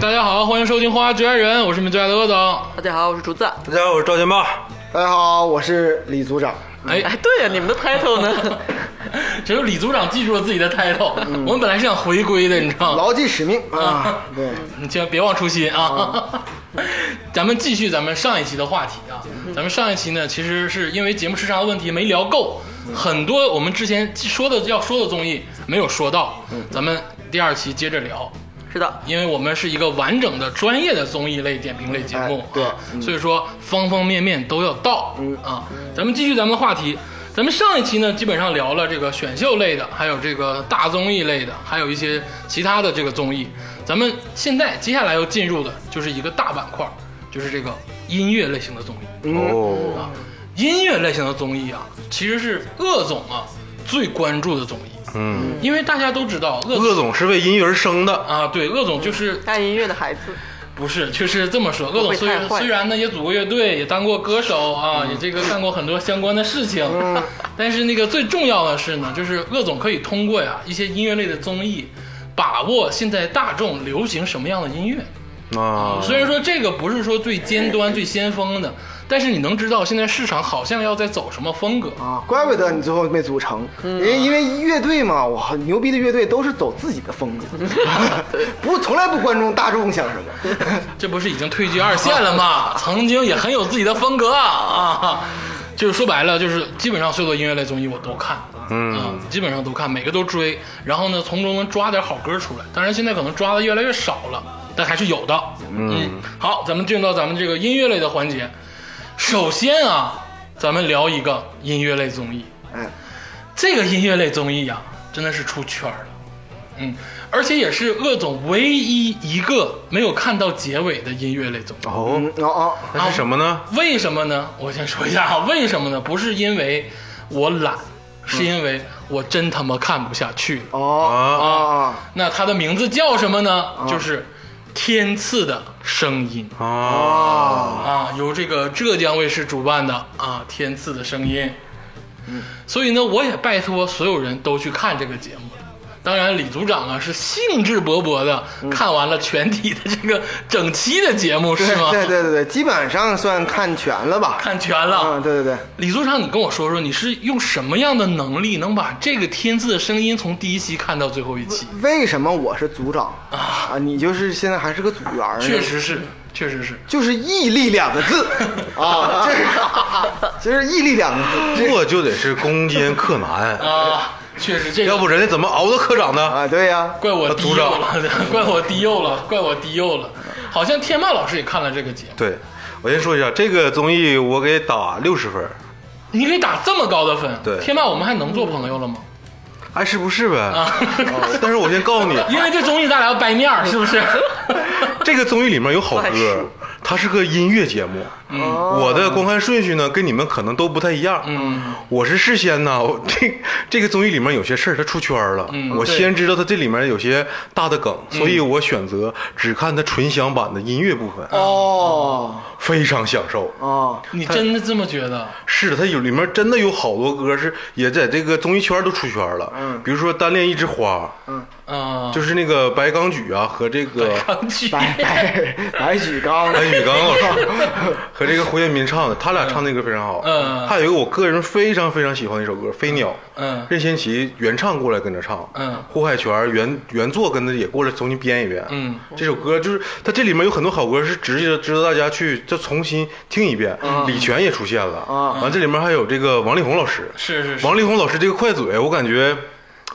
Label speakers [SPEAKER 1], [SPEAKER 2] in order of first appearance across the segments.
[SPEAKER 1] 大家好，欢迎收听《花局爱人》，我是你们最爱的阿总。
[SPEAKER 2] 大家好，我是竹子。
[SPEAKER 3] 大家好，我是赵钱豹。
[SPEAKER 4] 大家好，我是李组长。
[SPEAKER 1] 哎，
[SPEAKER 2] 哎，对呀、你们的 title 呢？
[SPEAKER 1] 只有李组长记住了自己的 title，、我们本来是想回归的，你知道吗？
[SPEAKER 4] 牢记使命啊！对，
[SPEAKER 1] 你千万别忘初心啊！ 咱们继续咱们上一期的话题啊，咱们上一期呢，其实是因为节目时长的问题没聊够，很多我们之前说的要说的综艺没有说到，咱们第二期接着聊。
[SPEAKER 2] 是的，
[SPEAKER 1] 因为我们是一个完整的专业的综艺类点评类节目
[SPEAKER 4] 哎，对嗯
[SPEAKER 1] 啊所以说方方面面都要到，啊，咱们继续咱们的话题。咱们上一期呢，基本上聊了这个选秀类的，还有这个大综艺类的，还有一些其他的这个综艺。咱们现在接下来要进入的就是一个大板块，就是这个音乐类型的综艺。
[SPEAKER 3] 哦，
[SPEAKER 4] 嗯
[SPEAKER 1] 音乐类型的综艺啊，其实是鄂总啊最关注的综艺，
[SPEAKER 3] 嗯，
[SPEAKER 1] 因为大家都知道鄂
[SPEAKER 3] 鄂总是为音乐而生的，
[SPEAKER 1] 啊，对，鄂总就是
[SPEAKER 2] 爱音乐的孩子，
[SPEAKER 1] 不是，就是这么说。鄂总
[SPEAKER 2] 会
[SPEAKER 1] 虽
[SPEAKER 2] 太坏嗯
[SPEAKER 1] 虽然呢也组过乐队，也当过歌手啊，也这个干过很多相关的事情， 但是那个最重要的是呢，就是鄂总可以通过呀一些音乐类的综艺，把握现在大众流行什么样的音乐。
[SPEAKER 3] 啊，
[SPEAKER 1] 虽然说这个不是说最尖
[SPEAKER 2] 嗯
[SPEAKER 1] 端、最先锋的，但是你能知道现在市场好像要在走什么风格。
[SPEAKER 4] 啊，怪不得你最后没组成，
[SPEAKER 1] 嗯
[SPEAKER 4] 因为因为乐队嘛，哇，牛逼的乐队都是走自己的风格， 不从来不关注大众想什 么。
[SPEAKER 1] 这不是已经退居二线了 吗？曾经也很有自己的风格啊，就是说白了，就是基本上所有的音乐类综艺我都看，嗯、基本上都看，每个都追，然后呢，从中能抓点好歌出来。当然，现在可能抓的越来越少了，但还是有的。嗯，好，咱们进入到咱们这个音乐类的环节。首先啊，咱们聊一个音乐类综艺，
[SPEAKER 4] 哎，
[SPEAKER 1] 这个音乐类综艺啊，真的是出圈儿了，嗯，而且也是鄂总唯一一个没有看到结尾的音乐类综艺。
[SPEAKER 3] 哦，
[SPEAKER 4] 嗯，哦
[SPEAKER 3] 那是什么呢？
[SPEAKER 1] 为什么呢？我先说一下啊， 为什么呢？不是因为我懒，是因为我真他妈看不下去了。
[SPEAKER 4] 哦哦
[SPEAKER 3] 啊
[SPEAKER 4] 哦，
[SPEAKER 1] 那它的名字叫什么呢？就是《天赐的声音》。
[SPEAKER 3] 啊，
[SPEAKER 1] 啊，由这个浙江卫视主办的啊《天赐的声音》。
[SPEAKER 4] 嗯
[SPEAKER 1] 所以呢，我也拜托所有人都去看这个节目。当然，李组长啊是兴致勃勃的看完了全体的这个整期的节目，是吗？
[SPEAKER 4] 嗯对对对对，基本上算看全了吧？
[SPEAKER 1] 看全了。
[SPEAKER 4] 嗯，对对对，
[SPEAKER 1] 李组长，你跟我说说，你是用什么样的能力能把这个《天赐的声音》从第一期看到最后一期？
[SPEAKER 4] 为什么我是组长啊？你就是现在还是个组员呢？
[SPEAKER 1] 确实是，确实是。
[SPEAKER 4] 就是毅力两个字啊，这是就是 毅力两个字
[SPEAKER 3] 这就得是攻坚克难，
[SPEAKER 1] 啊，确实这个
[SPEAKER 3] 要不人家怎么熬到科长呢？
[SPEAKER 4] 啊，对呀、
[SPEAKER 1] 怪我低
[SPEAKER 3] 组
[SPEAKER 1] 幼
[SPEAKER 3] 长
[SPEAKER 1] 了，怪我低幼了，怪我低幼了。好像天霸老师也看了这个节目，
[SPEAKER 3] 对，我先说一下，这个综艺我给打六十分，
[SPEAKER 1] 你给打这么高的分，
[SPEAKER 3] 对
[SPEAKER 1] 天霸我们还能做朋友了吗？
[SPEAKER 3] 爱哎是不是呗？啊但是我先告诉你，
[SPEAKER 1] 因为这综艺咱俩要掰面儿，是不 是？
[SPEAKER 3] 这个综艺里面有好
[SPEAKER 2] 不太
[SPEAKER 3] 歌
[SPEAKER 2] 熟，
[SPEAKER 3] 它是个音乐节目。我的观看顺序呢，跟你们可能都不太一样。
[SPEAKER 1] 嗯，
[SPEAKER 3] 我是事先呢， 我这这个综艺里面有些事儿它出圈了，
[SPEAKER 1] 嗯
[SPEAKER 3] 我
[SPEAKER 1] 对嗯
[SPEAKER 3] 先知道它这里面有些大的梗，所以我选择只看它纯享版的音乐部分，
[SPEAKER 4] 哦
[SPEAKER 3] 非常享受。
[SPEAKER 4] 哦，
[SPEAKER 1] 你真的这么觉得？
[SPEAKER 3] 是的，它有里面真的有好多歌是也在这个综艺圈都出圈了，
[SPEAKER 4] 嗯
[SPEAKER 3] 比如说《单恋一枝花》，
[SPEAKER 1] 啊，
[SPEAKER 3] 就是那个白刚举啊和这个
[SPEAKER 1] 抗 拒
[SPEAKER 4] 白白白举 纲，
[SPEAKER 3] 安哎宇刚老师和这个胡彦斌唱的，他俩唱那歌非常好。
[SPEAKER 1] 嗯
[SPEAKER 3] 还有一个我个人非常非常喜欢的一首歌《飞鸟》，
[SPEAKER 1] 嗯
[SPEAKER 3] 任贤齐原唱过来跟着唱，
[SPEAKER 1] 嗯
[SPEAKER 3] 胡海泉原原作跟着也过来重新编一遍，
[SPEAKER 1] 嗯，
[SPEAKER 3] 这首歌就是它这里面有很多好歌是值得值得大家去再重新听一遍。
[SPEAKER 1] 嗯
[SPEAKER 3] 李泉也出现了，
[SPEAKER 4] 啊
[SPEAKER 3] 完这里面还有这个王力宏老师，
[SPEAKER 1] 是是是
[SPEAKER 3] 王力宏老师这个快嘴，我感觉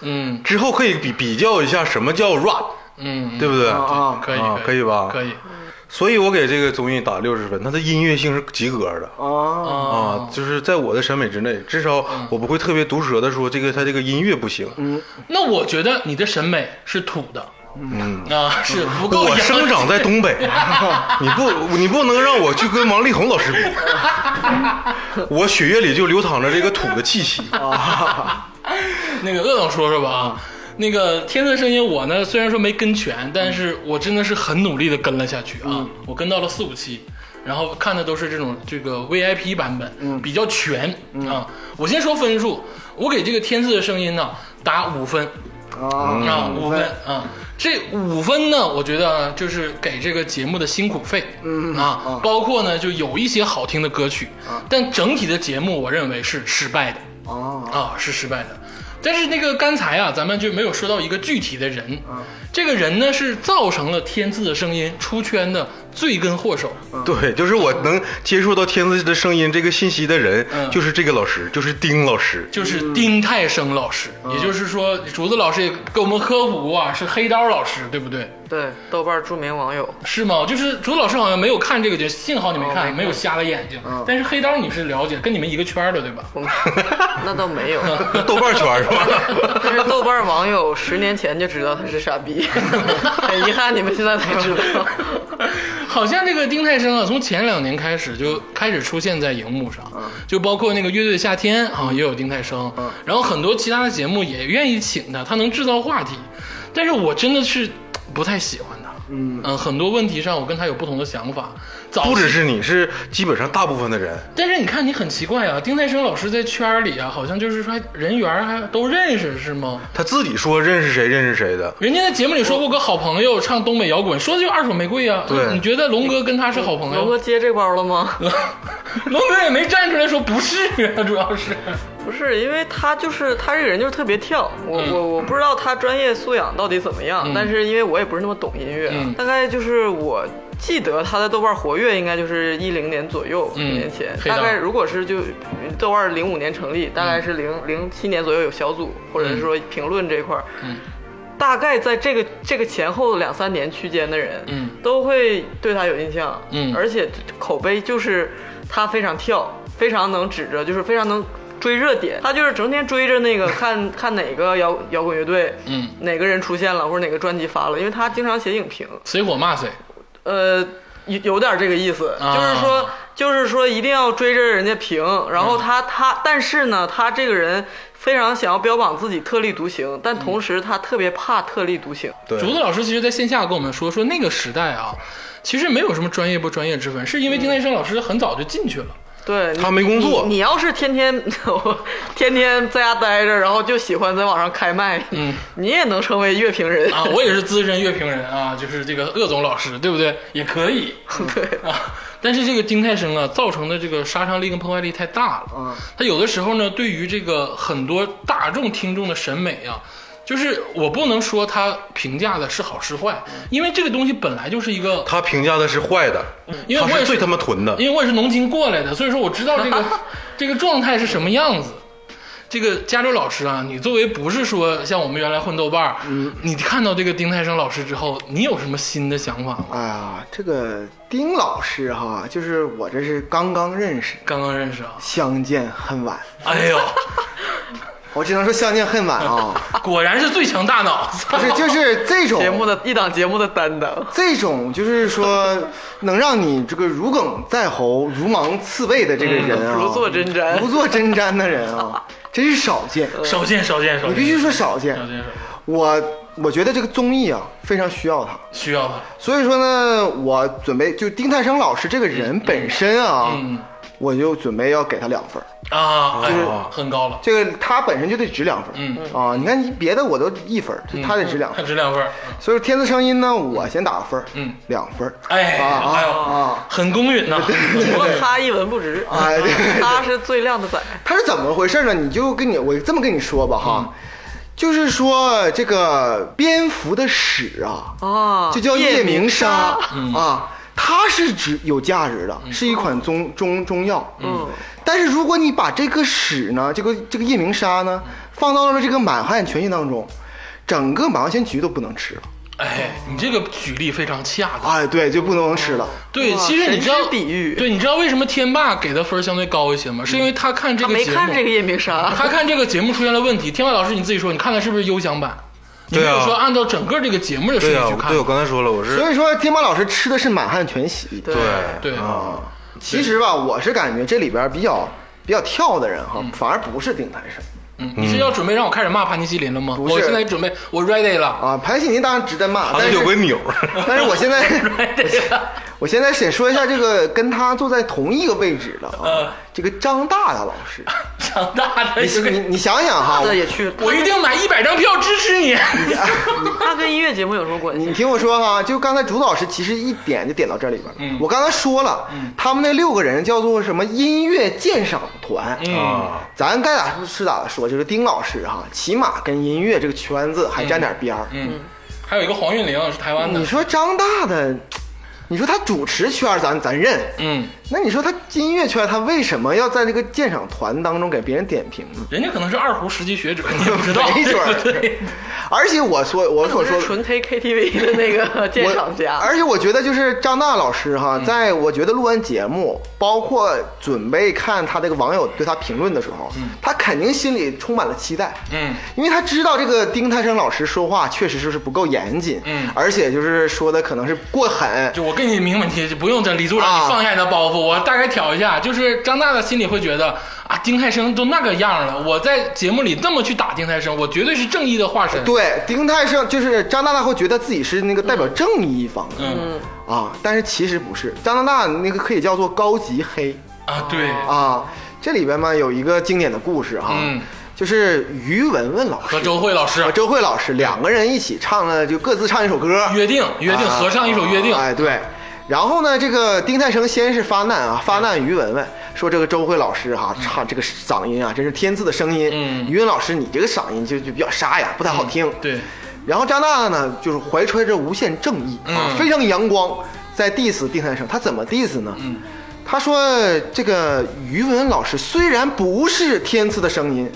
[SPEAKER 1] 嗯
[SPEAKER 3] 之后可以比比较一下什么叫 rap，
[SPEAKER 1] 嗯，
[SPEAKER 3] 对不对？
[SPEAKER 4] 啊啊
[SPEAKER 1] 可以
[SPEAKER 3] 啊可以吧
[SPEAKER 1] 可以
[SPEAKER 3] 所以我给这个综艺打六十分，它的音乐性是及格的。
[SPEAKER 1] 哦
[SPEAKER 4] 啊
[SPEAKER 3] 啊，
[SPEAKER 1] 啊。
[SPEAKER 3] 就是在我的审美之内，至少
[SPEAKER 1] 嗯
[SPEAKER 3] 我不会特别毒舌的说这个他这个音乐不行。
[SPEAKER 1] 那我觉得你的审美是土的，嗯啊，是不够
[SPEAKER 3] 我
[SPEAKER 1] 洋气
[SPEAKER 3] 生长在 东北，你不你不能让我去跟王力宏老师比， 我血液里就流淌着这个土的气息。
[SPEAKER 1] 哦 那个鄂总说说吧啊，那个《天赐的声音》，我呢虽然说没跟全，但是我真的是很努力的跟了下去啊，我跟到了四五期，然后看的都是这种这个 VIP 版本，比较全、啊。我先说分数，我给这个《天赐的声音》呢打五分，
[SPEAKER 2] 嗯
[SPEAKER 4] 啊，
[SPEAKER 1] 啊，
[SPEAKER 4] 五
[SPEAKER 1] 五分啊，这五分呢，我觉得啊就是给这个节目的辛苦费，嗯啊，包括呢就有一些好听的歌曲，但整体的节目我认为是失败的，
[SPEAKER 4] 啊，
[SPEAKER 1] 啊，是失败的。但是那个刚才啊，咱们就没有说到一个具体的人，这个人呢是造成了《天赐的声音》出圈的罪根祸首，
[SPEAKER 3] 对，就是我能接触到天赐的声音这个信息的人，
[SPEAKER 1] 嗯
[SPEAKER 3] 就是这个老师，就是丁老师。
[SPEAKER 1] 就是丁太生老师，也就是说，竹子老师也给我们科普过啊，是黑刀老师，对不对？
[SPEAKER 2] 对，豆瓣著名网 友，
[SPEAKER 1] 是吗？就是竹子老师好像没有看这个节目，幸好你没
[SPEAKER 2] 哦没
[SPEAKER 1] 看，
[SPEAKER 2] 看
[SPEAKER 1] 没有瞎了眼睛。但是黑刀你是了解，跟你们一个圈儿的，对吧？
[SPEAKER 2] 我们那倒没 有，
[SPEAKER 3] 豆瓣圈是吧？
[SPEAKER 2] 但是豆瓣网友十年前就知道他是傻逼， 很遗憾你们现在才知 道。
[SPEAKER 1] 好像这个丁太升啊，从前两年开始就开始出现在荧幕上，就包括那个乐队夏天啊，也有丁太升，然后很多其他的节目也愿意请他，他能制造话题，但是我真的是不太喜欢他，嗯很多问题上我跟他有不同的想法，早期
[SPEAKER 3] 不只是你，是基本上大部分的人。
[SPEAKER 1] 但是你看，你很奇怪啊，丁太升老师在圈儿里啊，好像就是说人缘儿还都认识是吗？
[SPEAKER 3] 他自己说认识谁认识谁的，
[SPEAKER 1] 人家在节目里说过，跟好朋友唱东北摇滚，说的就是二手玫瑰啊。
[SPEAKER 3] 对
[SPEAKER 1] 你觉得龙哥跟他是好朋友？
[SPEAKER 2] 龙哥接这包了吗？
[SPEAKER 1] 龙哥也没站出来说不是啊，主要 是
[SPEAKER 2] 不是，因为他就是他这个人就是特别跳，我、
[SPEAKER 1] 嗯
[SPEAKER 2] 我我不知道他专业素养到底怎么样，但是因为我也不是那么懂音乐啊，
[SPEAKER 1] 嗯
[SPEAKER 2] 大概就是我记得他在豆瓣活跃应该就是一零年左右，十、
[SPEAKER 1] 嗯
[SPEAKER 2] 年前，
[SPEAKER 1] 黑道
[SPEAKER 2] 大概如果是就豆瓣零五年成立，大概是零零七年左右有小组，或者是说评论这一块儿。
[SPEAKER 1] 嗯
[SPEAKER 2] 大概在这个这个前后两三年区间的人，
[SPEAKER 1] 嗯
[SPEAKER 2] 都会对他有印象，
[SPEAKER 1] 嗯
[SPEAKER 2] 而且口碑就是他非常跳，非常能指着，就是非常能追热点。他就是整天追着那个 看看哪个摇摇滚乐队，
[SPEAKER 1] 嗯，
[SPEAKER 2] 哪个人出现了或者哪个专辑发了，因为他经常写影评，
[SPEAKER 1] 谁火骂谁。
[SPEAKER 2] 呃，有有点这个意思，
[SPEAKER 1] 啊
[SPEAKER 2] 就是说，就是说一定要追着人家评，然后他、他，但是呢，他这个人非常想要标榜自己特立独行，但同时他特别怕特立独行。
[SPEAKER 3] 对
[SPEAKER 1] 竹子老师其实在线下跟我们说，说那个时代啊，其实没有什么专业不专业之分，是因为丁太升老师很早就进去了。
[SPEAKER 2] 对，你
[SPEAKER 3] 他没工作
[SPEAKER 2] 你你要是天天 天天在家待着，然后就喜欢在网上开麦，嗯， 你也能成为乐评人。
[SPEAKER 1] 啊，我也是资深乐评人啊，就是这个鄂总老师，对不对？也可 以，对啊。但是这个丁太升啊，造成的这个杀伤力跟破坏力太大了。
[SPEAKER 4] 嗯，
[SPEAKER 1] 他有的时候呢，对于这个很多大众听众的审美啊，就是我不能说他评价的是好是坏，因为这个东西本来就是一个，
[SPEAKER 3] 他评价的是坏的，
[SPEAKER 1] 嗯因为
[SPEAKER 3] 他
[SPEAKER 1] 我也
[SPEAKER 3] 是
[SPEAKER 1] 是
[SPEAKER 3] 最他妈囤的。
[SPEAKER 1] 因为我也是农经过来的，所以说我知道这个 这个状态是什么样子。这个加州老师啊，你作为不是说像我们原来混豆瓣儿，
[SPEAKER 4] 嗯
[SPEAKER 1] 你看到这个丁太升老师之后，你有什么新的想法吗？
[SPEAKER 4] 哎呀，这个丁老师哈，就是我这是刚刚认识，
[SPEAKER 1] 刚刚认识啊，
[SPEAKER 4] 相见恨晚。
[SPEAKER 1] 哎呦，
[SPEAKER 4] 我只能说相见恨晚啊，
[SPEAKER 1] 果然是最强大脑，
[SPEAKER 4] 不是就是这种
[SPEAKER 2] 节目的一档节目的担当，
[SPEAKER 4] 这种就是说能让你这个如鲠在喉、如芒刺背的这个人啊，
[SPEAKER 2] 嗯 如坐针毡嗯
[SPEAKER 4] 如坐针毡的人啊，真是少见。
[SPEAKER 1] 少见少见少
[SPEAKER 4] 你
[SPEAKER 1] 见，
[SPEAKER 4] 必须说少见
[SPEAKER 1] 少。见少见，
[SPEAKER 4] 我我觉得这个综艺啊非常需要他，
[SPEAKER 1] 需要他，
[SPEAKER 4] 所以说呢，我准备就丁太升老师这个人本身啊，
[SPEAKER 1] 嗯
[SPEAKER 4] 我就准备要给他两分儿。
[SPEAKER 1] 啊，哎
[SPEAKER 3] 就是
[SPEAKER 1] 呦，很高了，
[SPEAKER 4] 这个他本身就得值两分儿，
[SPEAKER 1] 嗯
[SPEAKER 4] 啊，你看别的我都一分儿，就他得值两分儿
[SPEAKER 1] 他，值两分儿，
[SPEAKER 4] 所以说天赐声音呢，我先打个分儿，
[SPEAKER 1] 嗯
[SPEAKER 4] 两分儿，
[SPEAKER 1] 哎，
[SPEAKER 4] 啊啊
[SPEAKER 1] 哎呦，
[SPEAKER 4] 啊，
[SPEAKER 1] 很公允呐，
[SPEAKER 2] 除了他一文不值，
[SPEAKER 4] 哎对
[SPEAKER 2] 他是最靓的仔。
[SPEAKER 4] 他是怎么回事呢？你就跟你我这么跟你说吧
[SPEAKER 1] 嗯
[SPEAKER 4] 哈，就是说这个蝙蝠的屎啊，
[SPEAKER 2] 哦，
[SPEAKER 4] 就叫夜明
[SPEAKER 2] 沙
[SPEAKER 4] 砂
[SPEAKER 2] 嗯
[SPEAKER 4] 啊，它是指有价值的，是一款中中中药。
[SPEAKER 2] 嗯，
[SPEAKER 4] 但是如果你把这个屎呢，这个这个夜明砂呢，放到了这个满汉全席当中，整个满汉全席都不能吃了。
[SPEAKER 1] 哎，你这个举例非常恰当。
[SPEAKER 4] 哎，对，就不能吃了。
[SPEAKER 1] 对，
[SPEAKER 2] 哇
[SPEAKER 1] 其实你知道
[SPEAKER 2] 神之比喻
[SPEAKER 1] 对，你知道为什么天霸给的分儿相对高一些吗？是因为他看这
[SPEAKER 2] 他
[SPEAKER 1] 个
[SPEAKER 2] 啊没
[SPEAKER 1] 节目，啊
[SPEAKER 2] 看这个夜明沙，
[SPEAKER 1] 他看这个节目出现了问题。天霸老师，你自己说，你看的是不是优享版？你没
[SPEAKER 3] 对啊
[SPEAKER 1] 有说按照整个这个节目的顺
[SPEAKER 3] 对
[SPEAKER 1] 序
[SPEAKER 3] 呀、
[SPEAKER 1] 去看
[SPEAKER 3] 对，我，刚才说了，我是
[SPEAKER 4] 所以说，天马老师吃的是满汉全席。
[SPEAKER 2] 嗯对
[SPEAKER 3] 对
[SPEAKER 1] 对
[SPEAKER 3] 啊，
[SPEAKER 4] 其实吧，我是感觉这里边比较比较跳的人哈，
[SPEAKER 2] 嗯
[SPEAKER 4] 反而不是丁太升
[SPEAKER 1] 嗯你是要准备让我开始骂盘尼西林了吗？
[SPEAKER 4] 是
[SPEAKER 1] 我现在准备，我 ready 了，
[SPEAKER 4] 啊。盘西尼当然值得骂，
[SPEAKER 3] 他
[SPEAKER 4] 但
[SPEAKER 3] 那有 个
[SPEAKER 4] 是
[SPEAKER 3] 钮儿，
[SPEAKER 4] 但是我现在
[SPEAKER 1] ready 了，
[SPEAKER 4] 我现在
[SPEAKER 1] 呃
[SPEAKER 4] 先说一下这个跟他坐在同一个位置的啊，这个张大大老师，
[SPEAKER 1] 常大的
[SPEAKER 4] 你
[SPEAKER 1] 一
[SPEAKER 4] 你
[SPEAKER 1] 个，
[SPEAKER 4] 你想想哈，
[SPEAKER 2] 大
[SPEAKER 4] 我
[SPEAKER 2] 的也去，
[SPEAKER 1] 我一定买一百张票支持你。
[SPEAKER 2] 他跟音乐节目有什么关
[SPEAKER 4] 你
[SPEAKER 2] 系？
[SPEAKER 4] 听我说哈，就刚才主导师其实一点就点到这里边了。
[SPEAKER 1] 嗯
[SPEAKER 4] 我刚才说了，他们那六个人叫做什么音乐鉴赏团。
[SPEAKER 1] 嗯，
[SPEAKER 4] 咱该咋说是咋的说，就是丁老师哈，起码跟音乐这个圈子还沾点边儿。
[SPEAKER 1] 嗯， 还有一个黄韵玲是台湾的
[SPEAKER 4] 你，说张大的，你说他主持圈儿咱咱认，
[SPEAKER 1] 嗯，
[SPEAKER 4] 那你说他音乐圈他为什么要在这个鉴赏团当中给别人点评呢？
[SPEAKER 1] 人家可能是二胡十级学者，你也不知道，
[SPEAKER 4] 没准儿
[SPEAKER 1] 对不 对
[SPEAKER 4] 而且我说我所
[SPEAKER 2] 我
[SPEAKER 4] 说
[SPEAKER 2] 是
[SPEAKER 4] 的
[SPEAKER 2] 纯 K KTV 的那个鉴赏
[SPEAKER 4] 我
[SPEAKER 2] 家，
[SPEAKER 4] 而且我觉得就是张大老师哈，
[SPEAKER 1] 嗯
[SPEAKER 4] 在我觉得录完节目，包括准备看他这个网友对他评论的时候，他肯定心里充满了期待，
[SPEAKER 1] 嗯，
[SPEAKER 4] 因为他知道这个丁太升老师说话确实就是不够严谨，
[SPEAKER 1] 嗯
[SPEAKER 4] 而且就是说的可能是过狠，
[SPEAKER 1] 就我跟你明白问题，就不用这李组长，
[SPEAKER 4] 啊
[SPEAKER 1] 你放下你的包袱，我大概挑一下。就是张大大心里会觉得啊，丁太升都那个样了，我在节目里这么去打丁太升，我绝对是正义的化身。
[SPEAKER 4] 对，丁太升就是张大大会觉得自己是那个代表正义一方的，
[SPEAKER 1] 嗯
[SPEAKER 4] 啊，但是其实不是，张大大那个可以叫做高级黑
[SPEAKER 1] 啊，对，
[SPEAKER 4] 啊。这里边嘛有一个经典的故事哈，
[SPEAKER 1] 嗯
[SPEAKER 4] 就是于文文老师
[SPEAKER 1] 和周慧老师
[SPEAKER 4] 和周慧老师两个人一起唱了，就各自唱一首歌，
[SPEAKER 1] 约定约定
[SPEAKER 4] 啊
[SPEAKER 1] 合唱一首约定，
[SPEAKER 4] 哎，对。然后呢，这个丁太升先是发难啊，
[SPEAKER 1] 嗯
[SPEAKER 4] 发难于文文，说这个周慧老师哈、唱这个嗓音啊，真是天赐的声音。
[SPEAKER 1] 嗯
[SPEAKER 4] 于文老师你这个嗓音就就比较沙哑，不太好听。
[SPEAKER 1] 对。
[SPEAKER 4] 然后张大大呢，就是怀揣着无限正义啊，
[SPEAKER 1] 嗯
[SPEAKER 4] 非常阳光，在 diss 丁太升。他怎么 diss 呢？
[SPEAKER 1] 嗯
[SPEAKER 4] 他说这个于文老师虽然不是天赐的声音，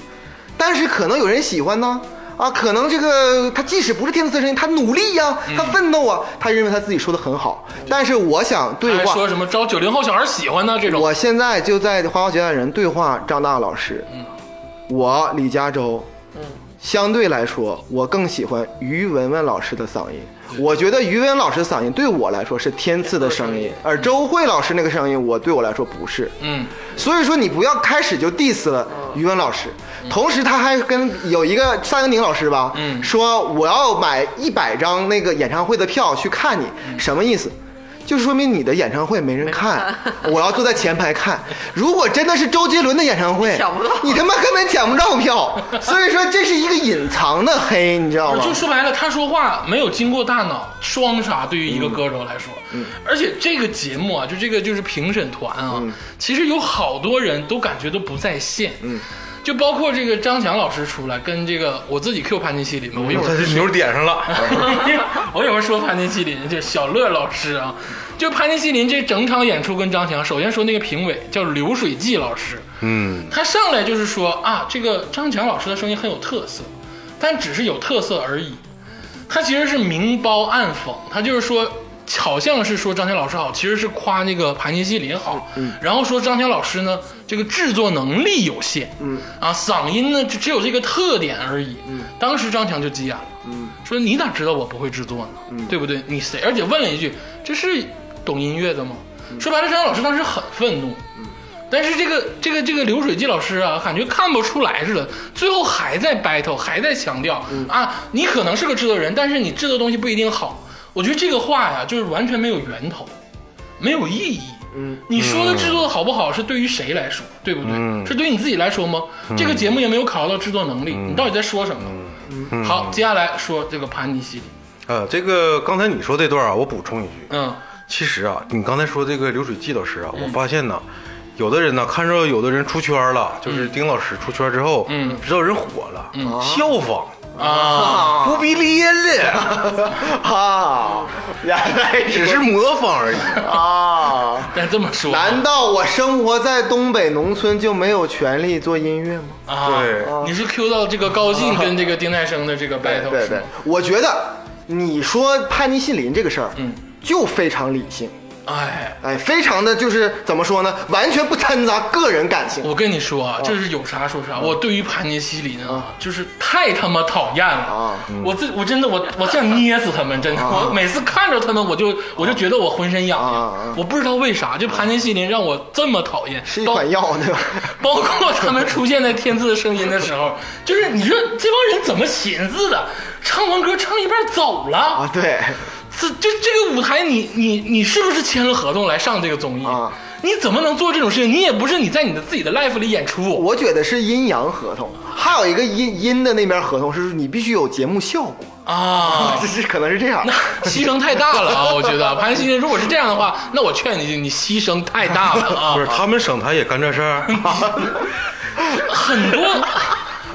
[SPEAKER 4] 但是可能有人喜欢呢。啊，可能这个他即使不是天赐的声音，他努力呀、
[SPEAKER 1] 嗯
[SPEAKER 4] 他奋斗啊，他认为他自己说的很好。但是我想对
[SPEAKER 1] 还
[SPEAKER 4] 话，
[SPEAKER 1] 说什么招九零后小孩喜欢呢这种，
[SPEAKER 4] 我现在就在《花花绝代人》对话张大老师，
[SPEAKER 1] 嗯
[SPEAKER 4] 我李嘉洲，相对来说，我更喜欢于文文老师的嗓音。我觉得于文老师的嗓音对我来说是天赐的声音，而周慧老师那个声音，我对我来说不是。
[SPEAKER 1] 嗯，
[SPEAKER 4] 所以说，你不要开始就 diss 了于文老师。同时，他还跟有一个夏英宁老师吧，
[SPEAKER 1] 嗯
[SPEAKER 4] 说我要买一百张那个演唱会的票去看你，什么意思？就是说明你的演唱会没人看， 我要坐在前排看。如果真的是周杰伦的演唱会，
[SPEAKER 2] 抢不到
[SPEAKER 4] 你他妈根本抢不到票。所以说这是一个隐藏的黑，你知道吗？
[SPEAKER 1] 就说白了，他说话没有经过大脑，双杀对于一个歌手来说。而且这个节目啊，就这个就是评审团啊，其实有好多人都感觉都不在线。嗯。就包括这个张强老师出来，跟这个我自己 Q 潘金西林嘛，我一会
[SPEAKER 3] 他
[SPEAKER 1] 儿
[SPEAKER 3] 这牛点上了，
[SPEAKER 1] 我一会儿说潘金西林，就是小乐老师啊，就潘金西林这整场演出跟张强，首先说那个评委叫刘水季老师，
[SPEAKER 3] 嗯，
[SPEAKER 1] 他上来就是说啊，这个张强老师的声音很有特色，但只是有特色而已。他其实是明褒暗讽，他就是说，好像是说张强老师好，其实是夸那个盘尼西林好。然后说张强老师呢，这个制作能力有限，嗯，啊，嗓音呢只只有这个特点而已。嗯，当时张强就急眼了，嗯，说你哪知道我不会制作呢？对不对？你谁？而且问了一句，这是懂音乐的吗？说白了，张强老师当时很愤怒，但是这个这个这个流水季老师啊，感觉看不出来似的，最后还在 battle，还在强调、
[SPEAKER 4] 嗯
[SPEAKER 1] 啊，你可能是个制作人，但是你制作东西不一定好。我觉得这个话呀，就是完全没有源头，没有意义。嗯，你说的制作好不好，是对于谁来说，对不对？是对你自己来说吗？这个节目也没有考虑到制作能力，你到底在说什么？
[SPEAKER 4] 嗯
[SPEAKER 1] 好，接下来说这个盘尼西林，
[SPEAKER 3] 呃，这个刚才你说这段啊，我补充一句，
[SPEAKER 1] 嗯
[SPEAKER 3] 其实啊，你刚才说这个流水季老师啊，我发现呢，有的人呢看着有的人出圈了，就是丁老师出圈之后，
[SPEAKER 1] 嗯
[SPEAKER 3] 知道人火了，效仿。
[SPEAKER 1] 啊，
[SPEAKER 3] 不逼咧了，
[SPEAKER 4] 啊，原来
[SPEAKER 3] 只是模仿而已。
[SPEAKER 4] 啊。
[SPEAKER 1] 但这么说，
[SPEAKER 4] 难道我生活在东北农村就没有权利做音乐吗？
[SPEAKER 1] 啊，
[SPEAKER 3] 对
[SPEAKER 1] 你是 Q 到这个高进跟这个丁太升的这个 battle
[SPEAKER 4] 对
[SPEAKER 1] 是吗
[SPEAKER 4] 对？，我觉得你说潘尼西林这个事儿，
[SPEAKER 1] 嗯，
[SPEAKER 4] 就非常理性，
[SPEAKER 1] 哎，
[SPEAKER 4] 哎，非常的就是怎么说呢，完全不掺杂个人感情。
[SPEAKER 1] 我跟你说啊，就是有啥说啥。我对于盘尼西林啊，就是太他妈讨厌了
[SPEAKER 4] 啊！
[SPEAKER 1] 我自我真的我我想捏死他们，真的。我每次看着他们，我就我就觉得我浑身痒
[SPEAKER 4] 啊
[SPEAKER 1] 痒
[SPEAKER 4] 啊。
[SPEAKER 1] 我不知道为啥，就盘尼西林让我这么讨厌。
[SPEAKER 4] 是一
[SPEAKER 1] 包
[SPEAKER 4] 款药，对吧？
[SPEAKER 1] 包括他们出现在《天赐的声音》的时候，就是你说这帮人怎么寻思的？唱完歌唱一半走了，
[SPEAKER 4] 啊，对，
[SPEAKER 1] 这这这个舞台你，你你是不是签了合同来上这个综艺？
[SPEAKER 4] 啊
[SPEAKER 1] 你怎么能做这种事情？你也不是你在你的自己的 life 里演出，
[SPEAKER 4] 我觉得是阴阳合同，还有一个阴阴的那边合同是你必须有节目效果，
[SPEAKER 1] 啊
[SPEAKER 4] 这，是可能是这样。
[SPEAKER 1] 牺牲太大了啊！我觉得潘西，如果是这样的话，那我劝你，你牺牲太大了啊！
[SPEAKER 3] 不是他们省台也干这事儿，
[SPEAKER 1] 很多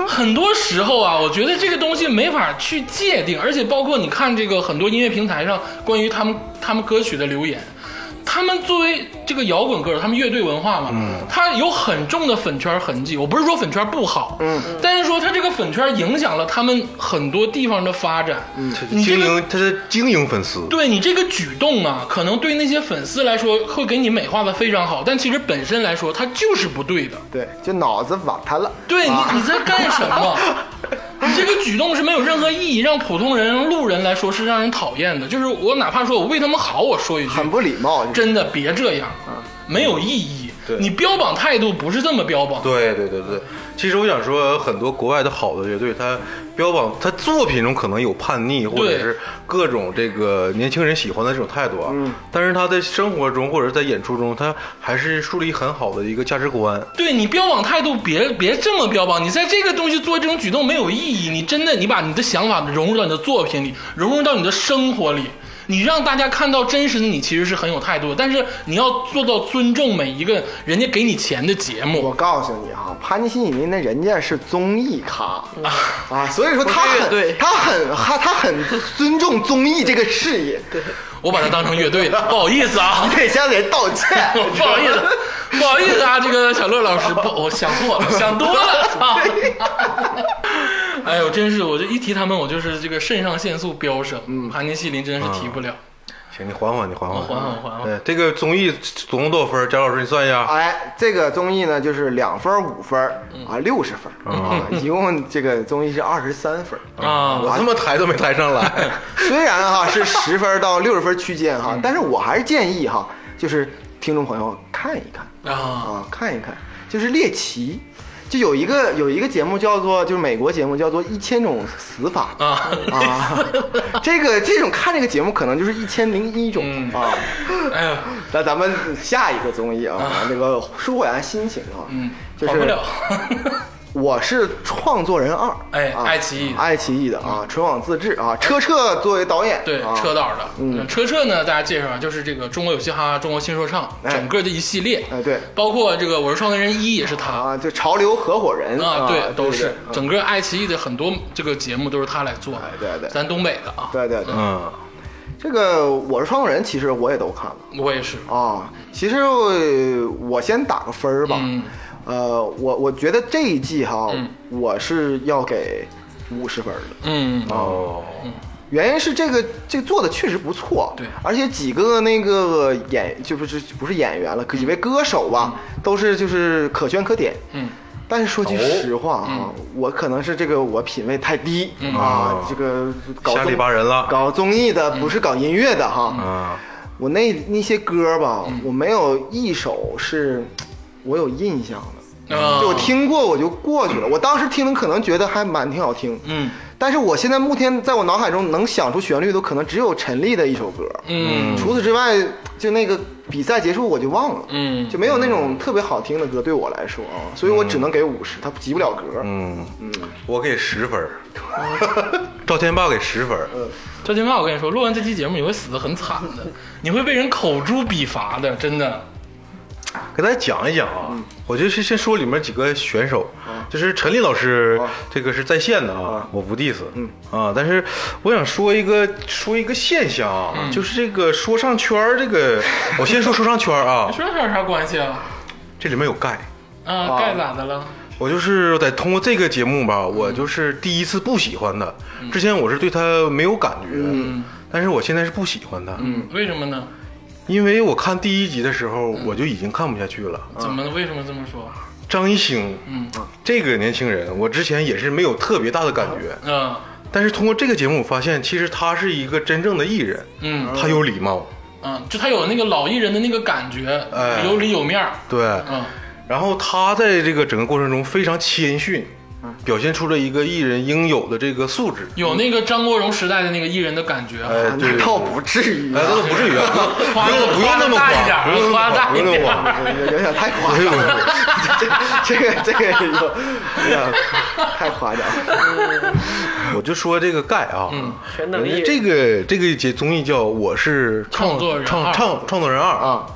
[SPEAKER 1] 很多时候啊，我觉得这个东西没法去界定，而且包括你看这个很多音乐平台上关于他们他们歌曲的留言。他们作为这个摇滚歌手，他们乐队文化嘛，他有很重的粉圈痕迹。我不是说粉圈不好，嗯，但是说他这个粉圈影响了他们很多地方的发展。嗯，你这
[SPEAKER 3] 经
[SPEAKER 1] 个
[SPEAKER 3] 营 他是经营粉丝，
[SPEAKER 1] 对你这个举动啊，可能对那些粉丝来说会给你美化的非常好，但其实本身来说，它就是不对的。
[SPEAKER 4] 对，就脑子瓦塌了。
[SPEAKER 1] 对你，你在干什么？你这个举动是没有任何意义，让普通人、让路人来说是让人讨厌的。就是我哪怕说我为他们好，我说一句，
[SPEAKER 4] 很不礼貌，
[SPEAKER 1] 真的别这样，没有意义。
[SPEAKER 3] 对
[SPEAKER 1] 你标榜态度不是这么标榜，
[SPEAKER 3] 对对对对，其实我想说，很多国外的好的乐队，他标榜他作品中可能有叛逆，或者是各种这个年轻人喜欢的这种态度啊，但是他在生活中或者在演出中，他还是树立很好的一个价值观。
[SPEAKER 1] 对你标榜态度别别这么标榜，你在这个东西做这种举动没有意义。你真的，你把你的想法融入到你的作品里，融入到你的生活里，你让大家看到真实的你，其实是很有态度的。但是你要做到尊重每一个人家给你钱的节
[SPEAKER 4] 我
[SPEAKER 1] 目，
[SPEAKER 4] 告诉你哈，潘尼西米那人家是综艺咖啊，所以说他
[SPEAKER 2] 不是乐队
[SPEAKER 4] 很他很他他很尊重综艺这个事业，
[SPEAKER 1] 我把它当成乐队了，不好意思啊。
[SPEAKER 4] 你，得向人道歉
[SPEAKER 1] 不好意思，不好意思啊，这个小乐老师，不，我想错了，想多了，操！ 哎呦，真是，我就一提他们，我就是这个肾上腺素飙升，嗯，盘尼西林真是提不了。
[SPEAKER 3] 行，你缓缓，你缓缓，
[SPEAKER 1] 缓缓缓缓
[SPEAKER 3] 对，这个综艺总共多少分儿？贾老师，你算一下。
[SPEAKER 4] 哎，这个综艺呢，就是两分、五分啊，六十分啊，一共这个综艺是二十三分。
[SPEAKER 1] 啊，
[SPEAKER 4] 嗯
[SPEAKER 3] 我他妈抬都没抬上来，
[SPEAKER 4] 虽然哈是十分到六十分区间哈，但是我还是建议哈，就是听众朋友看一
[SPEAKER 1] 啊，
[SPEAKER 4] 看，啊，看一看，就是猎奇，就有一个有一个节目叫做，就是美国节目叫做《一千种死法》
[SPEAKER 1] 啊
[SPEAKER 4] 啊， 这个这种看这个节目可能就是一千零一种、
[SPEAKER 1] 嗯
[SPEAKER 4] 啊。
[SPEAKER 1] 哎呀，
[SPEAKER 4] 那咱们下一个综艺啊，这个舒缓心情啊，
[SPEAKER 1] 嗯，
[SPEAKER 4] 就
[SPEAKER 1] 跑不
[SPEAKER 4] 是
[SPEAKER 1] 了。
[SPEAKER 4] 我是创作人二，
[SPEAKER 1] 哎
[SPEAKER 4] 啊
[SPEAKER 1] 爱奇艺的嗯
[SPEAKER 4] 爱奇艺的啊，纯网自制啊，车澈作为导演，
[SPEAKER 1] 对，
[SPEAKER 4] 啊
[SPEAKER 1] 车导的，嗯，车澈呢，大家介绍啊，就是这个中国有嘻哈、中国新说唱
[SPEAKER 4] 哎
[SPEAKER 1] 整个的一系列，
[SPEAKER 4] 哎对
[SPEAKER 1] 包括这个我是创作人一也是他，
[SPEAKER 4] 啊，就潮流合伙人
[SPEAKER 1] 啊，
[SPEAKER 4] 对，
[SPEAKER 1] 都
[SPEAKER 4] 对
[SPEAKER 1] 是整个爱奇艺的很多这个节目都是他来做
[SPEAKER 4] 哎，对对
[SPEAKER 1] 咱东北的啊，
[SPEAKER 4] 对对对，
[SPEAKER 3] 嗯，
[SPEAKER 4] 这个我是创作人，其实我也都看了。
[SPEAKER 1] 我也是，
[SPEAKER 4] 啊，其实呃我先打个分儿吧。
[SPEAKER 1] 嗯
[SPEAKER 4] 呃，我我觉得这一季哈，
[SPEAKER 1] 嗯
[SPEAKER 4] 我是要给五十分儿的。
[SPEAKER 1] 嗯，
[SPEAKER 3] 哦，
[SPEAKER 4] 原因是这个这个做的确实不错，
[SPEAKER 1] 对
[SPEAKER 4] 而且几个那个演就不是不是演员了，几位歌手吧，都是就是可圈可点。
[SPEAKER 1] 嗯，
[SPEAKER 4] 但是
[SPEAKER 3] 哦
[SPEAKER 4] 说句实话啊，我可能是这个我品味太低、
[SPEAKER 1] 嗯
[SPEAKER 4] 啊
[SPEAKER 3] 哦，
[SPEAKER 4] 这个搞
[SPEAKER 3] 瞎
[SPEAKER 4] 综
[SPEAKER 3] 里巴人了
[SPEAKER 4] 搞综艺的不是搞音乐的哈。
[SPEAKER 1] 嗯
[SPEAKER 3] 啊，
[SPEAKER 4] 我那那些歌吧，我没有一首是我有印象的，
[SPEAKER 1] 啊
[SPEAKER 4] 就我，听过我就过去了。我当时听可能觉得还蛮挺好听，
[SPEAKER 1] 嗯
[SPEAKER 4] 但是我现在目前在我脑海中能想出旋律的，可能只有陈粒的一首歌。
[SPEAKER 1] 嗯
[SPEAKER 4] 除此之外，就那个比赛结束我就忘了，
[SPEAKER 1] 嗯
[SPEAKER 4] 就没有那种特别好听的歌对我来说啊，所以我只能给五十，它及不了格。
[SPEAKER 3] 嗯，我给十分儿，赵天霸给十分儿，
[SPEAKER 1] 赵天霸，我跟你说，录完这期节目你会死的很惨的，你会被人口诛笔伐的，真的，
[SPEAKER 3] 给大家讲一讲啊，
[SPEAKER 1] 嗯
[SPEAKER 3] 我就是先说里面几个选手，
[SPEAKER 1] 啊
[SPEAKER 3] 就是陈立老师，这个是在线的啊，我不 diss，啊，
[SPEAKER 1] 嗯
[SPEAKER 3] 但是我想说一个说一个现象
[SPEAKER 1] 嗯
[SPEAKER 3] 啊，就是这个说唱圈儿这个，我先说说唱圈儿啊
[SPEAKER 1] ，说这有啥关系啊？
[SPEAKER 3] 这里面有盖，
[SPEAKER 1] 啊，盖咋的了？
[SPEAKER 3] 我就是得通过这个节目吧，
[SPEAKER 1] 嗯
[SPEAKER 3] 我就是第一次不喜欢他，之前我是对他没有感觉，但是我现在是不喜欢他，
[SPEAKER 1] 嗯，为什么呢？
[SPEAKER 3] 因为我看第一集的时候
[SPEAKER 1] 嗯
[SPEAKER 3] 我就已经看不下去了，
[SPEAKER 1] 怎么为什么这么说？
[SPEAKER 3] 张艺兴，
[SPEAKER 1] 嗯
[SPEAKER 3] 这个年轻人，我之前也是没有特别大的感觉，
[SPEAKER 1] 啊
[SPEAKER 3] 但是通过这个节目，我发现其实他是一个真正的艺人，
[SPEAKER 1] 嗯
[SPEAKER 3] 他有礼貌，
[SPEAKER 1] 嗯，就他有那个老艺人的那个感觉，
[SPEAKER 3] 哎
[SPEAKER 1] 有里有面儿，
[SPEAKER 3] 对，
[SPEAKER 1] 嗯
[SPEAKER 3] 然后他在这个整个过程中非常谦逊，表现出了一个艺人应有的这个素质。
[SPEAKER 1] 有那个张国荣时代的那个艺人的感觉，
[SPEAKER 3] 哎，对
[SPEAKER 4] 啊那
[SPEAKER 3] 对，
[SPEAKER 4] 倒不至于
[SPEAKER 3] 哎，那
[SPEAKER 4] 啊，
[SPEAKER 3] 倒不至于啊，不
[SPEAKER 1] 嗯夸
[SPEAKER 3] 用不用那么
[SPEAKER 1] 夸大一点
[SPEAKER 3] 夸，不用那么
[SPEAKER 1] 夸
[SPEAKER 3] 夸，
[SPEAKER 1] 大
[SPEAKER 3] 不
[SPEAKER 1] 一
[SPEAKER 3] 用那么夸。
[SPEAKER 4] 有有点太夸张了，这个这个有有点太夸张了。
[SPEAKER 3] 我就说这个盖啊，
[SPEAKER 1] 嗯
[SPEAKER 2] 全能艺人
[SPEAKER 3] 这个这个节综艺叫《我是
[SPEAKER 1] 创作人
[SPEAKER 3] 创
[SPEAKER 1] 二
[SPEAKER 3] 创创作人二》
[SPEAKER 4] 啊。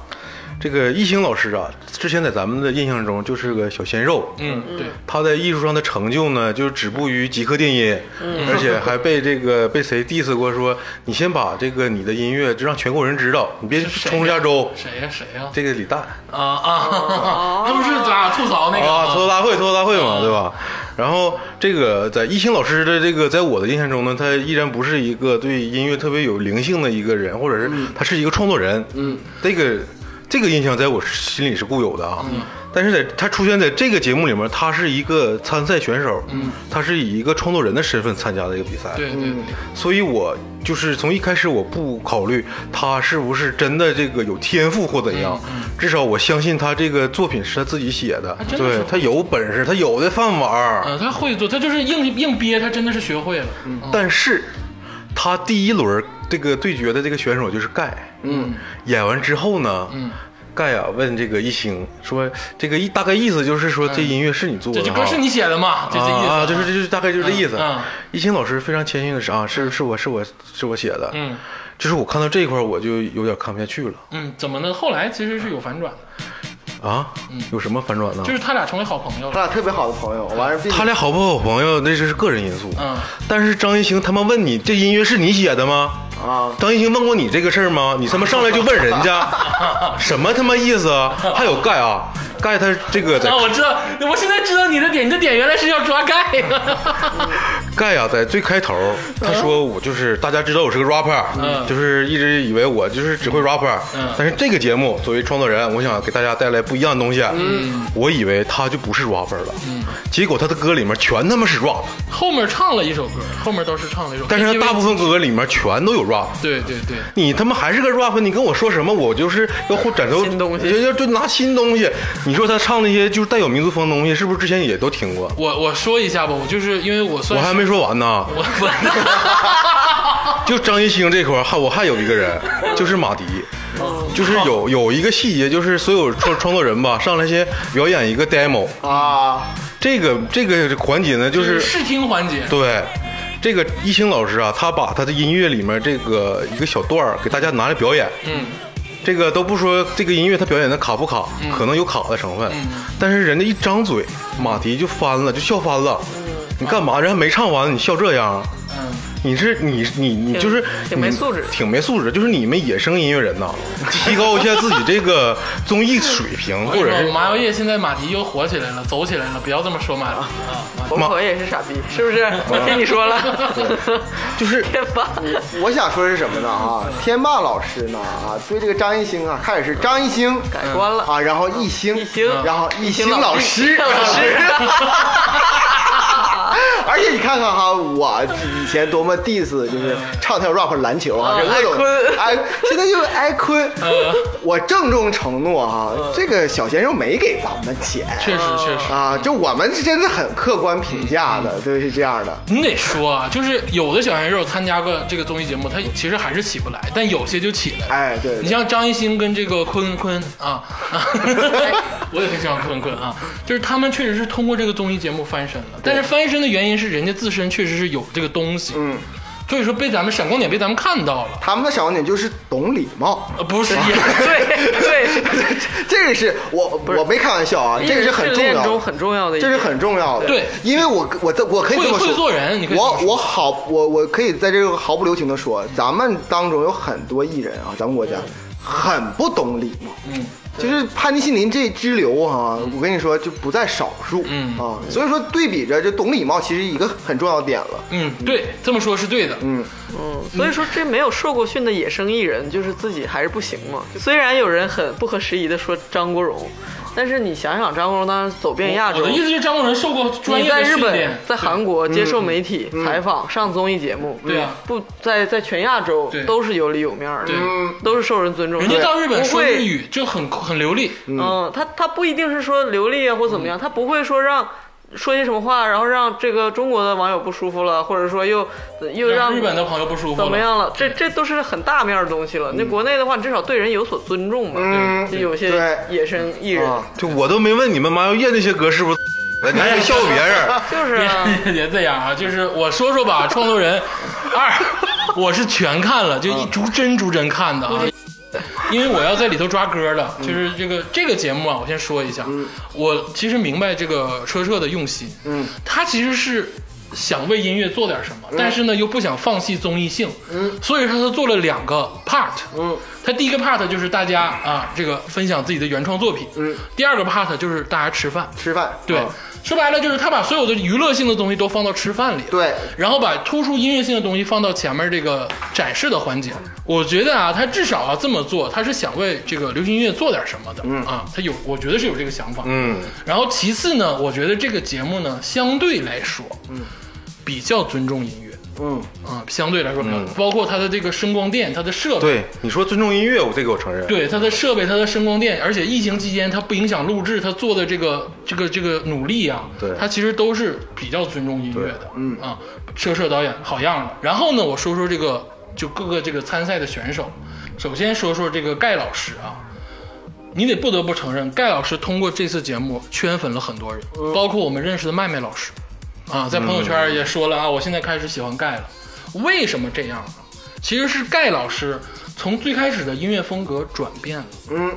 [SPEAKER 3] 这个艺兴老师啊，之前在咱们的印象中就是个小鲜肉，
[SPEAKER 1] 嗯，对，
[SPEAKER 3] 他在艺术上的成就呢，就是止步于极客电音，
[SPEAKER 1] 嗯
[SPEAKER 3] 而且还被这个被谁 diss 过说，你先把这个你的音乐就让全国人知道，你别
[SPEAKER 1] 谁
[SPEAKER 3] 冲出加州。
[SPEAKER 1] 谁呀谁呀？
[SPEAKER 3] 这个李诞
[SPEAKER 1] 啊啊，他不是咋吐槽那个
[SPEAKER 3] 啊，吐槽
[SPEAKER 1] 吗？
[SPEAKER 3] 大会，吐槽大会嘛，对吧？然后这个在艺兴老师的这个，在我的印象中呢，他依然不是一个对音乐特别有灵性的一个人，或者是他是一个创作人。嗯，这个这个印象在我心里是固有的啊。但是在他出现在这个节目里面，他是一个参赛选手，嗯，他是以一个创作人的身份参加的一个比赛，
[SPEAKER 1] 对对对，
[SPEAKER 3] 所以我就是从一开始我不考虑他是不是真的这个有天赋或怎样，至少我相信他这个作品是他自己写的，
[SPEAKER 1] 嗯啊真的是
[SPEAKER 3] 对他有本事，他有的饭碗儿。
[SPEAKER 1] 嗯，他会做，他就是硬硬憋，他真的是学会了。
[SPEAKER 3] 但是，他第一轮这个对决的这个选手就是盖，嗯，演完之后呢，嗯。盖啊，问这个一星说：“这个意大概意思就是说，这音乐是你做的
[SPEAKER 1] 这
[SPEAKER 3] 哈，
[SPEAKER 1] 嗯这歌是你写的嘛？这这意思
[SPEAKER 3] 啊啊，就是就是大概就是这意思。
[SPEAKER 1] 嗯嗯
[SPEAKER 3] 一星老师非常谦逊的是啊，是是我是我是我写的，
[SPEAKER 1] 嗯，
[SPEAKER 3] 就是我看到这一块儿我就有点看不下去了
[SPEAKER 1] 嗯，怎么呢？后来其实是有反转的，
[SPEAKER 3] 啊，有什么反转
[SPEAKER 1] 嗯
[SPEAKER 3] 呢？
[SPEAKER 1] 就是他俩成为好朋友
[SPEAKER 4] 他
[SPEAKER 1] 了。
[SPEAKER 4] 俩特别好的朋友，完了并
[SPEAKER 3] 他俩好不好朋友那就是个人因素，
[SPEAKER 1] 嗯，
[SPEAKER 3] 但是张艺兴他们问你这音乐是你写的吗？
[SPEAKER 4] 啊，
[SPEAKER 3] 张艺兴问过你这个事儿吗？你他妈上来就问人 家，什么他妈意思啊？还有盖啊，盖他这个在
[SPEAKER 1] 啊，我知道，我现在知道你的点，你的点原来是要抓盖。
[SPEAKER 3] 盖啊，在最开头他说我就是大家知道我是个 rapper，、
[SPEAKER 1] 嗯
[SPEAKER 3] 就是一直以为我就是只会 rapper，、
[SPEAKER 1] 嗯
[SPEAKER 3] 但是这个节目作为创作人，我想给大家带来不一样的东西。嗯，我以为他就不是 rapper 了，结果他的歌里面全他妈是 rap，
[SPEAKER 1] 后面唱了一首歌，后面倒是唱了一首，
[SPEAKER 3] 但是他大部分歌里面全都有 rap。
[SPEAKER 1] 对对对，
[SPEAKER 3] 你他妈还是个 rap，你跟我说什么？我就是要或展示
[SPEAKER 2] 新东西
[SPEAKER 3] 就就就拿新东西。你说他唱那些就是带有民族风的东西，是不是之前也都听过？
[SPEAKER 1] 我我说一下吧，我就是因为我
[SPEAKER 3] 我
[SPEAKER 1] 算
[SPEAKER 3] 还
[SPEAKER 1] 是
[SPEAKER 3] 没说完呢，
[SPEAKER 1] 我我
[SPEAKER 3] 就张艺兴这块儿，还我还有一个人，就是马迪， 就是有有一个细节，就是所有创创作人吧，上来先表演一个 demo，
[SPEAKER 4] 啊，
[SPEAKER 3] 这个这个环节 呢，就是
[SPEAKER 1] 试听环节，
[SPEAKER 3] 对。这个一兴老师啊，他把他的音乐里面这个一个小段儿给大家拿来表演，
[SPEAKER 1] 嗯，
[SPEAKER 3] 这个都不说这个音乐他表演的卡不卡，可能有卡的成分，但是人家一张嘴，马迪就翻了，就笑翻了。你干嘛？人还没唱完，你笑这样？
[SPEAKER 1] 嗯，
[SPEAKER 3] 你是你你你
[SPEAKER 2] 挺
[SPEAKER 3] 就是
[SPEAKER 2] 挺没
[SPEAKER 3] 你
[SPEAKER 2] 素质
[SPEAKER 3] 挺没素质。就是你们野生音乐人呐，提高一下自己这个综艺水 平，
[SPEAKER 1] 我
[SPEAKER 3] 或者
[SPEAKER 1] 跟你
[SPEAKER 3] 是
[SPEAKER 1] 说，麻药叶现在马迪又火起来了，走起来了，不要这么说马迪啊，马
[SPEAKER 2] 我可也是傻逼，是不是？我听你说了，
[SPEAKER 3] 就是
[SPEAKER 2] 天霸，
[SPEAKER 4] 我想说是什么呢啊？天霸老师呢啊，对这个张艺兴啊，开始是张艺兴
[SPEAKER 2] 改观了，
[SPEAKER 4] 啊，然后艺兴，
[SPEAKER 2] 艺兴
[SPEAKER 4] 然后艺兴
[SPEAKER 2] 老
[SPEAKER 4] 老师，
[SPEAKER 2] 老师，
[SPEAKER 4] 而且你看看哈，我以前多么 diss 就是唱跳 rap 篮球啊，这各种
[SPEAKER 2] 艾坤
[SPEAKER 4] 哎，现在就是艾坤，我郑重承诺哈，这个小鲜肉没给咱们钱
[SPEAKER 1] 确实确实。
[SPEAKER 4] 啊，就我们是真的很客观评价的，对，是这样的。
[SPEAKER 1] 你得说啊，就是有的小鲜肉参加过这个综艺节目，他其实还是起不来，但有些就起来了。
[SPEAKER 4] 哎，对，对
[SPEAKER 1] 你像张艺兴跟这个坤坤啊，啊 我也很喜欢坤坤啊，就是他们确实是通过这个综艺节目翻身了，但是翻身的原因是人家自身确实是有这个东西，嗯，所以说被咱们闪光点被咱们看到了，
[SPEAKER 4] 他们的闪光点就是懂礼貌，
[SPEAKER 1] 呃，不是，也
[SPEAKER 2] 对对，
[SPEAKER 4] 这个是我我没开玩笑啊，这个是很重
[SPEAKER 2] 训练
[SPEAKER 4] 要
[SPEAKER 2] 中
[SPEAKER 4] 的。
[SPEAKER 2] 很重要的一
[SPEAKER 4] 这
[SPEAKER 2] 点，
[SPEAKER 4] 是很重要的，
[SPEAKER 1] 对
[SPEAKER 4] 因为我我在我可以这
[SPEAKER 1] 会
[SPEAKER 4] 么说，
[SPEAKER 1] 会做人你可以这么
[SPEAKER 4] 我
[SPEAKER 1] 说
[SPEAKER 4] 我好我我可以在这个毫不留情的说，咱们当中有很多艺人啊，咱们国家
[SPEAKER 1] 嗯
[SPEAKER 4] 很不懂礼貌，嗯，就是叛逆心灵这支流哈、我跟你说就不在少数，
[SPEAKER 1] 嗯
[SPEAKER 4] 啊，所以说对比着就懂礼貌，其实一个很重要的点了，
[SPEAKER 1] 嗯，对，这么说是对的，嗯，
[SPEAKER 2] 所以说，这没有受过训的野生艺人，就是自己还是不行嘛。虽然有人很不合时宜的说张国荣，但是你想想，张国荣当时走遍亚洲
[SPEAKER 1] 我的，意思是张国荣受过专
[SPEAKER 2] 你
[SPEAKER 1] 业
[SPEAKER 2] 在
[SPEAKER 1] 的
[SPEAKER 2] 日
[SPEAKER 1] 训练
[SPEAKER 2] 本、，在韩国
[SPEAKER 4] 嗯
[SPEAKER 2] 接受媒体采访、上综艺节目，
[SPEAKER 1] 对啊
[SPEAKER 2] 不在在全亚洲
[SPEAKER 1] 对
[SPEAKER 2] 都是有里有面儿的
[SPEAKER 1] 对，
[SPEAKER 4] 嗯
[SPEAKER 2] 都是受人尊重的。
[SPEAKER 1] 人家到日本
[SPEAKER 2] 不
[SPEAKER 1] 说
[SPEAKER 2] 会
[SPEAKER 1] 日语就很很流利，
[SPEAKER 2] 嗯，他他不一定是说流利啊或怎么样，他不会说让说些什么话，然后让这个中国的网友不舒服了，或者说又又让
[SPEAKER 1] 日本的朋友不舒服了嗯
[SPEAKER 2] 怎么？样了？这 这都是很大面儿的东西了。那国内的话，你至少对人有所尊重嘛。
[SPEAKER 4] 嗯
[SPEAKER 2] 就有些
[SPEAKER 4] 对
[SPEAKER 2] 野生艺人，
[SPEAKER 4] 啊，
[SPEAKER 3] 就我都没问你们麻油叶那些歌是不是，你还笑别人。
[SPEAKER 2] 就是啊，
[SPEAKER 1] 别别这样啊！就是我说说吧，《创作 人二》，我是全看了，就一
[SPEAKER 2] 嗯
[SPEAKER 1] 逐帧逐帧看的啊。因为我要在里头抓歌了，就是这个这个节目啊，我先说一下，
[SPEAKER 2] 嗯
[SPEAKER 1] 我其实明白这个车澈的用心，嗯，他其实是想为音乐做点什么，
[SPEAKER 2] 嗯
[SPEAKER 1] 但是呢又不想放弃综艺性，嗯，所以说他做了两个 part，嗯，他第一个 part 就是大家啊这个分享自己的原创作品，嗯，第二个 part 就是大家吃饭，
[SPEAKER 4] 吃饭，
[SPEAKER 1] 对，
[SPEAKER 4] 啊
[SPEAKER 1] 说白了就是他把所有的娱乐性的东西都放到吃饭里，，
[SPEAKER 4] 对，
[SPEAKER 1] 然后把突出音乐性的东西放到前面这个展示的环节。我觉得啊，他至少啊这么做，他是想为这个流行音乐做点什么的，嗯啊，他有，我觉得是有这个想法，
[SPEAKER 3] 嗯，
[SPEAKER 1] 然后其次呢，我觉得这个节目呢，相对来说，嗯，比较尊重音乐。
[SPEAKER 4] 嗯，
[SPEAKER 1] 啊、相对来说比较，包括它的这个声光电、它的设备，
[SPEAKER 3] 对，你说尊重音乐，我这个我承认。
[SPEAKER 1] 对它的设备、它的声光电，而且疫情期间它不影响录制，它做的这个这个这个努力啊，
[SPEAKER 3] 对
[SPEAKER 1] 它其实都是比较尊重音乐的，嗯啊，车澈导演好样的。然后呢，我说说这个就各个这个参赛的选手，首先说说这个盖老师啊。你得不得不承认，盖老师通过这次节目圈粉了很多人，包括我们认识的麦麦老师，啊，在朋友圈也说了啊，我现在开始喜欢盖了。为什么这样呢？其实是盖老师从最开始的音乐风格转变了。
[SPEAKER 4] 嗯，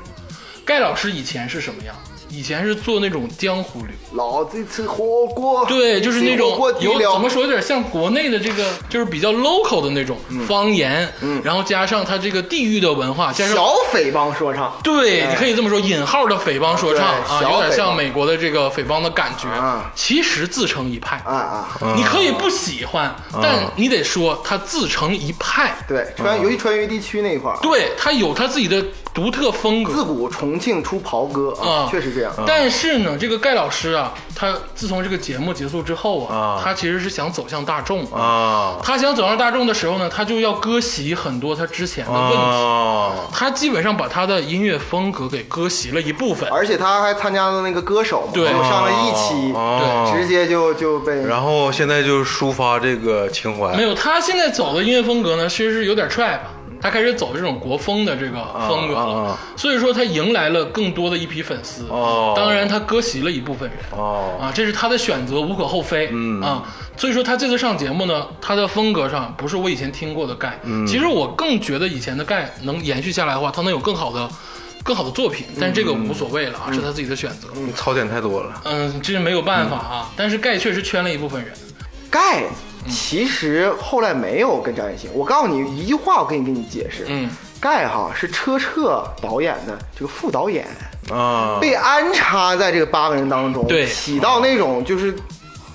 [SPEAKER 1] 盖老师以前是什么样？以前是做那种江湖流，
[SPEAKER 4] 老子吃火锅，
[SPEAKER 1] 对，就是那种
[SPEAKER 4] 嗯吃火锅底
[SPEAKER 1] 有
[SPEAKER 4] 料
[SPEAKER 1] 怎么说，有点像国内的这个，就是比较 local 的那种
[SPEAKER 4] 嗯
[SPEAKER 1] 方言，然后加上他这个地域的文化，加上
[SPEAKER 4] 小匪帮说唱，
[SPEAKER 1] 对，你可以这么说，引号的匪帮说唱
[SPEAKER 4] 对
[SPEAKER 1] 啊，
[SPEAKER 4] 小
[SPEAKER 1] 有点
[SPEAKER 4] 匪
[SPEAKER 1] 像
[SPEAKER 4] 帮
[SPEAKER 1] 美国的这个匪帮的感觉
[SPEAKER 4] 啊，
[SPEAKER 1] 其实自成一派，
[SPEAKER 4] 啊啊，
[SPEAKER 1] 你可以不喜欢，但你得说他自成一派，
[SPEAKER 3] 嗯
[SPEAKER 4] 对，川，尤其川渝地区那一块儿，
[SPEAKER 1] 对他有他自己的独特风格
[SPEAKER 4] 自。古重庆出袍哥
[SPEAKER 1] 啊
[SPEAKER 3] 嗯
[SPEAKER 4] 啊，确实这样，
[SPEAKER 1] 但是呢，这个盖老师啊，他自从这个节目结束之后啊，
[SPEAKER 3] 啊
[SPEAKER 1] 他其实是想走向大众。
[SPEAKER 3] 啊
[SPEAKER 1] 他想走向大众的时候呢，他就要割席很多他之前的问题。
[SPEAKER 3] 啊！
[SPEAKER 1] 他基本上把他的音乐风格给割席了一部分。
[SPEAKER 4] 而且他还参加了那个歌手嘛，
[SPEAKER 1] 对
[SPEAKER 4] 然后上了一期，
[SPEAKER 3] 哦
[SPEAKER 4] 直接就就被
[SPEAKER 3] 然后现在就抒发这个情怀
[SPEAKER 1] 没。有，他现在走的音乐风格呢，其实是有点 trap，他开始走这种国风的这个风格了，
[SPEAKER 3] 啊啊啊
[SPEAKER 1] 所以说他迎来了更多的一批粉丝。
[SPEAKER 3] 哦
[SPEAKER 1] 当然他割席了一部分人。
[SPEAKER 3] 哦，
[SPEAKER 1] 啊，这是他的选择，无可厚非。嗯啊，所以说他这次上节目呢，他的风格上不是我以前听过的盖。嗯，其实我更觉得以前的盖能延续下来的话，他能有更好的、更好的作品。但这个
[SPEAKER 3] 嗯
[SPEAKER 1] 无所谓了啊，是他自己的选择。
[SPEAKER 3] 你槽点太多了。
[SPEAKER 1] 嗯，这是没有办法啊。
[SPEAKER 3] 嗯
[SPEAKER 1] 但是盖确实圈了一部分人。
[SPEAKER 4] 盖。其实后来没有跟张艺兴，我告诉你一句话，我给你给你解释。
[SPEAKER 1] 嗯，
[SPEAKER 4] 盖哈是车澈导演的这个副导演，
[SPEAKER 3] 啊，
[SPEAKER 4] 被安插在这个八个人当中，
[SPEAKER 1] 对
[SPEAKER 4] 起到那种就是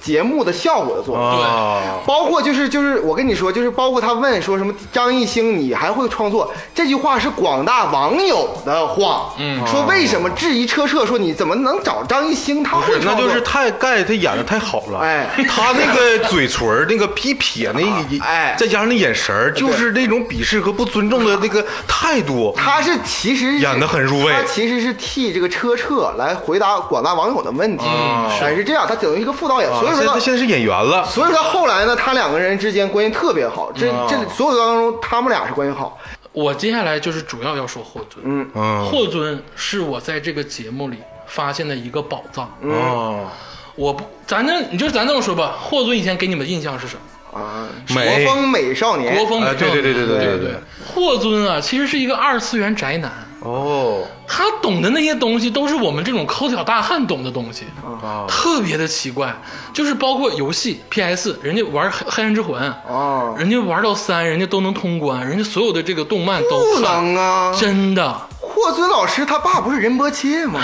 [SPEAKER 4] 节目的效果的作用。
[SPEAKER 3] 啊，
[SPEAKER 4] 包括就是就是我跟你说，就是包括他问说什么张艺兴你还会创作这句话是广大网友的话，嗯，说为什么质疑车澈说你怎么能找张艺兴他
[SPEAKER 3] 不
[SPEAKER 4] 会
[SPEAKER 3] 是，那
[SPEAKER 4] 创作？
[SPEAKER 3] 就是太盖他演的太好了。
[SPEAKER 4] 哎
[SPEAKER 3] 他那个嘴唇儿那个一撇那一，
[SPEAKER 4] 哎
[SPEAKER 3] 再加上那眼神儿，就是那种鄙视和不尊重的那个态度。
[SPEAKER 4] 他是其实是
[SPEAKER 3] 演得很入味
[SPEAKER 4] 他其实是替这个车澈来回答广大网友的问题，哎是这样，他等于一个副导演，
[SPEAKER 3] 嗯啊
[SPEAKER 4] 所以说
[SPEAKER 3] 现在
[SPEAKER 4] 他
[SPEAKER 3] 他现在是啊演员了。
[SPEAKER 4] 所以说后来呢，他两个人之间关系特别好，这这所有当中他们俩是关系好，
[SPEAKER 1] 我接下来就是主要要说霍尊。嗯，
[SPEAKER 3] 嗯，
[SPEAKER 1] 霍尊是我在这个节目里发现的一个宝藏。
[SPEAKER 4] 嗯
[SPEAKER 3] 哦，
[SPEAKER 1] 我不，咱这你就咱这么说吧，霍尊以前给你们的印象是什么？
[SPEAKER 4] 啊，
[SPEAKER 3] 美
[SPEAKER 4] 国风美少年，
[SPEAKER 1] 国风美
[SPEAKER 3] 哎
[SPEAKER 1] 少
[SPEAKER 3] 对
[SPEAKER 1] 女、
[SPEAKER 3] 对对对
[SPEAKER 1] 对
[SPEAKER 3] 对
[SPEAKER 1] 对。霍尊啊，其实是一个二次元宅男，
[SPEAKER 3] 哦，
[SPEAKER 1] 他懂的那些东西都是我们这种抠脚大汉懂的东西，
[SPEAKER 3] 啊
[SPEAKER 1] 特别的奇怪。就是包括游戏 PS，人家玩黑《黑暗之魂》
[SPEAKER 4] 哦
[SPEAKER 1] 人家玩到三，人家都能通关，人家所有的这个动漫都
[SPEAKER 4] 不
[SPEAKER 1] 看
[SPEAKER 4] 能啊，
[SPEAKER 1] 真的。
[SPEAKER 4] 霍尊老师他爸不是仁波 切吗？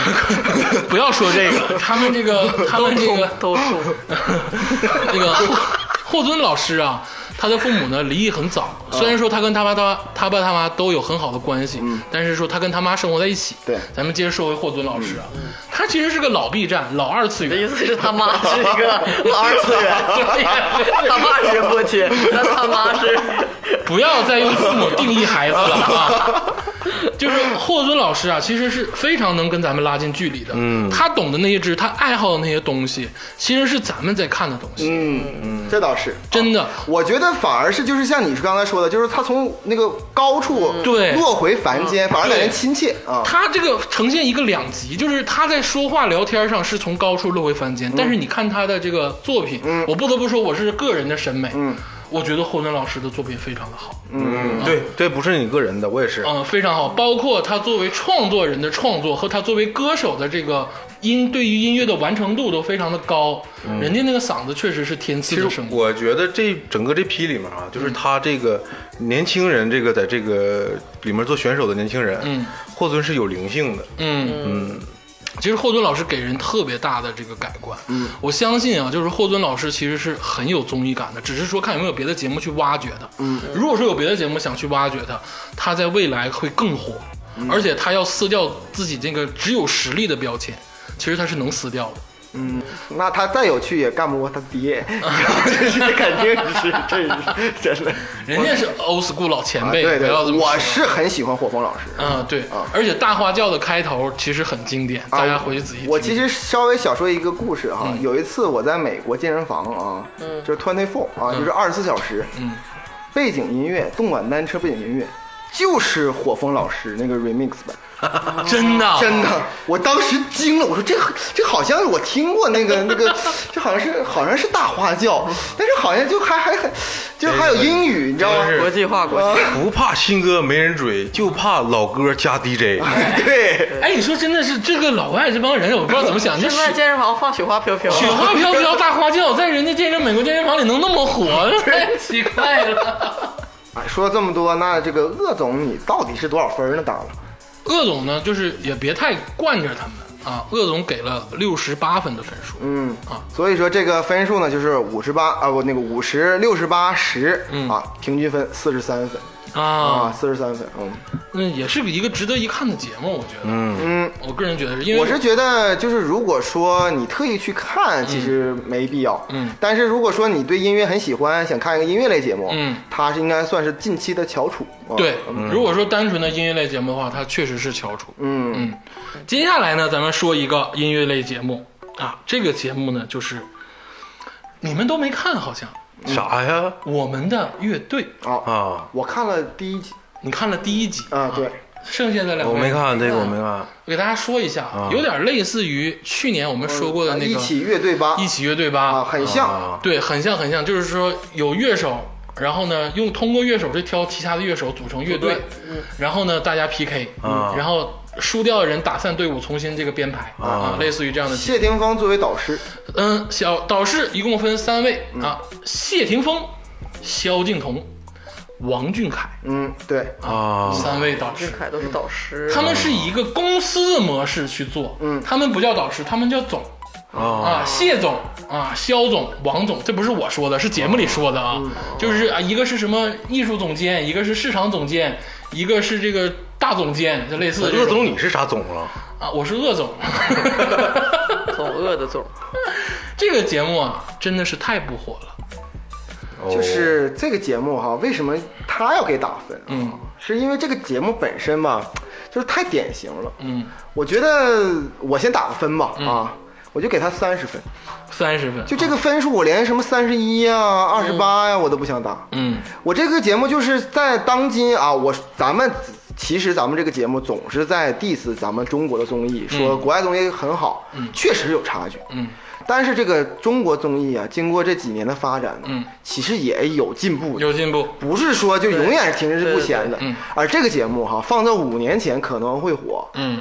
[SPEAKER 1] 不要说这个，他们这个，他们这个
[SPEAKER 2] 都说
[SPEAKER 1] 那个霍霍尊老师啊，他的父母呢离异很早，虽然说他跟他爸他他爸他妈都有很好的关系，但是说他跟他妈生活在一起。
[SPEAKER 4] 对
[SPEAKER 1] 咱们接着说回霍尊老师啊，他其实是个老 B 站老二次
[SPEAKER 2] 的意
[SPEAKER 1] 元。
[SPEAKER 2] 思是他妈是一个 老二次元，他爸是波切，但他妈是
[SPEAKER 1] 不要再用父母定义孩子了啊！就是霍尊老师啊，其实是非常能跟咱们拉近距离的。嗯，他懂的那些知识，他爱好的那些东西，其实是咱们在看的东西。
[SPEAKER 4] 嗯，这倒是。
[SPEAKER 1] 真的，
[SPEAKER 4] 我觉得反而是就是像你刚才说的，就是他从那个高处
[SPEAKER 1] 嗯对嗯
[SPEAKER 4] 落回凡间，反而感觉亲切啊。
[SPEAKER 1] 他这个呈现一个两极，就是他在说话聊天上是从高处落回凡间，
[SPEAKER 3] 嗯
[SPEAKER 1] 但是你看他的这个作品，我不得不说，我是个人的审美，嗯，我觉得霍尊老师的作品非常的好，嗯
[SPEAKER 3] 嗯，对，这不是你个人的，我也是。
[SPEAKER 4] 哦
[SPEAKER 1] 非常好，包括他作为创作人的创作和他作为歌手的这个音对于音乐的完成度都非常的高，人家那个嗓子确实是天赐
[SPEAKER 3] 嗯其
[SPEAKER 1] 的
[SPEAKER 3] 实
[SPEAKER 1] 声音，
[SPEAKER 3] 我觉得这整个这批里面啊，就是
[SPEAKER 4] 嗯
[SPEAKER 3] 他这个年轻人，这个在这个里面做选手的年轻人，
[SPEAKER 1] 嗯，
[SPEAKER 3] 霍尊是有灵性的，
[SPEAKER 1] 嗯嗯。其实霍尊老师给人特别大的这个改观，嗯，我相信啊，就是霍尊老师其实是很有综艺感的，只是说看有没有别的节目去挖掘他。嗯，如果说有别的节目想去挖掘他，他在未来会更火，
[SPEAKER 4] 嗯
[SPEAKER 1] 而且他要撕掉自己这个只有实力的标签，其实他是能撕掉的。
[SPEAKER 4] 那他再有趣也干不过他 爹，这是肯定是，这是真的。啊
[SPEAKER 1] 人家是 old school 老前辈，
[SPEAKER 4] 对对，
[SPEAKER 1] 不要这么说
[SPEAKER 4] 我是啊很喜欢火风老师。
[SPEAKER 1] 嗯，对，而且大花轿的开头其实很经典，大家回去仔细听。
[SPEAKER 4] 啊我其实稍微小说一个故事哈，有一次我在美国健身房啊，就是 twenty four 啊，就是二十四小时，
[SPEAKER 1] 嗯，
[SPEAKER 4] 背景音乐动感单车背景音乐就是火风老师那个 remix 版，
[SPEAKER 1] 真的
[SPEAKER 4] 真的，我当时惊了，我说这这好像是我听过那个那个，这好像是好像是大花轿，但是好像就还还还就还有英语，你知道吗？
[SPEAKER 3] 真
[SPEAKER 2] 国
[SPEAKER 3] 是
[SPEAKER 2] 际化，国际化。
[SPEAKER 3] 不怕新歌没人追，就怕老歌加 DJ。
[SPEAKER 4] 嗯 对，
[SPEAKER 1] 哎，你说真的是这个老外这帮人，我不知道怎么 想，就
[SPEAKER 2] 现
[SPEAKER 1] 是
[SPEAKER 2] 在健身房放雪花 飘飘，啊
[SPEAKER 1] 雪花飘飘大花轿，在人家健身美国健身房里能那么 火，太奇怪了。
[SPEAKER 4] 哎，说了这么多，那这个鄂总你到底是多少分呢？打了，
[SPEAKER 1] 鄂总呢，就是也别太惯着他们啊。鄂总给了六十八分的分数，
[SPEAKER 4] 嗯
[SPEAKER 1] 啊
[SPEAKER 4] 所以说这个分数呢，就是五十八啊，不那个五十六十八十
[SPEAKER 1] 嗯
[SPEAKER 4] 啊，平均分四十三分啊，
[SPEAKER 1] 啊，
[SPEAKER 4] 四十三分，嗯
[SPEAKER 1] 嗯，也是一个值得一看的节目，我觉得。嗯，
[SPEAKER 4] 嗯。
[SPEAKER 1] 我个人觉得是因为
[SPEAKER 4] 我是嗯觉得，就是如果说你特意去看，其实没必要。
[SPEAKER 1] 嗯
[SPEAKER 4] 但是如果说你对音乐很喜欢，想看一个音乐类节目，
[SPEAKER 1] 嗯
[SPEAKER 4] 它是应该算是近期的翘楚。啊
[SPEAKER 1] 对，，如果说单纯的音乐类节目的话，它确实是翘楚。
[SPEAKER 4] 嗯
[SPEAKER 1] 嗯，接下来呢，咱们说一个音乐类节目啊，这个节目呢就是你们都没看，好像
[SPEAKER 3] 啥呀？
[SPEAKER 1] 我们的乐队，
[SPEAKER 4] 啊，
[SPEAKER 3] 啊，
[SPEAKER 4] 我看了第一集
[SPEAKER 1] 你看了第一集
[SPEAKER 4] 啊，对，
[SPEAKER 1] 剩下的两个
[SPEAKER 3] 我没看这个，我没看。
[SPEAKER 1] 我给大家说一下，啊，有点类似于去年我们说过的那个
[SPEAKER 4] 呃一起乐队吧，
[SPEAKER 1] 一起乐队吧，
[SPEAKER 4] 啊，很像，
[SPEAKER 3] 啊，
[SPEAKER 1] 对，很像很像，就是说有乐手，然后呢用通过乐手去挑其他的乐手组成乐队，然后呢大家 PK，、
[SPEAKER 3] 啊
[SPEAKER 1] 然后输掉的人打散队伍，重新这个编排啊类似于这样的。
[SPEAKER 4] 谢霆锋作为导师，
[SPEAKER 1] 嗯，小导师一共分三位、
[SPEAKER 4] 嗯
[SPEAKER 1] 啊，谢霆锋、萧敬腾、王俊凯、
[SPEAKER 4] 嗯，对，
[SPEAKER 3] 啊，
[SPEAKER 1] 三位导师
[SPEAKER 2] 俊。凯都是导师，
[SPEAKER 1] 他们是以一个公司的模式去做，嗯，他们不叫导师，他们叫总，啊，
[SPEAKER 3] 啊，
[SPEAKER 1] 谢总啊，肖总、王总，这不是我说的，是节目里说的啊，就是啊，一个是什么艺术总监，一个是市场总监，一个是这个大总监，就类似这种
[SPEAKER 3] 鄂总你是啥总啊？
[SPEAKER 1] 啊，我是鄂总。
[SPEAKER 2] 总恶的总，
[SPEAKER 1] 这个节目啊，真的是太不火了，
[SPEAKER 3] 哦
[SPEAKER 4] 就是这个节目哈、为什么他要给打分、啊？
[SPEAKER 1] 嗯，
[SPEAKER 4] 是因为这个节目本身吧，就是太典型了。
[SPEAKER 1] 嗯，
[SPEAKER 4] 我觉得我先打个分吧，啊，我就给他三十分。
[SPEAKER 1] 三十分，
[SPEAKER 4] 就这个分数，我连什么三十一呀、二十八呀，我都不想打。
[SPEAKER 1] 嗯
[SPEAKER 4] 我这个节目就是在当今啊，我咱们其实咱们这个节目总是在 diss 咱们中国的综艺，说国外综艺很好，确实有差距。
[SPEAKER 1] 嗯，
[SPEAKER 4] 但是这个中国综艺啊，经过这几年的发展呢，
[SPEAKER 1] 嗯
[SPEAKER 4] 其实也有进步的。
[SPEAKER 1] 有进步，
[SPEAKER 4] 不是说就永远是停滞不前的
[SPEAKER 1] 对对对嗯，
[SPEAKER 4] 而这个节目哈、放在五年前可能会火，
[SPEAKER 1] 嗯。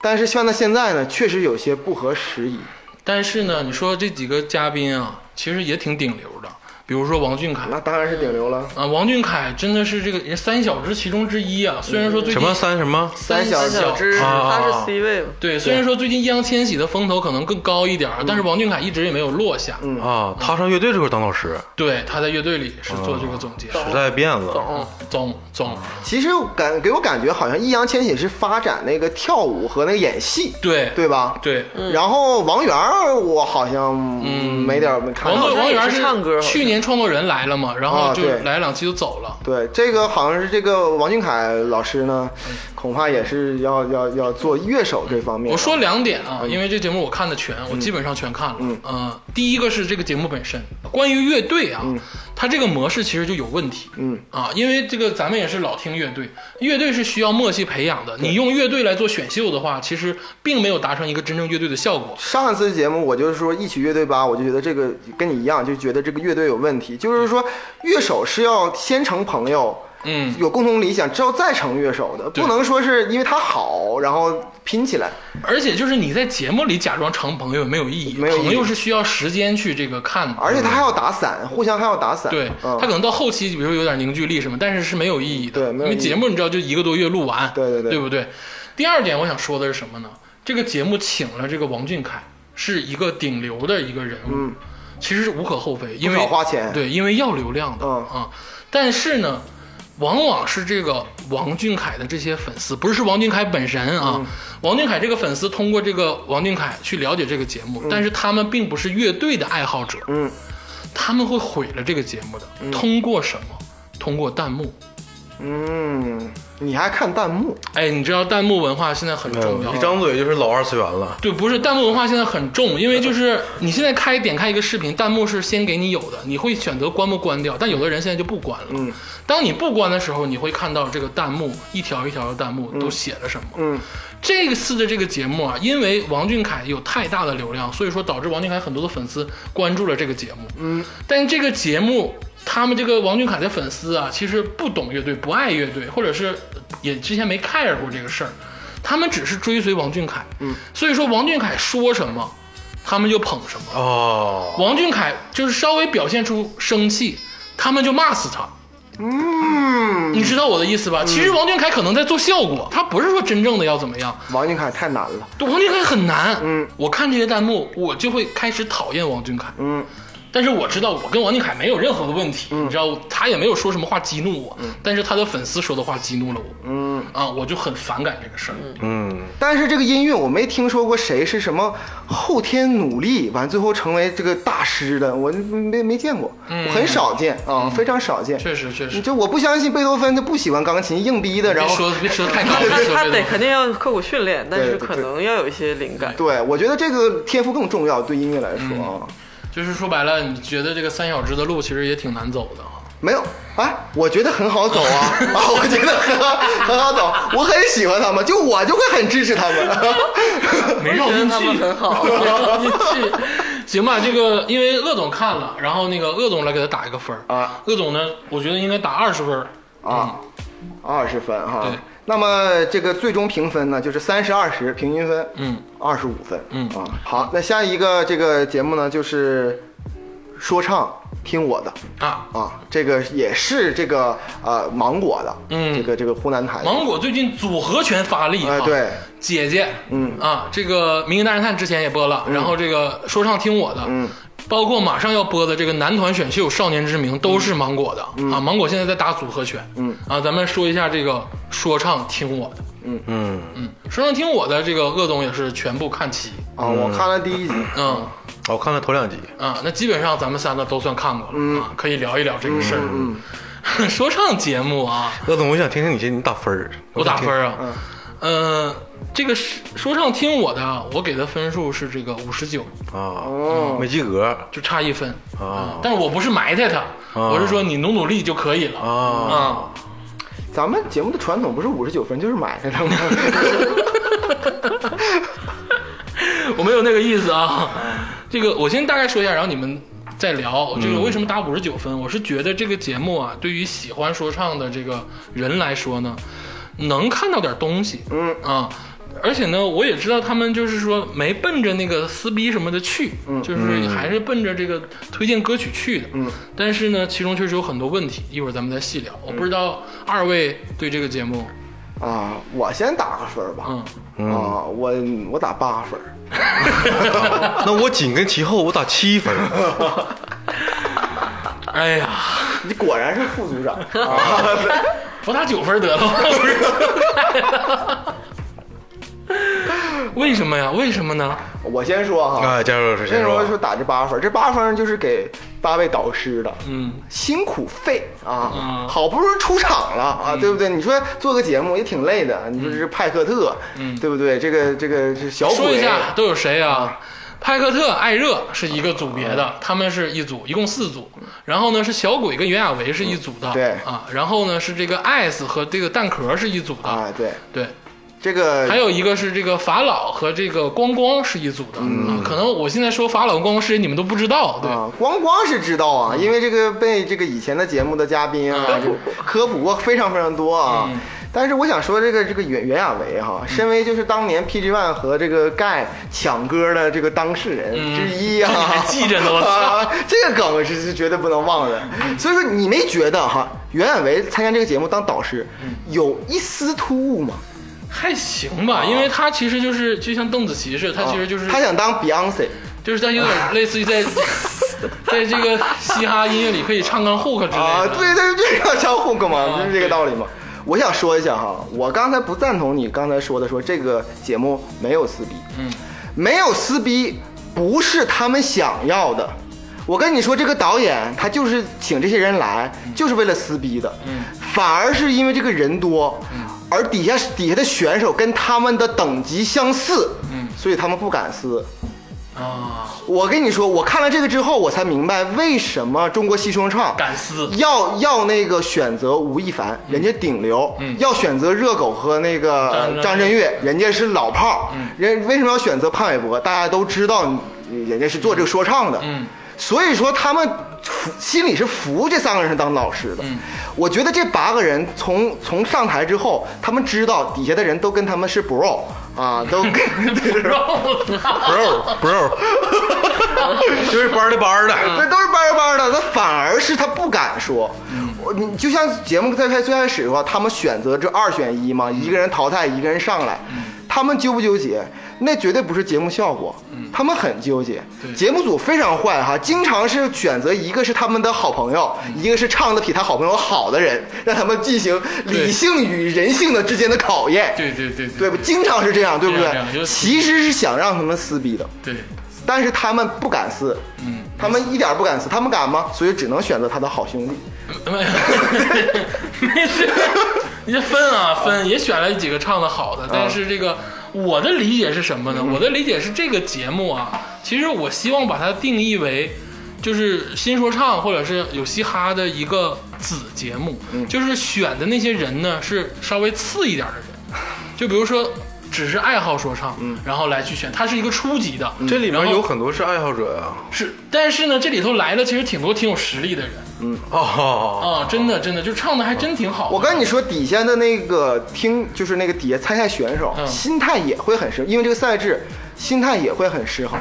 [SPEAKER 4] 但是放到现在呢，确实有些不合时宜。
[SPEAKER 1] 但是呢，你说这几个嘉宾啊，其实也挺顶流的，比如说王俊凯
[SPEAKER 4] 那当然是顶流了，
[SPEAKER 1] 啊，王俊凯真的是这个人三小只其中之一啊，虽然说最
[SPEAKER 3] 什
[SPEAKER 1] 近
[SPEAKER 3] 么三什么？
[SPEAKER 4] 三小
[SPEAKER 2] 三小只，
[SPEAKER 1] 啊
[SPEAKER 2] 他是 C 位嘛，
[SPEAKER 1] 对，虽然说最近易烊千玺的风头可能更高一点儿，但是王俊凯一直也没有落下。嗯，
[SPEAKER 3] 啊，他上乐队这块当老师，
[SPEAKER 1] 对，他在乐队里是做这个总
[SPEAKER 2] 哦
[SPEAKER 1] 监，
[SPEAKER 3] 时代变了。
[SPEAKER 2] 总
[SPEAKER 1] 总总，
[SPEAKER 4] 其实感给我感觉好像易烊千玺是发展那个跳舞和那个演戏，
[SPEAKER 1] 对
[SPEAKER 4] 对吧？。
[SPEAKER 1] 对，
[SPEAKER 4] 然后王源儿，我好像没点儿没看
[SPEAKER 1] 王
[SPEAKER 4] 到
[SPEAKER 1] 队
[SPEAKER 2] 好
[SPEAKER 1] 嗯
[SPEAKER 2] 像
[SPEAKER 1] 王源
[SPEAKER 2] 也是唱歌好像
[SPEAKER 1] 去年创作人来了嘛，然后
[SPEAKER 4] 啊
[SPEAKER 1] 就
[SPEAKER 4] 对
[SPEAKER 1] 来两期就走了。
[SPEAKER 4] 对，这个好像是这个王俊凯老师呢，恐怕也是要要要做乐手这方面。嗯
[SPEAKER 1] 我说两点啊，因为这节目我看的全，我基本上全看了。嗯、第一个是这个节目本身，关于乐队啊，它这个模式其实就有问题。
[SPEAKER 4] 嗯
[SPEAKER 1] 啊，因为这个咱们也是老听乐队，乐队是需要默契培养的。你用乐队来做选秀的话，其实并没有达成一个真正乐队的效果。
[SPEAKER 4] 上一次节目我就是说一曲乐队吧，我就觉得这个跟你一样，就觉得这个乐队有问题。就是说，乐手是要先成朋友，
[SPEAKER 1] 嗯，
[SPEAKER 4] 有共同理想之后再成乐手的，不能说是因为他好然后拼起来。
[SPEAKER 1] 而且就是你在节目里假装成朋友也没有意义，
[SPEAKER 4] 没有意义
[SPEAKER 1] 朋友是需要时间去这个看的。
[SPEAKER 4] 而且他还要打散，互相还要打散。
[SPEAKER 1] 对、
[SPEAKER 4] 嗯
[SPEAKER 1] 他可能到后期，比如说有点凝聚力什么，但是是没有意义的。
[SPEAKER 4] 对没有
[SPEAKER 1] 因为
[SPEAKER 4] 意义
[SPEAKER 1] 节目你知道就一个多月录完，
[SPEAKER 4] 对对
[SPEAKER 1] 对，
[SPEAKER 4] 对
[SPEAKER 1] 不对？第二点我想说的是什么呢？这个节目请了这个王俊凯，是一个顶流的一个人物，其实是无可厚非，因为
[SPEAKER 4] 嗯不少花钱
[SPEAKER 1] 对，因为要流量的
[SPEAKER 4] 嗯
[SPEAKER 1] 啊、但是呢。往往是这个王俊凯的这些粉丝，不是王俊凯本身啊。
[SPEAKER 4] 嗯
[SPEAKER 1] 王俊凯这个粉丝通过这个王俊凯去了解这个节目，但是他们并不是乐队的爱好者，
[SPEAKER 4] 嗯，
[SPEAKER 1] 他们会毁了这个节目的。通过什么？通过弹幕。
[SPEAKER 4] 嗯，你还看弹幕？
[SPEAKER 1] 哎，你知道弹幕文化现在很重要。
[SPEAKER 3] 一张嘴就是老二次元了。
[SPEAKER 1] 对，不是弹幕文化现在很重，因为就是你现在开点开一个视频，弹幕是先给你有的，你会选择关不关掉，但有的人现在就不关了。
[SPEAKER 4] 嗯，
[SPEAKER 1] 当你不关的时候，你会看到这个弹幕一条一条的弹幕都写了什么。
[SPEAKER 4] 嗯，
[SPEAKER 1] 这次的这个节目啊，因为王俊凯有太大的流量，所以说导致王俊凯很多的粉丝关注了这个节目。嗯，但这个节目，他们这个王俊凯的粉丝啊，其实不懂乐队，不爱乐队，或者是也之前没 care 过这个事儿，他们只是追随王俊凯。嗯，所以说王俊凯说什么，他们就捧什么。
[SPEAKER 3] 哦，
[SPEAKER 1] 王俊凯就是稍微表现出生气，他们就骂死他。嗯，你知道我的意思吧？其实王俊凯可能在做效果，他不是说真正的要怎么样。
[SPEAKER 4] 王俊凯太难了。
[SPEAKER 1] 王俊凯很难。
[SPEAKER 4] 嗯，
[SPEAKER 1] 我看这些弹幕，我就会开始讨厌王俊凯。
[SPEAKER 4] 嗯，
[SPEAKER 1] 但是我知道我跟王俊凯没有任何的问
[SPEAKER 2] 嗯
[SPEAKER 1] 题，你知道，他也没有说什么话激怒我，但是他的粉丝说的话激怒了我。嗯，啊，我就很反感这个事儿。
[SPEAKER 3] 嗯，
[SPEAKER 4] 但是这个音乐我没听说过谁是什么后天努力完最后成为这个大师的，我没没见过，我很少见啊，非常少见。
[SPEAKER 1] 嗯确实，确实
[SPEAKER 4] 你。就我不相信贝多芬他不喜欢钢琴，硬逼的，然
[SPEAKER 1] 别
[SPEAKER 4] 后。
[SPEAKER 1] 说别 说得太高了，
[SPEAKER 2] 他
[SPEAKER 1] 别说
[SPEAKER 2] 他
[SPEAKER 1] 这
[SPEAKER 2] 得
[SPEAKER 1] 个
[SPEAKER 2] 肯定要刻苦训练，但是
[SPEAKER 4] 对对
[SPEAKER 2] 可能要有一些灵感。
[SPEAKER 4] 对，我觉得这个天赋更重要，对音乐来说
[SPEAKER 1] 嗯
[SPEAKER 4] 啊，
[SPEAKER 1] 就是说白了，你觉得这个三小只的路其实也挺难走的啊。
[SPEAKER 4] 没有啊，我觉得很好走啊， 啊，我觉得很好很好走，我很喜欢他们，就我就会很支持他们。
[SPEAKER 1] 没
[SPEAKER 2] 我觉得他们很 好。
[SPEAKER 1] 是，行吧，这个因为鄂总看了，然后那个鄂总来给他打一个分儿
[SPEAKER 4] 啊。
[SPEAKER 1] 鄂总呢，我觉得应该打二十分儿
[SPEAKER 4] 啊，二十分哈
[SPEAKER 1] 对。
[SPEAKER 4] 那么这个最终评分呢，就是三十二十平均分，
[SPEAKER 1] 嗯，
[SPEAKER 4] 二十五分，
[SPEAKER 1] 嗯
[SPEAKER 4] 啊。好，那下一个这个节目呢，就是说唱，听我的
[SPEAKER 1] 啊。
[SPEAKER 4] 啊，这个也是这个呃芒果的，
[SPEAKER 1] 嗯
[SPEAKER 4] 这个这个湖南台的
[SPEAKER 1] 芒果最近组合拳发力啊，
[SPEAKER 4] 哎对，
[SPEAKER 1] 姐姐，
[SPEAKER 4] 嗯
[SPEAKER 1] 啊，这个《名侦大侦探》之前也播了，然后这个说唱听我的，
[SPEAKER 4] 嗯。
[SPEAKER 1] 包括马上要播的这个男团选秀《少年之名》都是芒果的、啊，芒果现在在打组合拳，
[SPEAKER 4] 嗯
[SPEAKER 1] 啊，咱们说一下这个说唱听我的，
[SPEAKER 3] 嗯，
[SPEAKER 1] 嗯，说唱听我的这个鄂总也是全部看齐，
[SPEAKER 4] 啊，我看了第 一集，
[SPEAKER 1] 嗯
[SPEAKER 3] 哦我看了头两集，
[SPEAKER 1] 啊，那基本上咱们三个都算看过了、
[SPEAKER 4] 嗯
[SPEAKER 1] 啊，可以聊一聊这个事儿。嗯 说唱节目啊，
[SPEAKER 3] 乐总，我想听听你先，你打分儿。
[SPEAKER 1] 我打分
[SPEAKER 3] 想听。
[SPEAKER 1] 儿啊，嗯、这个是说唱听我的啊，我给的分数是这个五十九，
[SPEAKER 3] 啊，没及格
[SPEAKER 1] 就差一分
[SPEAKER 3] 哦
[SPEAKER 1] 但是我不是埋汰他，我是说你努努力就可以了
[SPEAKER 3] 啊。
[SPEAKER 1] 啊
[SPEAKER 4] 咱们节目的传统不是五十九分就是买 的吗？
[SPEAKER 1] 我没有那个意思啊。这个我先大概说一下，然后你们再聊。这个为什么打五十九分？我是觉得这个节目啊，对于喜欢说唱的这个人来说呢，能看到点东西，嗯啊。而且呢，我也知道他们就是说没奔着那个撕逼什么的去，就是还是奔着这个推荐歌曲去的。嗯，但是呢，其中确实有很多问题，一会儿咱们再细聊。我不知道二位对这个节目，
[SPEAKER 4] 啊，我先打个分儿吧，
[SPEAKER 1] 嗯，
[SPEAKER 4] 啊，我我打八分儿，
[SPEAKER 3] 那我紧跟其后，我打七分儿。
[SPEAKER 1] 哎呀，
[SPEAKER 4] 你果然是副组 长。啊
[SPEAKER 1] 我打九分得了，我不是 为什么呀？为什么呢？
[SPEAKER 4] 我先说哈，
[SPEAKER 3] 啊，加入老师
[SPEAKER 4] 那
[SPEAKER 3] 先
[SPEAKER 4] 时
[SPEAKER 3] 说
[SPEAKER 4] 候
[SPEAKER 3] 吧
[SPEAKER 4] 说打这八分儿，这八分儿就是给八位导师的，
[SPEAKER 1] 嗯，
[SPEAKER 4] 辛苦费啊
[SPEAKER 1] 嗯，
[SPEAKER 4] 好不容易出场了啊，对不对？你说做个节目也挺累的，你说这是派克特，对不对？这个这个这小
[SPEAKER 1] 嗯说一
[SPEAKER 4] 鬼，
[SPEAKER 1] 下都有谁啊？派克特、艾热是一个组别的，他们是一组，一共四组。然后呢是小鬼跟袁娅维是一组的，
[SPEAKER 4] 对
[SPEAKER 1] 啊。然后呢是这个艾斯和这个蛋壳是一组的，
[SPEAKER 4] 啊，对，
[SPEAKER 1] 对。
[SPEAKER 4] 这个
[SPEAKER 1] 还有一个是这个法老和这个光光是一组的，啊，可能我现在说法老跟光光是谁你们都不知道，对，
[SPEAKER 4] 嗯
[SPEAKER 1] 嗯
[SPEAKER 4] 啊，光光是知道啊，因为这个被这个以前的节目的嘉宾啊，这个科普过非常非常多啊。
[SPEAKER 1] 嗯
[SPEAKER 4] 但是我想说，这个这个袁袁娅维哈，身为就是当年 PG One 和这个盖抢歌的这个当事人之一啊，
[SPEAKER 1] 嗯这你还记着呢我操嗯
[SPEAKER 4] 啊 这个梗是是绝对不能忘的。所以说，你没觉得哈，袁娅维参加这个节目当导师，
[SPEAKER 1] 嗯
[SPEAKER 4] 有一丝突兀吗？
[SPEAKER 1] 还行吧，因为他其实就是就像邓紫棋似的，他其实就是
[SPEAKER 4] 啊他想当 Beyonce，
[SPEAKER 1] 就是他有点类似于 在在这个嘻哈音乐里可以唱唱 hook 之
[SPEAKER 4] 啊，
[SPEAKER 1] 类的，
[SPEAKER 4] 对对对，要交互干嘛？
[SPEAKER 1] 啊
[SPEAKER 4] 就是这个道理嘛。我想说一下哈，我刚才不赞同你刚才说的说，这个节目没有撕逼，
[SPEAKER 1] 嗯，
[SPEAKER 4] 没有撕逼不是他们想要的。我跟你说，这个导演他就是请这些人来，就是为了撕逼的，
[SPEAKER 1] 嗯，
[SPEAKER 4] 反而是因为这个人多，而底下底下的选手跟他们的等级相似，
[SPEAKER 1] 嗯，
[SPEAKER 4] 所以他们不敢撕，
[SPEAKER 1] 啊，
[SPEAKER 4] 我跟你说，我看了这个之后，我才明白为什么中国新说唱
[SPEAKER 1] 敢撕
[SPEAKER 4] 要要那个选择吴亦凡，人家顶流；要选择热狗和那个
[SPEAKER 1] 嗯张
[SPEAKER 4] 呃
[SPEAKER 1] 震嗯
[SPEAKER 4] 张震岳，人家是老炮儿。人为什么要选择潘玮柏？大家都知道，人家是做这个说唱的。
[SPEAKER 1] 嗯
[SPEAKER 4] 所以说他们服心里是服这三个人当老师的。
[SPEAKER 1] 嗯
[SPEAKER 4] 我觉得这八个人从从上台之后，他们知道底下的人都跟他们是 bro 啊，都跟
[SPEAKER 3] bro bro，就是 班儿的班
[SPEAKER 1] 啊
[SPEAKER 3] 儿的，
[SPEAKER 4] 这都是班儿班儿的，他反而是他不敢说。
[SPEAKER 1] 嗯
[SPEAKER 4] 我你就像节目在开最开始的话，他们选择这二选一
[SPEAKER 1] 嗯
[SPEAKER 4] 嘛，一个人淘汰，一个人上来，他们纠不纠结？那绝对不是节目效果，
[SPEAKER 1] 嗯
[SPEAKER 4] 他们很纠结。节目组非常坏哈，经常是选择一个是他们的好朋友，
[SPEAKER 1] 嗯
[SPEAKER 4] 一个是唱的比他好朋友好的人，让他们进行理性与人性的之间的考验。
[SPEAKER 1] 对对对
[SPEAKER 4] 对
[SPEAKER 1] 对
[SPEAKER 4] 不？经常是这样，对不
[SPEAKER 1] 这样这样就是
[SPEAKER 4] 对？其实是想让他们撕逼的。
[SPEAKER 1] 对，
[SPEAKER 4] 但是他们不敢撕，
[SPEAKER 1] 嗯，
[SPEAKER 4] 他们一点不敢撕，他们敢吗？所以只能选择他的好兄弟。
[SPEAKER 1] 没事，你这分啊分也选了几个唱的好的，但是这个我的理解是什么呢？
[SPEAKER 3] 嗯
[SPEAKER 1] 我的理解是这个节目啊，其实我希望把它定义为。就是新说唱或者是有嘻哈的一个子节目，
[SPEAKER 3] 嗯
[SPEAKER 1] 就是选的那些人呢是稍微次一点的人，就比如说只是爱好说唱，然后来去选，它是一个初级的，
[SPEAKER 3] 嗯这里
[SPEAKER 1] 然
[SPEAKER 3] 面
[SPEAKER 1] 后
[SPEAKER 3] 有很多是爱好者啊呀。
[SPEAKER 1] 是，但是呢这里头来了其实挺多挺有实力的人
[SPEAKER 3] 哦，
[SPEAKER 1] 啊，真的真的就唱的还真挺好的，
[SPEAKER 4] 我跟你说，底下的那个听，就是那个底下参赛选手，
[SPEAKER 1] 嗯
[SPEAKER 4] 心态也会很失，因为这个赛制，心态也会很失衡。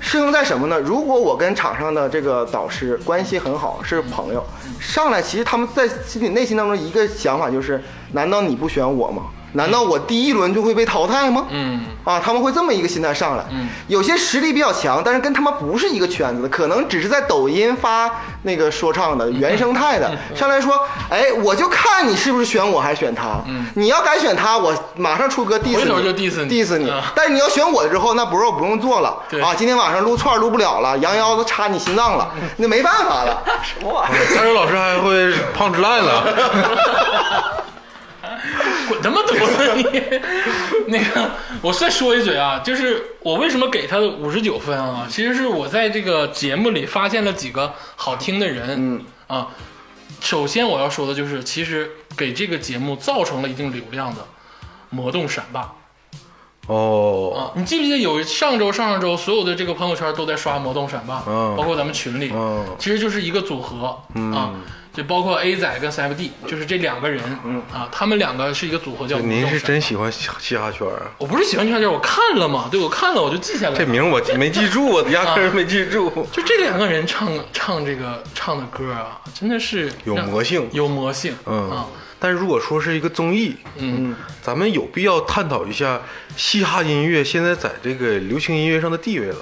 [SPEAKER 4] 失衡在什么呢？如果我跟场上的这个导师关系很好，是朋友，上来其实他们在心里内心当中一个想法就是：难道你不选我吗？难道我第一轮就会被淘汰吗？
[SPEAKER 1] 嗯。
[SPEAKER 4] 啊，他们会这么一个心态上来。
[SPEAKER 1] 嗯
[SPEAKER 4] 有些实力比较强，但是跟他们不是一个圈子的，可能只是在抖音发那个说唱的
[SPEAKER 1] 嗯
[SPEAKER 4] 原生态的，上来说，哎，我就看你是不是选我还是选他。
[SPEAKER 1] 嗯
[SPEAKER 4] 你要敢选他，我马上出歌 diss 你，
[SPEAKER 1] 回头就 diss 你
[SPEAKER 4] diss 你。
[SPEAKER 1] 啊
[SPEAKER 4] 但是你要选我之后，那 bro 不用做了
[SPEAKER 1] 对嗯
[SPEAKER 4] 啊，今天晚上撸串撸不了了，羊腰子插你心脏了，那没办 法了。
[SPEAKER 2] 什么玩意儿？
[SPEAKER 3] 三水老师还会胖吃烂了，
[SPEAKER 1] 滚他妈犊 子你！那个，我再说一嘴啊，就是我为什么给他五十九分啊？其实是我在这个节目里发现了几个好听的人，嗯啊。首先我要说的就是，其实给这个节目造成了一定流量的魔动闪霸
[SPEAKER 3] 哦，
[SPEAKER 1] 啊！你记不记得有上周、上上周所有的这个朋友圈都在刷魔动闪霸，
[SPEAKER 3] 嗯
[SPEAKER 1] 包括咱们群里，
[SPEAKER 3] 嗯
[SPEAKER 1] 其实就是一个组合、啊，就包括 A 仔跟 CFD，就是这两个人、啊，他们两个是一个组合叫魔动
[SPEAKER 3] 嗯您是
[SPEAKER 1] 闪霸
[SPEAKER 3] 真喜欢嘻嘻哈圈啊？
[SPEAKER 1] 我不是喜欢圈圈，我看了嘛，对我看了我就记下来
[SPEAKER 3] 这
[SPEAKER 1] 了。
[SPEAKER 3] 名我没记住，我压根儿没记住。
[SPEAKER 1] 就这两个人唱唱这个唱的歌啊，真的是
[SPEAKER 3] 有
[SPEAKER 1] 让
[SPEAKER 3] 魔性
[SPEAKER 1] 有魔性。
[SPEAKER 3] 嗯
[SPEAKER 1] 啊，，
[SPEAKER 3] 但如果说是一个综艺，
[SPEAKER 1] 嗯，
[SPEAKER 3] 咱们有必要探讨一下嘻哈音乐现在在这个流行音乐上的地位了。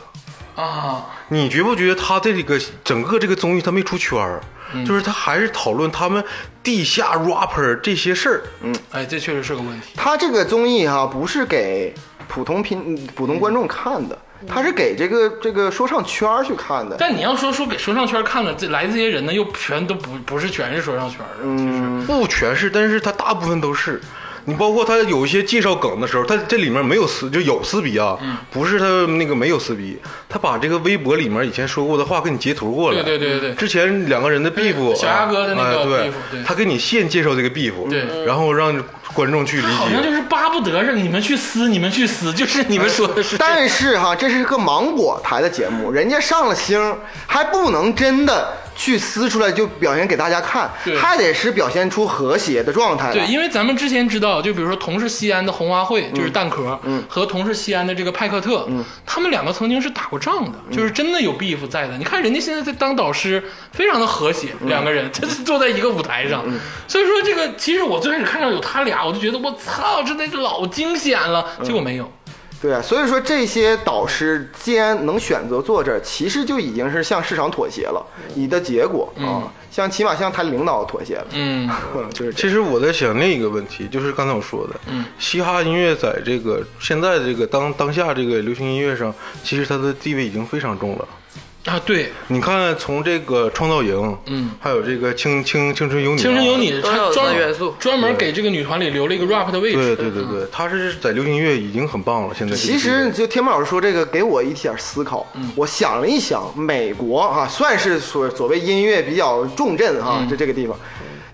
[SPEAKER 1] 啊，
[SPEAKER 3] 你觉不觉得他这个整个这个综艺他没出圈儿，就是他还是讨论他们地下 rapper 这些事儿。
[SPEAKER 1] 哎，这确实是个问题。
[SPEAKER 4] 他这个综艺哈、不是给普通平普通观众看的，他是给这个这个说唱圈儿去看的。
[SPEAKER 1] 嗯但你要说说给说唱圈看了，这来这些人呢，又全都不不是全是说唱圈的，嗯、
[SPEAKER 3] 不全是，但是他大部分都是。你包括他有一些介绍梗的时候，他这里面没有撕，就有撕逼啊，
[SPEAKER 1] 嗯
[SPEAKER 3] 不是他那个没有撕逼，他把这个微博里面以前说过的话给你截图过来。
[SPEAKER 1] 对对对对
[SPEAKER 3] 之前两个人的 beef，
[SPEAKER 1] 小鸭哥的那个
[SPEAKER 3] 哎
[SPEAKER 1] beef，对
[SPEAKER 3] 对，他给你现介绍这个 beef，
[SPEAKER 1] 对
[SPEAKER 3] 然后让观众去理
[SPEAKER 1] 就是，好像就
[SPEAKER 3] 解。
[SPEAKER 1] 是巴不得是你们去撕，你们去撕，就是你们说的嗯是。
[SPEAKER 4] 但是哈，这是个芒果台的节目，人家上了星，还不能真的去撕出来就表现给大家看
[SPEAKER 1] 对，
[SPEAKER 4] 还得是表现出和谐的状态来。
[SPEAKER 1] 对，因为咱们之前知道，就比如说同是西安的红花会，就是蛋壳，和同是西安的这个派克特，他们两个曾经是打过仗的，就是真的有 beef 在的。你看人家现在在当导师，非常的和谐，两个 人这是坐在一个舞台上，所以说这个其实我最开始看到有他俩，我就觉得我操，真的是老惊险了，结果没有。
[SPEAKER 4] 对啊，所以说这些导师既然能选择坐这儿，其实就已经是向市场妥协了，你的结果啊，像起码向他领导妥协了，
[SPEAKER 1] 嗯，
[SPEAKER 4] 就是这样。
[SPEAKER 3] 其实我在想另一个问题，就是刚才我说的，
[SPEAKER 1] 嗯
[SPEAKER 3] 嘻哈音乐在这个现在这个当当下这个流行音乐上，其实它的地位已经非常重了。
[SPEAKER 1] 啊， 对，
[SPEAKER 3] 你看，从这个创造营，
[SPEAKER 1] 嗯，
[SPEAKER 3] 还有这个青青青春有你、啊，
[SPEAKER 1] 青春有，你，
[SPEAKER 2] 都有
[SPEAKER 1] 他专
[SPEAKER 2] 元素
[SPEAKER 1] 专门给这个女团里留了一个 rap 的位置。
[SPEAKER 3] 对对对
[SPEAKER 1] 嗯
[SPEAKER 3] 对，他是在流行音乐已经很棒了。现在这个
[SPEAKER 4] 其
[SPEAKER 3] 地
[SPEAKER 4] 实
[SPEAKER 3] 位
[SPEAKER 4] 就天猫老师说这个，给我一点思考。
[SPEAKER 1] 嗯
[SPEAKER 4] 我想了一想，美国啊，算是所所谓音乐比较重镇哈、
[SPEAKER 1] 嗯
[SPEAKER 4] 这这个地方，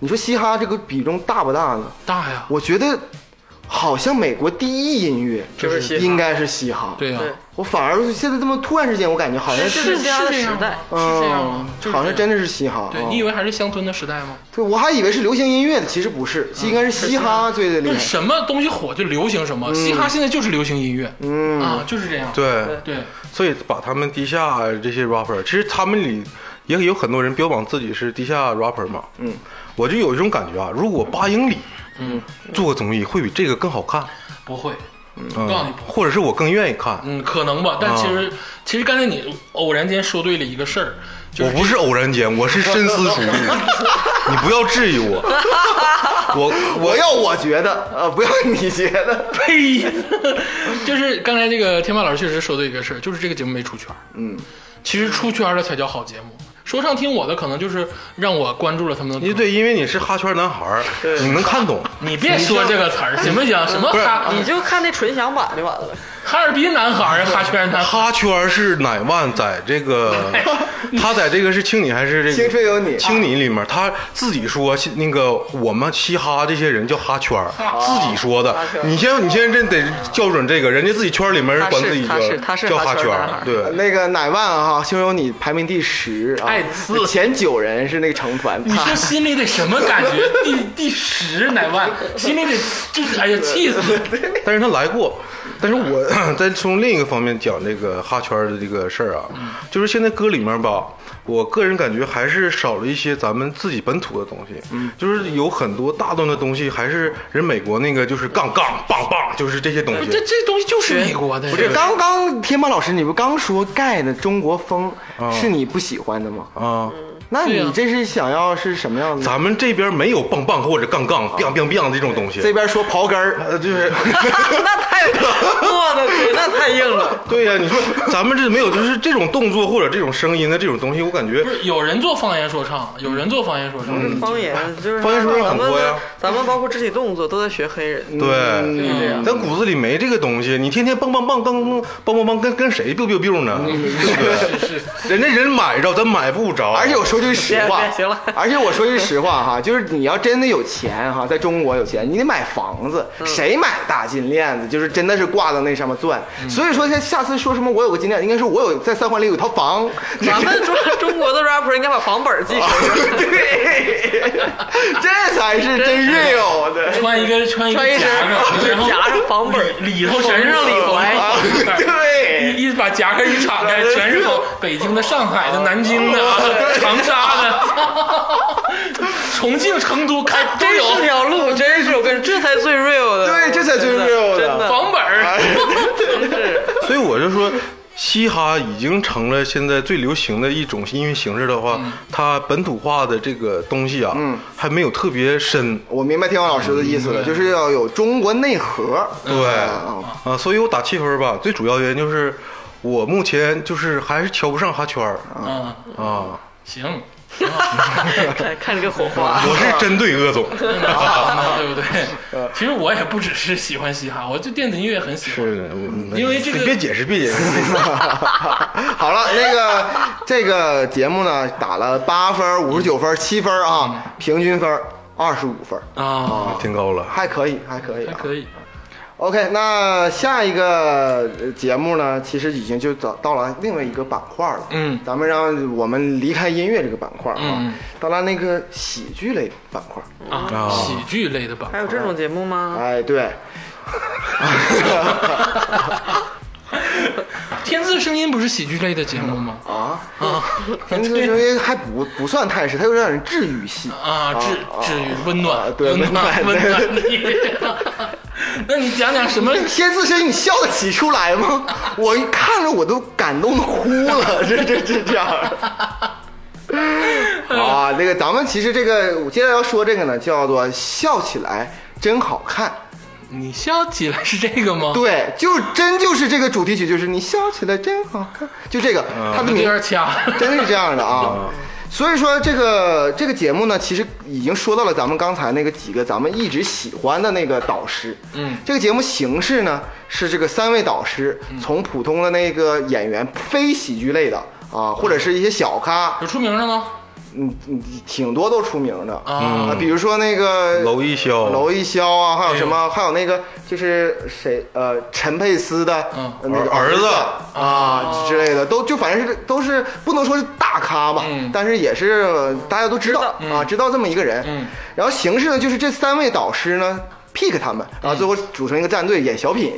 [SPEAKER 4] 你说嘻哈这个比重大不大呢？
[SPEAKER 1] 大呀，
[SPEAKER 4] 我觉得好像美国第一音乐
[SPEAKER 2] 就是嘻哈
[SPEAKER 4] 应该是嘻哈。
[SPEAKER 1] 对呀、啊
[SPEAKER 2] 对，
[SPEAKER 4] 我反而现在这么突然之间，我感觉 好像
[SPEAKER 2] 是
[SPEAKER 1] 是
[SPEAKER 2] 这样的
[SPEAKER 1] 这样
[SPEAKER 2] 时代
[SPEAKER 1] 是这样啊
[SPEAKER 4] 嗯，
[SPEAKER 1] 就是
[SPEAKER 4] 好像
[SPEAKER 1] 这样
[SPEAKER 4] 真的是嘻哈。
[SPEAKER 1] 对
[SPEAKER 4] 哦
[SPEAKER 1] 你以为还是乡村的时代吗？
[SPEAKER 4] 对，我还以为是流行音乐的，其实不是，
[SPEAKER 1] 嗯
[SPEAKER 4] 应该是嘻哈最最厉
[SPEAKER 1] 那
[SPEAKER 4] 害。
[SPEAKER 1] 什么东西火就流行什么，嘻哈现在就是流行音乐，嗯啊，就是这样。
[SPEAKER 3] 对，
[SPEAKER 1] 对
[SPEAKER 3] 所以把他们地下这些 rapper，其实他们里也有很多人标榜自己是地下 rapper 嘛。嗯，我就有一种感觉啊，如果八英里，嗯，做个综艺会比这个更好看，
[SPEAKER 1] 不会，
[SPEAKER 3] 嗯
[SPEAKER 1] 告诉你不，
[SPEAKER 3] 或者是我更愿意看。
[SPEAKER 1] 嗯，可能吧，但其实、其实刚才你偶然间说对了一个事儿，就
[SPEAKER 3] 我
[SPEAKER 1] 是
[SPEAKER 3] 不是偶然间，我是深思熟虑， 你不要质疑我，我我
[SPEAKER 4] 我要我觉得，呃，不要你觉得。
[SPEAKER 1] 呸， 就是刚才这个天霸老师确实说对一个事儿，就是这个节目没出圈，嗯，其实出圈了才叫好节目。说唱听我的可能就是让我关注了他们的歌，
[SPEAKER 3] 你对，因为你是哈圈男孩儿，你能 看懂。
[SPEAKER 1] 你别说这个词儿行不行？什么哈
[SPEAKER 2] 你就看那纯享版就完了。
[SPEAKER 1] 哈尔滨男孩儿哈圈男孩儿，
[SPEAKER 3] 哈圈是乃万在这个， 他在这个是青你还是这个
[SPEAKER 4] 青春有你
[SPEAKER 3] 青
[SPEAKER 2] 啊
[SPEAKER 3] 你里面，他自己说那个我们嘻哈这些人叫哈圈儿，自己说的
[SPEAKER 2] 啊哈。圈
[SPEAKER 3] 你先你先真得校准这个，人家自己圈里面人管自己
[SPEAKER 2] 他是他是
[SPEAKER 3] 叫叫
[SPEAKER 2] 他是哈
[SPEAKER 3] 哈
[SPEAKER 2] 圈
[SPEAKER 3] 圈
[SPEAKER 2] 儿
[SPEAKER 3] 儿
[SPEAKER 2] 男孩儿，
[SPEAKER 3] 对。
[SPEAKER 4] 呃那个乃万啊，胸有你排名第十啊
[SPEAKER 1] 哎刺，
[SPEAKER 4] 前九人是那个成团。
[SPEAKER 1] 你 说心里得什么感觉？第第十乃万，心里得就是哎呀气死！
[SPEAKER 3] 但是他来过，但是我 再从另一个方面讲这个哈圈儿的这个事儿啊，就是现在歌里面吧，我个人感觉还是少了一些咱们自己本土的东西，就是有很多大段的东西还是人美国那个就是杠杠棒棒，就是这些东西。
[SPEAKER 1] 这这东西就是美国的，
[SPEAKER 4] 不是，刚刚天霸老师，你不刚说盖的中国风是你不喜欢的吗？
[SPEAKER 3] 啊，
[SPEAKER 4] 那
[SPEAKER 1] 对
[SPEAKER 4] 你
[SPEAKER 1] 呀
[SPEAKER 4] 这是想要是什么样的？
[SPEAKER 3] 咱们这边没有棒棒或者杠杠、biang biang biang 这种东西。
[SPEAKER 4] 这边说刨根儿，呃就是
[SPEAKER 2] 那太我的去，那太硬了。
[SPEAKER 3] 对呀、你说咱们这没有，就是这种动作或者这种声音的这种东西，我感觉
[SPEAKER 1] 不是有人做方言说唱，有人做方言说唱，
[SPEAKER 2] 方言就是
[SPEAKER 3] 方言是不是很多呀
[SPEAKER 2] 咱们咱们包括肢体动作都在学黑人，
[SPEAKER 3] 对，
[SPEAKER 1] 嗯
[SPEAKER 3] 咱骨子里没这个东西，你天天蹦蹦蹦蹦蹦蹦蹦蹦，跟跟谁 biu biu biu 呢？
[SPEAKER 1] 嗯
[SPEAKER 3] 对不对？人家人买着，咱买不着。
[SPEAKER 4] 而且我说句实话，
[SPEAKER 2] 行了行了
[SPEAKER 4] 而且我说句实话哈， 就是你要真的有钱哈，在中国有钱，你得买房子，谁买大金链子，就是真的是挂到那上面钻。所以说，下下次说什么我有个金链子，应该说我有在三环里有一套房。
[SPEAKER 2] 咱们中中国的 rapper 应该把房本儿记熟。
[SPEAKER 4] 对，这才是真 real 的。
[SPEAKER 1] 穿一个 穿一个
[SPEAKER 2] 穿一身
[SPEAKER 1] 夹克，然后
[SPEAKER 2] 夹上房本儿哎
[SPEAKER 1] 里里头全是
[SPEAKER 2] 缝上里
[SPEAKER 1] 怀
[SPEAKER 2] 头，
[SPEAKER 4] 啊对
[SPEAKER 1] 一一把夹克一敞开，全是缝北京的、上海的、南京的、
[SPEAKER 2] 哦
[SPEAKER 1] 啊长沙的、 重庆、成都，看都
[SPEAKER 2] 哎真是
[SPEAKER 1] 有
[SPEAKER 2] 条路，真是我跟你这才最 real 的，
[SPEAKER 4] 对，这才最 real
[SPEAKER 2] 真
[SPEAKER 4] 的。
[SPEAKER 2] 的
[SPEAKER 1] 房本儿。
[SPEAKER 2] 哎真是
[SPEAKER 3] 所以我就说，嘻哈已经成了现在最流行的一种音乐形式的话，
[SPEAKER 1] 嗯
[SPEAKER 3] 它本土化的这个东西啊，还没有特别深。
[SPEAKER 4] 我明白天王老师的意思了，就是要有中国内核。
[SPEAKER 1] 嗯
[SPEAKER 3] 对，啊，所以我打七分吧。最主要原因就是，我目前就是还是瞧不上哈圈儿
[SPEAKER 1] 嗯，
[SPEAKER 3] 啊，
[SPEAKER 1] 行，挺好，
[SPEAKER 2] 看哎看这个火花。
[SPEAKER 3] 我是针对 鄂总，
[SPEAKER 1] 啊对 不
[SPEAKER 4] 呃
[SPEAKER 1] 对？其实我也不只是喜欢嘻哈，我对电子音乐很喜欢。
[SPEAKER 3] 是的，我
[SPEAKER 1] 因为这个
[SPEAKER 3] 别解释，别解释，
[SPEAKER 4] 好了，那 个这个节目呢，打了八分、五十九分、七分啊，平均分二十五分，哦
[SPEAKER 1] 啊，
[SPEAKER 3] 挺高了。
[SPEAKER 4] 还可以，还可以、
[SPEAKER 1] 还
[SPEAKER 4] 啊，
[SPEAKER 1] 可以，
[SPEAKER 4] OK，那下一个呃节目呢，其实已经就到到了另外一个板块了。
[SPEAKER 1] 嗯
[SPEAKER 4] 咱们让我们离开音乐这个板块啊，
[SPEAKER 1] 嗯
[SPEAKER 4] 到了那个喜剧类板块。
[SPEAKER 1] 啊，
[SPEAKER 3] 啊
[SPEAKER 1] 喜剧类的吧
[SPEAKER 2] 还，有这种节目吗？
[SPEAKER 4] 哎，对，
[SPEAKER 1] 天赐声音不是喜剧类的节目吗？
[SPEAKER 4] 啊，
[SPEAKER 1] 啊
[SPEAKER 4] 天赐声音还不不算太是，它有点儿治愈系。
[SPEAKER 1] 啊，治治愈温
[SPEAKER 4] 啊
[SPEAKER 1] 暖，
[SPEAKER 4] 对
[SPEAKER 1] 温暖
[SPEAKER 4] 温
[SPEAKER 1] 温
[SPEAKER 4] 暖
[SPEAKER 1] 暖你。 那你讲讲什么？
[SPEAKER 4] 天赐声音，你笑得起出来吗？我一看着我都感动的哭了，这这这这样。好啊，那个咱们其实这个我接下来要说这个呢，叫做笑起来真好看。
[SPEAKER 1] 你笑起来是这个吗？
[SPEAKER 4] 对，就真就是这个主题曲，就是你笑起来真好看，就这个，它的
[SPEAKER 1] 有
[SPEAKER 4] 名
[SPEAKER 1] 点 掐。
[SPEAKER 4] 真是这样的啊。
[SPEAKER 1] 嗯
[SPEAKER 4] 所以说这个这个节目呢，其实已经说到了咱们刚才那个几个咱们一直喜欢的那个导师。
[SPEAKER 1] 嗯，
[SPEAKER 4] 这个节目形式呢是这个三位导师从普通的那个演员非喜剧类的啊，或者是一些小咖，
[SPEAKER 1] 有出名的吗？
[SPEAKER 4] 嗯嗯，挺多都出名的
[SPEAKER 1] 啊
[SPEAKER 4] 比如说那个
[SPEAKER 3] 娄艺潇，
[SPEAKER 4] 娄艺潇啊，还有什
[SPEAKER 1] 哎
[SPEAKER 4] 么？还有那个就是谁呃，陈佩斯的
[SPEAKER 1] 嗯
[SPEAKER 4] 那个
[SPEAKER 3] 儿子
[SPEAKER 4] 啊之类的，都就反正是都是不能说是大咖吧
[SPEAKER 1] 哦嗯，
[SPEAKER 4] 但是也是呃大家都知道
[SPEAKER 1] 知道
[SPEAKER 4] 啊，知道这么一个人
[SPEAKER 1] 嗯。
[SPEAKER 4] 然后形式呢，就是这三位导师呢 pick 他们，
[SPEAKER 1] 嗯
[SPEAKER 4] 然后最后组成一个战队演小品，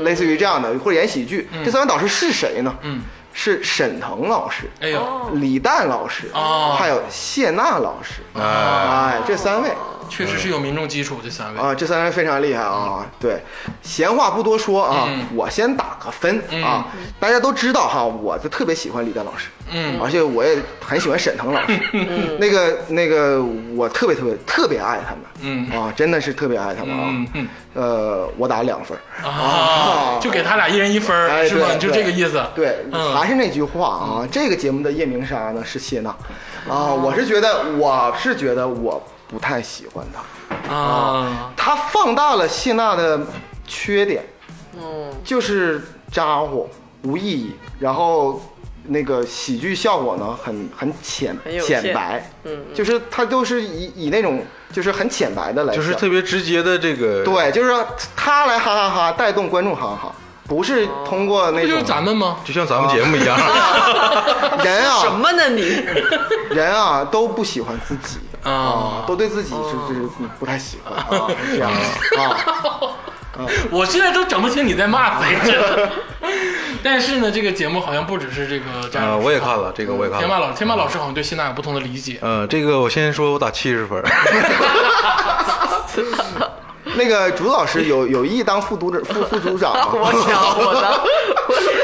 [SPEAKER 4] 类似于这样的，或者演喜剧。这三位导师是谁呢？
[SPEAKER 1] 嗯，
[SPEAKER 4] 是沈腾老师。
[SPEAKER 1] 哎呦，
[SPEAKER 4] 李诞老师
[SPEAKER 1] 哦啊
[SPEAKER 4] 还有谢娜老师，
[SPEAKER 3] 啊
[SPEAKER 4] 哎，这三位，
[SPEAKER 1] 确实是有民众基础，这三位。
[SPEAKER 4] 啊，这三人非常厉害啊！对，闲话不多说啊，
[SPEAKER 1] 嗯
[SPEAKER 4] 我先打个分、啊。大家都知道哈，我就特别喜欢李诞老师，
[SPEAKER 1] 嗯
[SPEAKER 4] 而且我也很喜欢沈腾老师。那个那个，我特别特别特别爱他们，
[SPEAKER 1] 嗯
[SPEAKER 4] 啊，真的是特别爱他们啊。
[SPEAKER 1] 嗯嗯
[SPEAKER 4] 呃，我打两分儿。
[SPEAKER 1] 啊，就给他俩一人一分儿，
[SPEAKER 4] 哎，
[SPEAKER 1] 是吗？
[SPEAKER 4] 对
[SPEAKER 1] 你就这个意思。
[SPEAKER 4] 对，
[SPEAKER 1] 嗯
[SPEAKER 4] 还是那句话啊，这个节目的夜明沙呢是谢娜，
[SPEAKER 1] 哦
[SPEAKER 4] 啊，我是觉得，我是觉得我不太喜欢她。
[SPEAKER 1] 啊，
[SPEAKER 4] 他放大了谢娜的缺点，
[SPEAKER 2] 嗯，
[SPEAKER 4] 就是咋呼、无意义，然后那个喜剧效果呢，很很浅
[SPEAKER 2] 很有限
[SPEAKER 4] 浅白，
[SPEAKER 2] 嗯，
[SPEAKER 4] 就是他都是以以那种就是很浅白的来
[SPEAKER 3] 就是
[SPEAKER 4] 笑
[SPEAKER 3] 特别直接的这个，
[SPEAKER 4] 对，就是说他来哈哈哈带动观众哈哈哈，不是
[SPEAKER 2] 哦
[SPEAKER 4] 通过那
[SPEAKER 1] 不就
[SPEAKER 4] 种
[SPEAKER 1] 是咱们吗？
[SPEAKER 3] 就像咱们节目一样，
[SPEAKER 4] 人
[SPEAKER 2] 什
[SPEAKER 4] 啊
[SPEAKER 2] 么呢你？
[SPEAKER 4] 人啊都不喜欢自己。
[SPEAKER 1] 啊，
[SPEAKER 4] 都对自己
[SPEAKER 2] 哦
[SPEAKER 4] 是就是不太喜欢啊，是这样的啊，
[SPEAKER 1] 我现在都整不清你在骂谁， 真的。但是呢，这个节目好像不只是这个这
[SPEAKER 3] 啊，
[SPEAKER 1] 样。
[SPEAKER 3] 我也看了这个，我也看
[SPEAKER 1] 天霸
[SPEAKER 3] 了。
[SPEAKER 1] 老天霸老师好像对谢娜有不同的理解。
[SPEAKER 3] 呃，这个我先说，我打七十分，
[SPEAKER 4] 那个朱老师有有意当副组长副副组长啊，
[SPEAKER 2] 我想我的，
[SPEAKER 3] 嗯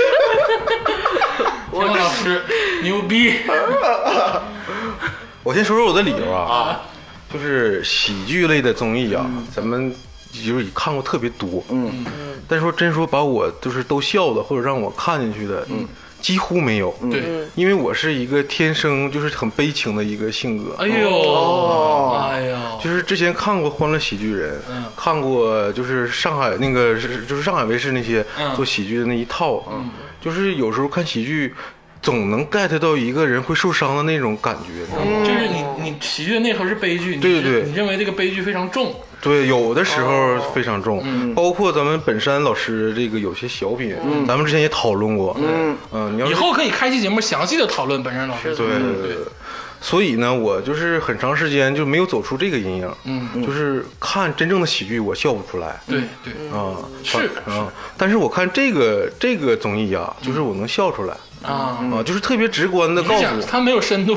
[SPEAKER 1] 天霸老师牛逼
[SPEAKER 3] 我先说说我的理由啊，就是喜剧类的综艺啊，咱们就是也看过特别多，嗯，但说真说把我就是都笑的，或者让我看进去的，嗯，几乎没有，
[SPEAKER 1] 对
[SPEAKER 3] 因为我是一个天生就是很悲情的一个性格，
[SPEAKER 1] 哎呦，
[SPEAKER 4] 哦
[SPEAKER 1] 哎呦，
[SPEAKER 3] 就是之前看过《欢乐喜剧人》，
[SPEAKER 1] 嗯
[SPEAKER 3] 看过就是上海那个是就是上海卫视那些
[SPEAKER 1] 嗯
[SPEAKER 3] 做喜剧的那一套啊，就是有时候看喜剧，总能 get 到一个人会受伤的那种感觉。
[SPEAKER 1] 就是你你喜剧的内核是悲剧，你
[SPEAKER 3] 嗯对对对
[SPEAKER 1] 你认为这个悲剧非常重，
[SPEAKER 3] 对，有的时候
[SPEAKER 1] 哦
[SPEAKER 3] 非常重，
[SPEAKER 1] 嗯
[SPEAKER 3] 包括咱们本山老师这个有些小品，咱们之前也讨论过。嗯你要
[SPEAKER 1] 以
[SPEAKER 3] 是
[SPEAKER 1] 后可嗯以开期节目详细的讨论本山老师。
[SPEAKER 3] 对对对对。所以呢，我就是很长时间就没有走出这个阴影，
[SPEAKER 1] 嗯，
[SPEAKER 3] 就是看真正的喜剧，我笑不出来，
[SPEAKER 1] 对对，
[SPEAKER 3] 啊，
[SPEAKER 1] 是
[SPEAKER 3] 啊，但是我看这个这个综艺啊，
[SPEAKER 1] 嗯
[SPEAKER 3] 就是我能笑出来
[SPEAKER 1] 啊，
[SPEAKER 3] 啊，就是特别直观的
[SPEAKER 1] 你
[SPEAKER 3] 告
[SPEAKER 1] 是
[SPEAKER 3] 诉
[SPEAKER 1] 讲
[SPEAKER 3] 我，嗯
[SPEAKER 1] 他没有深度。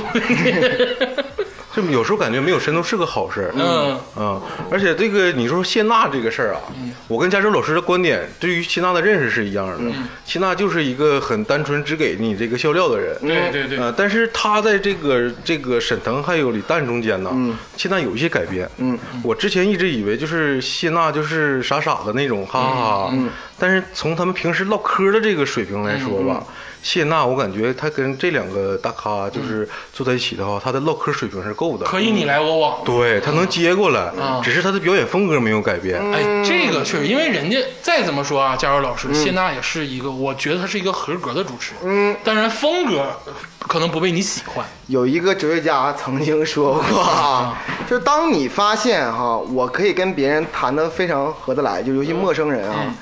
[SPEAKER 3] 就有时候感觉没有深度是个好事儿，
[SPEAKER 1] 嗯
[SPEAKER 3] 啊，而且这个你说谢娜这个事儿啊，我跟加州老师的观点对于齐娜的认识是一样的，
[SPEAKER 1] 嗯
[SPEAKER 3] 齐娜就是一个很单纯只给你这个笑料的人，
[SPEAKER 1] 对对对
[SPEAKER 3] 呃，但是他在这个这个沈腾还有李诞中间呢，
[SPEAKER 4] 嗯
[SPEAKER 3] 谢娜有一些改变。嗯，我之前一直以为就是谢娜就是傻傻的那种，哈哈哈。嗯，但是从他们平时唠嗑的这个水平来说
[SPEAKER 4] 嗯
[SPEAKER 3] 吧，谢娜我感觉她跟这两个大咖
[SPEAKER 4] 嗯
[SPEAKER 3] 就是坐在一起的话，她的唠嗑水平是够的。
[SPEAKER 1] 可以你来我往。
[SPEAKER 3] 对她能接过来
[SPEAKER 4] 嗯
[SPEAKER 1] 啊，
[SPEAKER 3] 只是她的表演风格没有改变。啊
[SPEAKER 1] 哎，这个确实，因为人家再怎么说啊，加州老师，谢娜也是一个，我觉得她是一个合格的主持人。嗯，当然风格可能不被你喜欢。
[SPEAKER 4] 有一个哲学家曾经说 过啊，就是当你发现哈、我可以跟别人谈得非常合得来，就尤其陌生人
[SPEAKER 3] 嗯
[SPEAKER 4] 啊，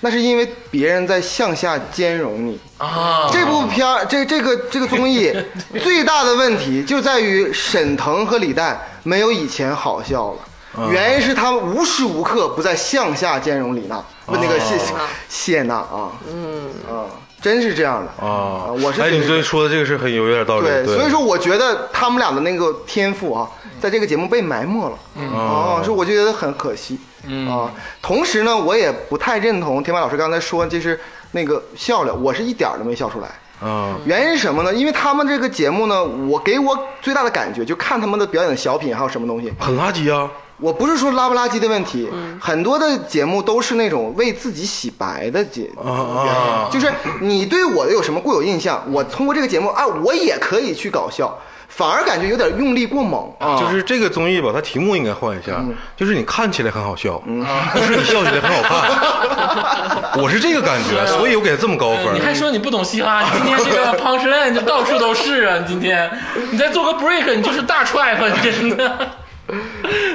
[SPEAKER 4] 那是因为别人在向下兼容你。
[SPEAKER 1] 啊，
[SPEAKER 4] 这部片儿，这这个这个 综艺最大的问题就在于沈腾和李诞没有以前好笑
[SPEAKER 3] 嗯
[SPEAKER 4] 了，原因是他们无时无刻不在向下兼容李娜，
[SPEAKER 3] 啊
[SPEAKER 4] 不那个谢谢娜啊，嗯啊，真是这样的
[SPEAKER 3] 啊，
[SPEAKER 4] 我是
[SPEAKER 3] 哎，
[SPEAKER 4] 觉
[SPEAKER 3] 你
[SPEAKER 4] 得
[SPEAKER 3] 这说的这个是很有点道理。
[SPEAKER 4] 对，
[SPEAKER 3] 对，
[SPEAKER 4] 所以说我觉得他们俩的那个天赋啊，在这个节目被埋没了，
[SPEAKER 3] 嗯
[SPEAKER 4] 哦，所以我就觉得很可惜，啊，同时呢，我也不太认同天马老师刚才说，就是那个笑料，我是一点儿都没笑出来。
[SPEAKER 3] 嗯，
[SPEAKER 4] 原因是什么呢？因为他们这个节目呢，我给我最大的感觉就看他们的表演的小品还有什么东西。
[SPEAKER 3] 很垃圾啊。
[SPEAKER 4] 我不是说拉不拉圾的问题，很多的节目都是那种为自己洗白的节
[SPEAKER 3] 啊啊
[SPEAKER 4] 就是你对我有什么固有印象，我通过这个节目啊，我也可以去搞笑，反而感觉有点用力过猛啊。
[SPEAKER 3] 就是这个综艺吧，它题目应该换一下，就是你看起来很好笑，不是你笑起来很好 看。我是这个感觉，所以我给他这么高
[SPEAKER 1] 你还
[SPEAKER 3] 分。
[SPEAKER 1] 说你不懂嘻哈？你今天这个 punchline 就到处都是啊！你今天你再做个 break，你就是大踹吧，你真的。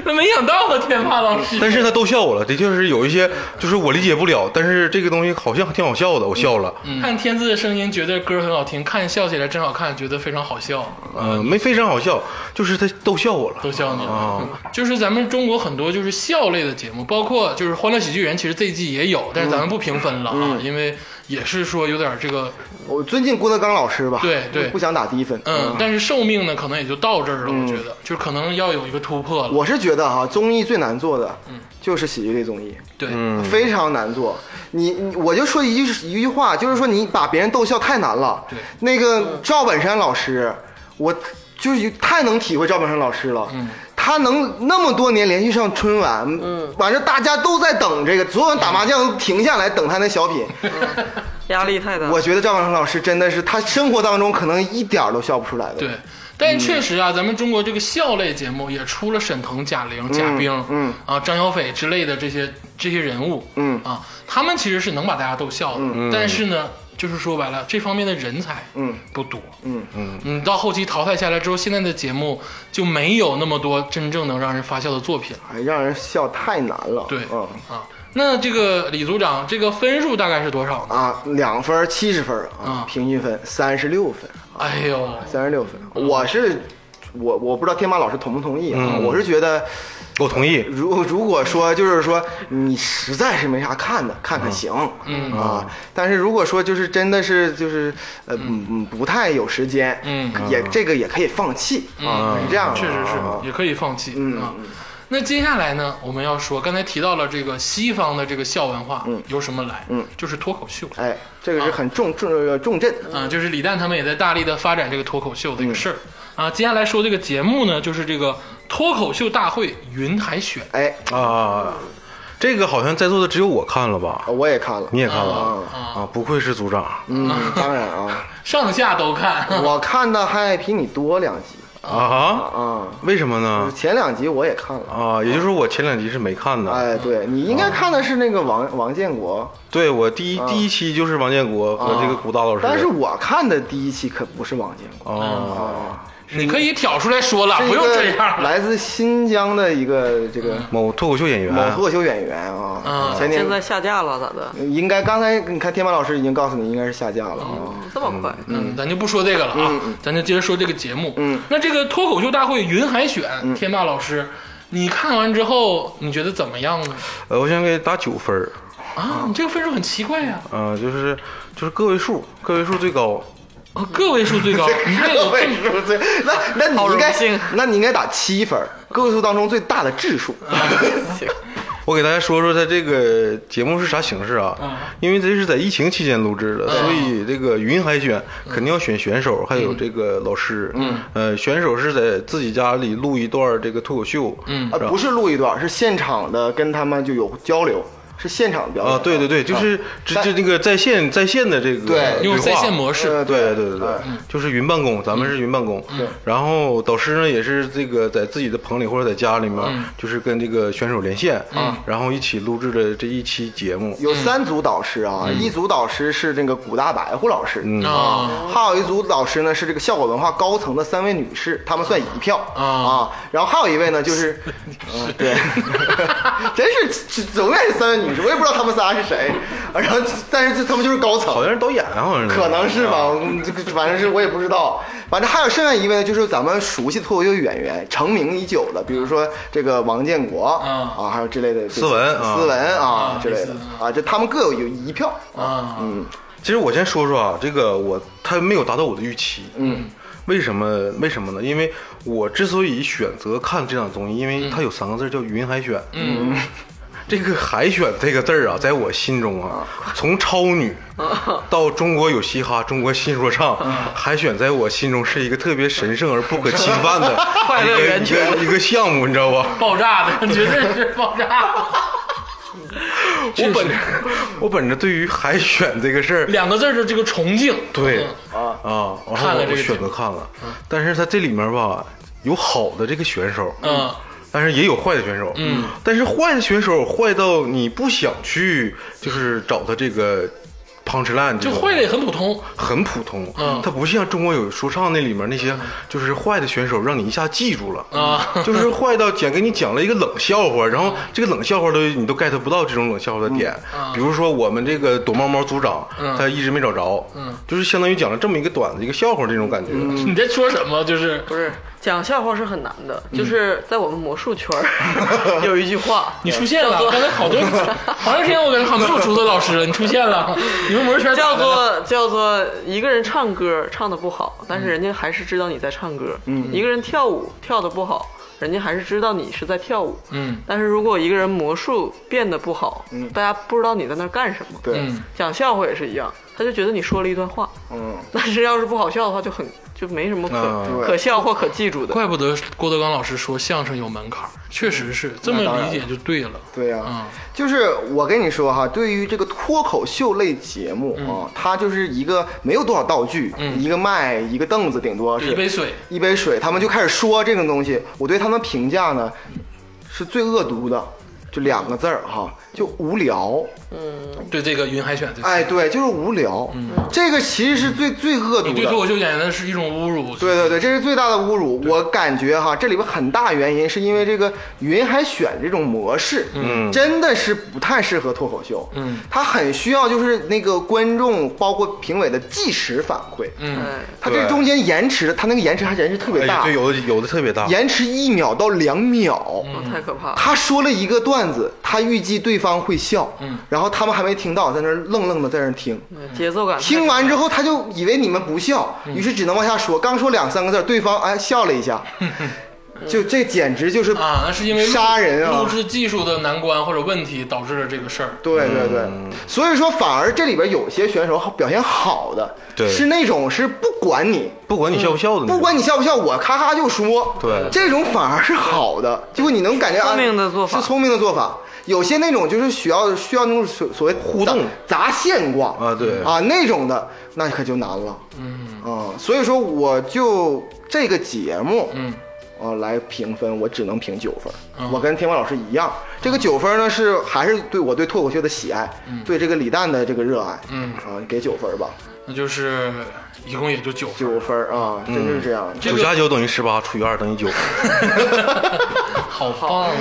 [SPEAKER 1] 那没想到啊，天霸老师。
[SPEAKER 3] 但是他逗笑我了，的确是有一些就是我理解不了，但是这个东西好像挺好笑的，我笑了，
[SPEAKER 1] 嗯看天赐的声音，觉得歌很好听；看笑起来真好看，觉得非常好笑，
[SPEAKER 3] 呃，没非常好笑，就是他逗笑我了
[SPEAKER 1] 都笑你了。
[SPEAKER 3] 啊。
[SPEAKER 1] 就是咱们中国很多就是笑类的节目，包括就是《欢乐喜剧人》，其实这一季也有，但是咱们不评分了啊，因为也是说有点这个，
[SPEAKER 4] 我尊敬郭德纲老师吧，
[SPEAKER 1] 对对
[SPEAKER 4] 不想打低分。
[SPEAKER 1] 嗯，但是寿命呢，可能也就到这儿了。我觉得，就是可能要有一个突破了。
[SPEAKER 4] 我是觉得哈、综艺最难做的，就是喜剧类综艺，
[SPEAKER 1] 对，
[SPEAKER 4] 非常难做。你你我就说一句一句话，就是说你把别人逗笑太难了。
[SPEAKER 1] 对
[SPEAKER 4] 那个赵本山老师，我就是太能体会赵本山老师了。
[SPEAKER 1] 嗯
[SPEAKER 4] 他能那么多年连续上春晚，
[SPEAKER 1] 嗯
[SPEAKER 4] 完了大家都在等这个，所有人打麻将停下来等他那小品。
[SPEAKER 1] 嗯
[SPEAKER 2] 压力太大。
[SPEAKER 4] 我觉得赵本山老师真的是他生活当中可能一点儿都笑不出来的。
[SPEAKER 1] 对，但确实啊，咱们中国这个笑类节目也出了沈腾、贾玲、贾冰，
[SPEAKER 4] 嗯
[SPEAKER 1] 啊，张小斐之类的这些这些人物，
[SPEAKER 4] 嗯
[SPEAKER 1] 啊，他们其实是能把大家逗笑的，但是呢，就是说白了，这方面的人才，
[SPEAKER 4] 嗯，
[SPEAKER 1] 不多，
[SPEAKER 4] 嗯
[SPEAKER 1] 嗯，你到后期淘汰下来之后，现在的节目就没有那么多真正能让人发笑的作品了，
[SPEAKER 4] 哎，让人笑太难了。
[SPEAKER 1] 对，
[SPEAKER 4] 嗯。
[SPEAKER 1] 啊，那这个李组长，这个分数大概是多少呢？
[SPEAKER 4] 啊，两分七十分儿啊
[SPEAKER 1] 啊，
[SPEAKER 4] 平均分三十六分，
[SPEAKER 1] 哎呦，
[SPEAKER 4] 三十六分。我是我我不知道天马老师同不同意啊，我是觉得
[SPEAKER 3] 我同意，
[SPEAKER 4] 如如果说就是说你实在是没啥看的，看看行，嗯啊，但是如果说就是真的是就是呃嗯嗯不太有时间，
[SPEAKER 1] 嗯，
[SPEAKER 4] 也这个也可以放弃啊，是这样的啊，
[SPEAKER 1] 确实是
[SPEAKER 4] 啊，嗯
[SPEAKER 1] 也可以放弃、啊。那接下来呢，我们要说，刚才提到了这个西方的这个笑文化由什么来？嗯，就是脱口秀。
[SPEAKER 4] 哎，这个是很重重重镇，
[SPEAKER 1] 啊，就是李诞他们也在大力的发展这个脱口秀这
[SPEAKER 4] 嗯
[SPEAKER 1] 个事儿、啊。接下来说这个节目呢，就是这个脱口秀大会云海选。
[SPEAKER 4] 哎，
[SPEAKER 3] 啊。这个好像在座的只有我看了吧？
[SPEAKER 4] 我也看了
[SPEAKER 3] 你，也看了啊？不愧是组长，
[SPEAKER 4] 嗯，当然 啊，
[SPEAKER 1] 上下都看，
[SPEAKER 4] 我看的还比你多两集。
[SPEAKER 3] 啊？
[SPEAKER 4] 啊，
[SPEAKER 3] 为什么呢？
[SPEAKER 4] 前两集我也看了。
[SPEAKER 3] 啊，也就是说我前两集是没看的。
[SPEAKER 4] 哎，对你应该看的是那个王王建国，
[SPEAKER 3] 对我第一、第一期就是王建国和这个古大老师，
[SPEAKER 4] 但是我看的第一期可不是王建国，
[SPEAKER 3] 哦，
[SPEAKER 1] 你可以挑出来说了，
[SPEAKER 4] 是
[SPEAKER 1] 啊不
[SPEAKER 4] 一
[SPEAKER 1] 用
[SPEAKER 4] 个
[SPEAKER 1] 这样了。嗯
[SPEAKER 4] 来自新疆的一个这个
[SPEAKER 3] 某脱口秀演员，
[SPEAKER 4] 某脱口秀演员啊
[SPEAKER 1] 啊，
[SPEAKER 4] 前年
[SPEAKER 2] 现在下架了咋的？
[SPEAKER 4] 应该刚才你看天马老师已经告诉你应该是下架了啊，
[SPEAKER 2] 这么快？
[SPEAKER 1] 嗯，咱就不说这个了啊，
[SPEAKER 4] 嗯
[SPEAKER 1] 咱就接着说这个节目。嗯，那这个脱口秀大会云海选，
[SPEAKER 4] 嗯
[SPEAKER 1] 天霸老师，你看完之后你觉得怎么样呢？
[SPEAKER 3] 呃，我想给打九分儿，
[SPEAKER 1] 啊，你这个分数很奇怪呀、
[SPEAKER 3] 啊、就是就是个位数，个位数最高，
[SPEAKER 1] 啊，个位数最高，你这有这
[SPEAKER 4] 位
[SPEAKER 1] 么
[SPEAKER 4] 数最，那那你应
[SPEAKER 2] 好荣幸
[SPEAKER 4] 该那你应该打七分儿，个位数当中最大的质数，
[SPEAKER 3] 我我给大家说说他这个节目是啥形式啊？
[SPEAKER 1] 嗯
[SPEAKER 3] 因为这是在疫情期间录制的，所以这个语音海选肯定要选选手，还有这个老师。嗯，呃，选手是在自己家里录一段这个脱口秀。嗯
[SPEAKER 4] 啊，不是录一段，是现场的，跟他们就有交流，是现场表演
[SPEAKER 3] 啊，对对对，就是这这那个在线在线的这个
[SPEAKER 4] 对
[SPEAKER 1] 用在线
[SPEAKER 3] 模。
[SPEAKER 1] 模式，
[SPEAKER 4] 呃
[SPEAKER 3] 对对对对
[SPEAKER 4] 哎，
[SPEAKER 3] 就是云办公，咱们是云办公。然后导师呢也是这个在自己的棚里或者在家里面，就是跟这个选手连线，然后一起录制了这一期节目。
[SPEAKER 4] 有三组导师啊，一组导师是这个古大白胡老师，
[SPEAKER 3] 嗯
[SPEAKER 1] 啊，
[SPEAKER 4] 还有一组导师呢是这个效果文化高层的三位女士，她们算一票
[SPEAKER 1] 啊
[SPEAKER 4] 然后还有一位呢就是， 嗯对， 真是总远是三位女士，我也不知道她们仨是谁，然后但是这她们就是高层
[SPEAKER 3] 好，像是导演，啊好像是啊
[SPEAKER 4] 可能是吧，嗯这个反正是我也不知道。反正还有剩下一位呢，就是咱们熟悉脱口秀演员，成名已久的，比如说这个王建国
[SPEAKER 1] 啊
[SPEAKER 4] 啊，还有之类的，
[SPEAKER 3] 斯文啊
[SPEAKER 4] 斯文啊
[SPEAKER 1] 啊
[SPEAKER 4] 之类
[SPEAKER 1] 类
[SPEAKER 4] 的
[SPEAKER 1] 似
[SPEAKER 4] 啊，这他们各有有一票
[SPEAKER 1] 啊，
[SPEAKER 4] 嗯
[SPEAKER 3] 其实我先说说啊，这个我他没有达到我的预期。嗯，为什么？为什么呢？因为我之所以选择看这档
[SPEAKER 2] 嗯
[SPEAKER 3] 综艺，因为它有三个字叫“云海选”。嗯， 这个“海选”这个字儿啊，在我心中啊，从超女
[SPEAKER 2] 啊
[SPEAKER 3] 到中国有嘻哈、中国新说唱，海选在我心中是一个特别神圣而不可侵犯的
[SPEAKER 2] 快乐源泉
[SPEAKER 3] 一个一个一个项目，你知道吧？
[SPEAKER 1] 爆炸的，绝对是爆炸。
[SPEAKER 3] 我本着我本着对于海选这个事儿，
[SPEAKER 1] 两个字儿的这个崇敬，
[SPEAKER 3] 对
[SPEAKER 1] 嗯
[SPEAKER 4] 啊
[SPEAKER 3] 啊，然
[SPEAKER 1] 看
[SPEAKER 3] 后
[SPEAKER 1] 了
[SPEAKER 3] 我
[SPEAKER 1] 这
[SPEAKER 3] 我
[SPEAKER 1] 个
[SPEAKER 3] 选
[SPEAKER 1] 节目嗯
[SPEAKER 3] 择看了，但是他这里面吧有好的这个选手，
[SPEAKER 1] 嗯，
[SPEAKER 3] 但是也有坏的选手，嗯，但是坏的选手坏到你不想去，就是找他这个 punchline，这
[SPEAKER 1] 就
[SPEAKER 3] 种
[SPEAKER 1] 坏的也很普通，
[SPEAKER 3] 很普通，
[SPEAKER 1] 嗯
[SPEAKER 3] 他不像中国有说唱那里面那些就是坏的选手，让你一下记住了
[SPEAKER 1] 啊
[SPEAKER 3] 就是坏到讲给你讲了一个冷笑话，然后这个冷笑话都你都 get 不到这种冷笑话的点，比如说我们这个躲猫猫组长，他一直没找着，嗯，就是相当于讲了这么一个短的一个笑话这种感觉，
[SPEAKER 1] 你在说什么？就是
[SPEAKER 2] 不是讲笑话是很难的，就是在我们魔术圈儿有一句话，
[SPEAKER 1] 你出现了，刚才好多，好长时间我感觉好像没有出的老师了，你出现了，你们魔术圈
[SPEAKER 2] 叫做叫做一个人唱歌唱的不好，但是人家还是知道你在唱歌。嗯，一个人跳舞跳的不好，人家还是知道你是在跳舞。
[SPEAKER 1] 嗯，
[SPEAKER 2] 但是如果一个人魔术变得不好，嗯，大家不知道你在那儿干什么。
[SPEAKER 4] 对
[SPEAKER 1] 嗯
[SPEAKER 2] 讲笑话也是一样，他就觉得你说了一段话，
[SPEAKER 4] 嗯，
[SPEAKER 2] 但是要是不好笑的话，就很就没什么可、
[SPEAKER 3] 嗯
[SPEAKER 2] 可笑或可记住 的。
[SPEAKER 1] 怪不得郭德纲老师说相声有门槛儿，确实是这么理解就对了。
[SPEAKER 4] 对呀、
[SPEAKER 1] 嗯
[SPEAKER 4] 就是我跟你说哈，对于这个脱口秀类节目
[SPEAKER 1] 嗯
[SPEAKER 4] 啊，它就是一个没有多少道具，一个麦，一个凳子，顶多是
[SPEAKER 1] 一杯水，
[SPEAKER 4] 一杯水，他们就开始说这种东西。我对他们评价呢是最恶毒的，就两个字儿哈，就无聊。
[SPEAKER 1] 嗯对这个云海选这
[SPEAKER 4] 哎，
[SPEAKER 1] 次，
[SPEAKER 4] 对，就是无聊。这个其实是最最恶
[SPEAKER 1] 嗯
[SPEAKER 4] 毒
[SPEAKER 1] 你对脱
[SPEAKER 4] 的。
[SPEAKER 1] 口秀演员的是一种侮辱。
[SPEAKER 4] 对对对，这是最大的侮辱。我感觉哈，这里边很大原因是因为这个云海选这种模式，嗯，真的是不太适合脱口秀。嗯，它很需要就是那个观众包括评委的即时反馈。嗯，
[SPEAKER 2] 哎，
[SPEAKER 4] 它这
[SPEAKER 3] 对
[SPEAKER 4] 中间延迟的，它那个延迟还延迟特别
[SPEAKER 3] 哎
[SPEAKER 4] 大，
[SPEAKER 3] 对，有的啊有的特别大，
[SPEAKER 4] 延迟一秒到两秒。
[SPEAKER 2] 哦太可怕了。
[SPEAKER 4] 他说了一个段子，他预计对方会笑，
[SPEAKER 1] 嗯
[SPEAKER 4] 然后他们还没听到，在那儿愣愣的在那儿听，
[SPEAKER 2] 嗯节奏感太
[SPEAKER 4] 听完之后他就以为你们不笑，
[SPEAKER 1] 嗯
[SPEAKER 4] 于是只能往下说，刚说两三个字儿，对方哎笑了 一下，就这简直就是
[SPEAKER 1] 啊，那是因为录
[SPEAKER 4] 杀人啊
[SPEAKER 1] 录制技术的难关或者问题导致了这个事儿。
[SPEAKER 4] 对对对，
[SPEAKER 3] 嗯
[SPEAKER 4] 所以说反而这里边有些选手表现好的，
[SPEAKER 3] 对
[SPEAKER 4] 是那种是不管你，
[SPEAKER 3] 不管你笑不笑的那种，
[SPEAKER 4] 嗯不管你笑不笑，我咔咔就说。
[SPEAKER 3] 对
[SPEAKER 4] 这种反而是好的，结果你能感觉啊
[SPEAKER 2] 聪明的做法
[SPEAKER 4] 是聪明的做法。有些那种就是需要需要那种所所谓互
[SPEAKER 3] 动
[SPEAKER 4] 砸线挂
[SPEAKER 3] 啊对
[SPEAKER 4] 啊那种的，那可就难了。嗯所以说我就这个节目，嗯。啊，来评分，我只能评九分。
[SPEAKER 1] 嗯
[SPEAKER 4] 我跟天王老师一样，这个九分呢是还是对我对脱口秀的喜爱，
[SPEAKER 1] 嗯
[SPEAKER 4] 对这个李诞的这个热爱。嗯，啊，给九分吧，
[SPEAKER 1] 那就是一共也就九分，
[SPEAKER 4] 九分啊，真是这样的。
[SPEAKER 1] 这
[SPEAKER 3] 九
[SPEAKER 1] 个
[SPEAKER 3] 加九等于十八除以二 等于九，
[SPEAKER 1] 好棒 啊！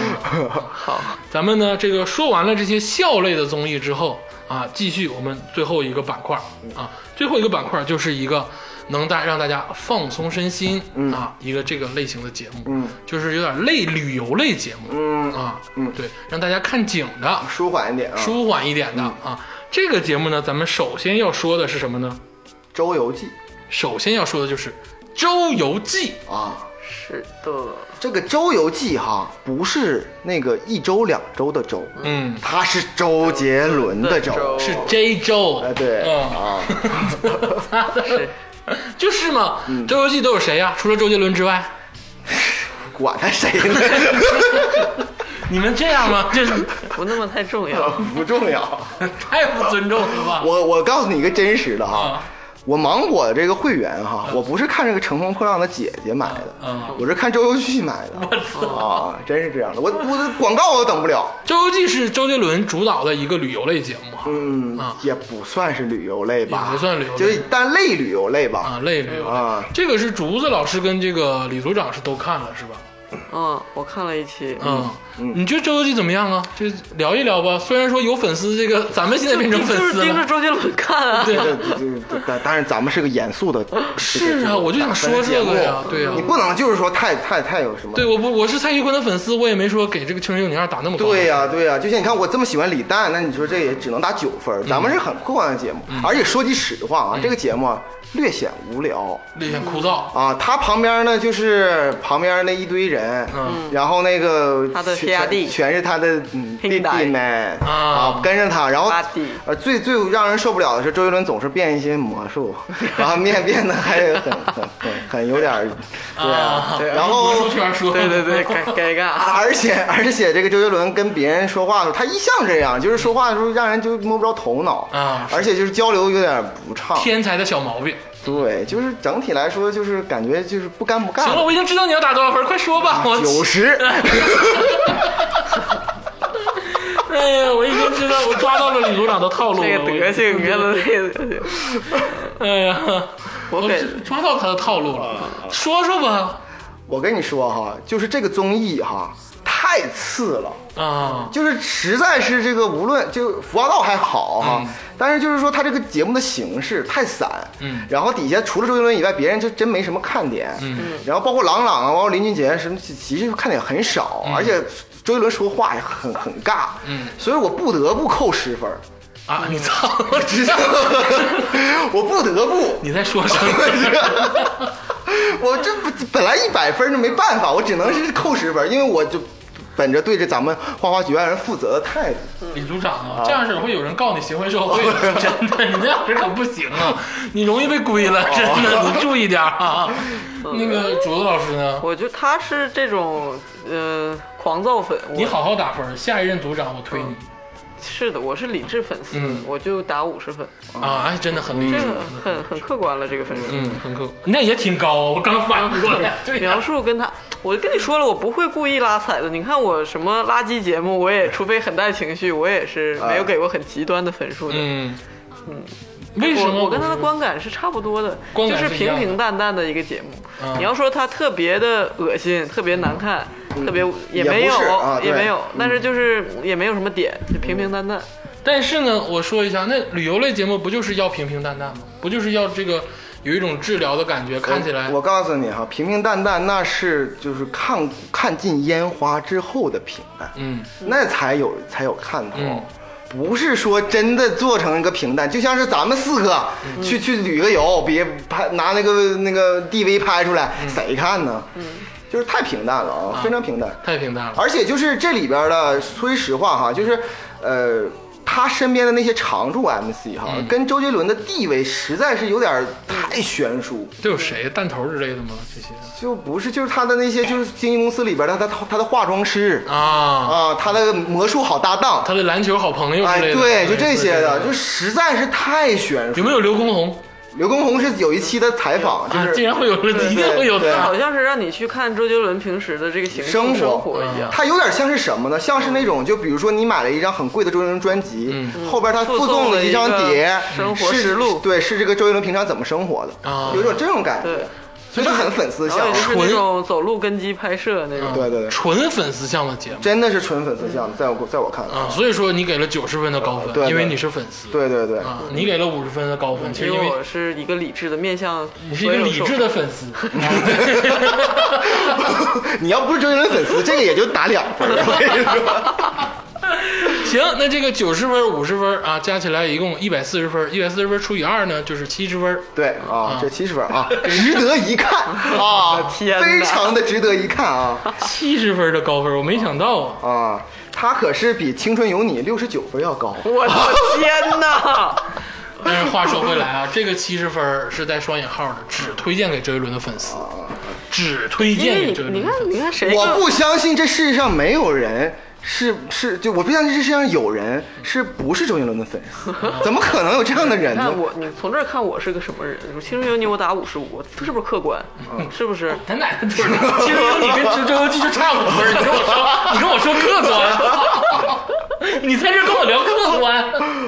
[SPEAKER 1] 好，咱们呢这个说完了这些笑类的综艺之后啊，继续我们最后一个板块啊，最后一个板块就是一个能大让大家放松身心、
[SPEAKER 4] 嗯
[SPEAKER 1] 啊一个这个类型的节目，嗯，就是有点类旅游类节目，嗯啊，嗯，对，让大家看景的，
[SPEAKER 4] 舒缓一点啊，
[SPEAKER 1] 舒缓一点的
[SPEAKER 4] 嗯
[SPEAKER 1] 啊。这个节目呢，咱们首先要说的是什么呢？
[SPEAKER 4] 《周游记
[SPEAKER 1] 首先要说的就是《周游记》。》
[SPEAKER 4] 啊，
[SPEAKER 2] 是的，
[SPEAKER 4] 这个《周游记》哈，不是那个一周两周的周，
[SPEAKER 1] 嗯，
[SPEAKER 4] 它是周杰伦的周。
[SPEAKER 2] 周
[SPEAKER 1] 是 J 周，
[SPEAKER 4] 哎，对
[SPEAKER 1] 嗯，
[SPEAKER 4] 啊，
[SPEAKER 2] 是
[SPEAKER 1] 就是嘛，
[SPEAKER 4] 嗯
[SPEAKER 1] 周游记都有谁呀？除了周杰伦之外，
[SPEAKER 4] 管他谁呢，
[SPEAKER 1] 你们这样吗？这是
[SPEAKER 2] 不那么太重要。
[SPEAKER 4] 不重要。
[SPEAKER 1] 太不尊重了吧？
[SPEAKER 4] 我我告诉你一个真实的哈
[SPEAKER 1] 啊，
[SPEAKER 4] 我芒果这个会员哈，我不是看这个《乘风破浪的姐姐》买
[SPEAKER 1] 啊
[SPEAKER 4] 的，我是看周游记买的。啊，真是这样的，我我的广告我都等不了。
[SPEAKER 1] 周游记是周杰伦主导的一个旅游类节目啊
[SPEAKER 4] 嗯
[SPEAKER 1] 啊，
[SPEAKER 4] 也不算是旅游类吧，
[SPEAKER 1] 也不算旅游类
[SPEAKER 4] 就是但类旅游类吧。
[SPEAKER 1] 啊，类旅游类
[SPEAKER 4] 啊
[SPEAKER 1] 这个是竹子老师跟这个李组长是都看了是吧？
[SPEAKER 2] 嗯，我看了一期，
[SPEAKER 1] 嗯，你觉得周游记怎么样啊？就聊一聊吧。虽然说有粉丝，这个咱们现在变成粉
[SPEAKER 2] 嗯就是
[SPEAKER 1] 丝
[SPEAKER 2] 盯着
[SPEAKER 1] 了。
[SPEAKER 2] 周杰伦看啊。
[SPEAKER 1] 对
[SPEAKER 4] 这这这这当当然，咱们是个严肃的，
[SPEAKER 1] 是啊，我就想说这个呀，对呀、
[SPEAKER 4] 嗯你不能就是说太太太有什么
[SPEAKER 1] 对，。我不我是蔡徐坤的粉丝，我也没说给这个《青春有你二》打那么高。
[SPEAKER 4] 对呀、对呀、就像你看我这么喜欢李诞，那你说这也只能打九
[SPEAKER 1] 嗯
[SPEAKER 4] 分。咱们是很客观的节目，而且说句实话啊，这个节目啊略显无聊
[SPEAKER 1] 略显枯燥。
[SPEAKER 4] 啊。他旁边呢就是旁边那一堆人，
[SPEAKER 1] 嗯
[SPEAKER 4] 然后那个
[SPEAKER 2] 他的
[SPEAKER 4] 全
[SPEAKER 2] 黑压弟
[SPEAKER 4] 全是他的嗯
[SPEAKER 2] 黑
[SPEAKER 4] 弟
[SPEAKER 2] 带
[SPEAKER 4] 弟们
[SPEAKER 1] 啊
[SPEAKER 4] 跟着他，然后
[SPEAKER 2] 八弟
[SPEAKER 4] 呃最最让人受不了的是周杰伦总是变一些魔术，然后面变得还很很很很有点儿对
[SPEAKER 1] 啊
[SPEAKER 4] 啊，然后
[SPEAKER 1] 出圈说，
[SPEAKER 2] 对 对 对，该该干。
[SPEAKER 4] 啊而且 而且这个周杰伦跟别人说话的时候，他一向这样，就是说话的时候让人就摸不着头脑
[SPEAKER 1] 啊是
[SPEAKER 4] 而且就是交流有点不畅。
[SPEAKER 1] 天才的小毛病。
[SPEAKER 4] 对，就是整体来说就是感觉就是不干不干。
[SPEAKER 1] 行了，我已经知道你要打多少分，快说吧。我
[SPEAKER 4] 九十，
[SPEAKER 1] 哎呀，我已经知道，我抓到了李组长的套路了。
[SPEAKER 2] 这个德行，你看他这个，
[SPEAKER 1] 我哎呀，
[SPEAKER 2] 我给
[SPEAKER 1] 抓到他的套路了。说说吧，
[SPEAKER 4] 我跟你说哈，就是这个综艺哈太次了。
[SPEAKER 1] 啊，
[SPEAKER 4] 就是实在是这个，无论就福华道还好哈，
[SPEAKER 1] 嗯
[SPEAKER 4] 但是就是说他这个节目的形式太散，
[SPEAKER 1] 嗯
[SPEAKER 4] 然后底下除了周杰伦以外，别人就真没什么看点，嗯，然后包括郎朗啊，包括林俊杰什么，其实看点很少，而且周杰伦说话也很很尬，
[SPEAKER 1] 嗯，
[SPEAKER 4] 所以我不得不扣十分儿，
[SPEAKER 1] 啊，你操！我知道
[SPEAKER 4] 我不得不，
[SPEAKER 1] 你在说什么。
[SPEAKER 4] 我这不本来一百分儿就没办法，我只能是扣十分儿，因为我就本着对着咱们花花学院人负责的态度。
[SPEAKER 1] 李组长啊，这样式儿会有人告你行贿受贿的，真的，你这样式儿可不行啊，你容易被归了，真的，你注意点儿啊。那个竹子老师呢？
[SPEAKER 2] 我觉得他是这种呃狂躁粉。我
[SPEAKER 1] 你好好打分儿，下一任组长我推你
[SPEAKER 2] 是的，我是理智粉丝，
[SPEAKER 1] 嗯
[SPEAKER 2] 我就打五十分，
[SPEAKER 1] 啊！哎，真的很厉
[SPEAKER 2] 这
[SPEAKER 1] 害，
[SPEAKER 2] 个很很客观了，这个分数。
[SPEAKER 1] 嗯，很酷，那也挺高哦，我刚反应过来，对呀
[SPEAKER 2] 描述跟他，我跟你说了，我不会故意拉踩的。你看我什么垃圾节目，我也除非很带情绪，我也是没有给过很极端的分数的。
[SPEAKER 1] 嗯嗯，为什么
[SPEAKER 2] 我我跟他的观感是差不多的，
[SPEAKER 1] 观
[SPEAKER 2] 就
[SPEAKER 1] 感是
[SPEAKER 2] 是
[SPEAKER 1] 一
[SPEAKER 2] 平
[SPEAKER 1] 样的
[SPEAKER 2] 平淡淡的一个节目。
[SPEAKER 1] 嗯
[SPEAKER 2] 你要说他特别的恶心，特别难看，
[SPEAKER 1] 嗯
[SPEAKER 2] 特别也
[SPEAKER 4] 也不
[SPEAKER 2] 没有
[SPEAKER 4] 是啊
[SPEAKER 2] 也
[SPEAKER 4] 对
[SPEAKER 2] 没有，但是就是也没有什么点，就平平淡淡。
[SPEAKER 1] 但是呢，我说一下，那旅游类节目不就是要平平淡淡吗？不就是要这个有一种治疗的感觉，看起来
[SPEAKER 4] 我告诉你哈，平平淡淡那是就是看看尽烟花之后的平淡，
[SPEAKER 1] 嗯
[SPEAKER 4] 那才有才有看头。
[SPEAKER 1] 嗯
[SPEAKER 4] 不是说真的做成一个平淡，就像是咱们四个
[SPEAKER 1] 嗯
[SPEAKER 4] 去、去旅个游，别拍拿那个那个 DV 拍出
[SPEAKER 1] 嗯
[SPEAKER 4] 来，谁看呢？就是太平淡了啊，非常平淡。
[SPEAKER 1] 太平淡了。
[SPEAKER 4] 而且就是这里边的，说句实话哈，就是呃，他身边的那些常驻 MC 哈，
[SPEAKER 1] 嗯
[SPEAKER 4] 跟周杰伦的地位实在是有点太悬殊。
[SPEAKER 1] 都有谁弹头之类的吗？这些
[SPEAKER 4] 就不是，就是他的那些，就是经纪公司里边儿他的他的化妆师
[SPEAKER 1] 啊，
[SPEAKER 4] 啊，他的魔术好搭档，
[SPEAKER 1] 他的篮球好朋友之类的，
[SPEAKER 4] 哎，对，就这些的，就是实在是太悬殊。
[SPEAKER 1] 有没有刘畊宏
[SPEAKER 4] 刘畊宏是有一期的采访，就
[SPEAKER 1] 啊？
[SPEAKER 4] 是
[SPEAKER 1] 竟然会有，一定会有
[SPEAKER 4] 对
[SPEAKER 1] 他
[SPEAKER 2] 好像是让你去看周杰伦平时的这个形式
[SPEAKER 4] 生活
[SPEAKER 2] 生活一样。
[SPEAKER 4] 它有点像是什么呢？像是那种，就比如说你买了一张很贵的周杰伦专辑，后边他附送了张碟，
[SPEAKER 2] 附送了一个生活
[SPEAKER 4] 是
[SPEAKER 2] 实录
[SPEAKER 4] 对，是这个周杰伦平常怎么生活的，
[SPEAKER 1] 啊
[SPEAKER 4] 有一种这种感
[SPEAKER 2] 对
[SPEAKER 4] 觉，所以他很粉丝
[SPEAKER 2] 然后
[SPEAKER 4] 向
[SPEAKER 2] 也，就是
[SPEAKER 1] 纯
[SPEAKER 2] 那种走路跟机拍摄那种，
[SPEAKER 4] 对对对，
[SPEAKER 1] 纯粉丝向的节目
[SPEAKER 4] 真的是纯粉丝向，在我在我看来
[SPEAKER 1] 啊，，所以说你给了九十分的高分，
[SPEAKER 4] 对对
[SPEAKER 1] 因为你是粉丝。
[SPEAKER 4] 对对对，
[SPEAKER 1] 啊，你给了五十分的高分，其实
[SPEAKER 2] 因
[SPEAKER 1] 因
[SPEAKER 2] 为
[SPEAKER 1] 为
[SPEAKER 2] 我是一个理智的面向
[SPEAKER 1] 你是一
[SPEAKER 2] 所
[SPEAKER 1] 个
[SPEAKER 2] 有
[SPEAKER 1] 理
[SPEAKER 2] 受
[SPEAKER 1] 智
[SPEAKER 2] 众
[SPEAKER 1] 的粉 丝。
[SPEAKER 4] 啊你要不是周杰伦粉丝，这个也就打两分儿。我跟你说
[SPEAKER 1] 行，那这个九十分、五十分啊，加起来一共一百四十分，一百四十分除以二呢，就是七十分。
[SPEAKER 4] 对啊，这七十分啊，值得 一看啊，
[SPEAKER 2] 天哪
[SPEAKER 4] 非常的值得一看啊
[SPEAKER 1] 七十分的高分，我没想到啊。
[SPEAKER 4] 啊！他可是比《青春有你》六十九分要高。
[SPEAKER 2] 我的天哪！
[SPEAKER 1] 但是话说回来啊，这个七十分是带双引号的，只推荐给周杰伦的粉丝，只推
[SPEAKER 2] 因
[SPEAKER 1] 荐
[SPEAKER 2] 为
[SPEAKER 1] 给
[SPEAKER 2] 你
[SPEAKER 1] 周杰
[SPEAKER 2] 你
[SPEAKER 1] 伦的粉
[SPEAKER 2] 看
[SPEAKER 1] 丝。
[SPEAKER 2] 你看谁
[SPEAKER 4] 我
[SPEAKER 2] 更
[SPEAKER 4] 不相信这世界上没有人是是就我不相信这世界上有人是不是周杰伦的粉 丝，怎么可能有这样的人
[SPEAKER 2] 你
[SPEAKER 4] 呢
[SPEAKER 2] 看？我，你从这儿看我是个什么人？我青春有你，我打五十五，我是不是客观？
[SPEAKER 1] 嗯
[SPEAKER 2] 是不是？
[SPEAKER 1] 咱俩就是， 其实你跟周周游记就差五分，你跟我说，你跟我说客观， 你在这跟我聊客观，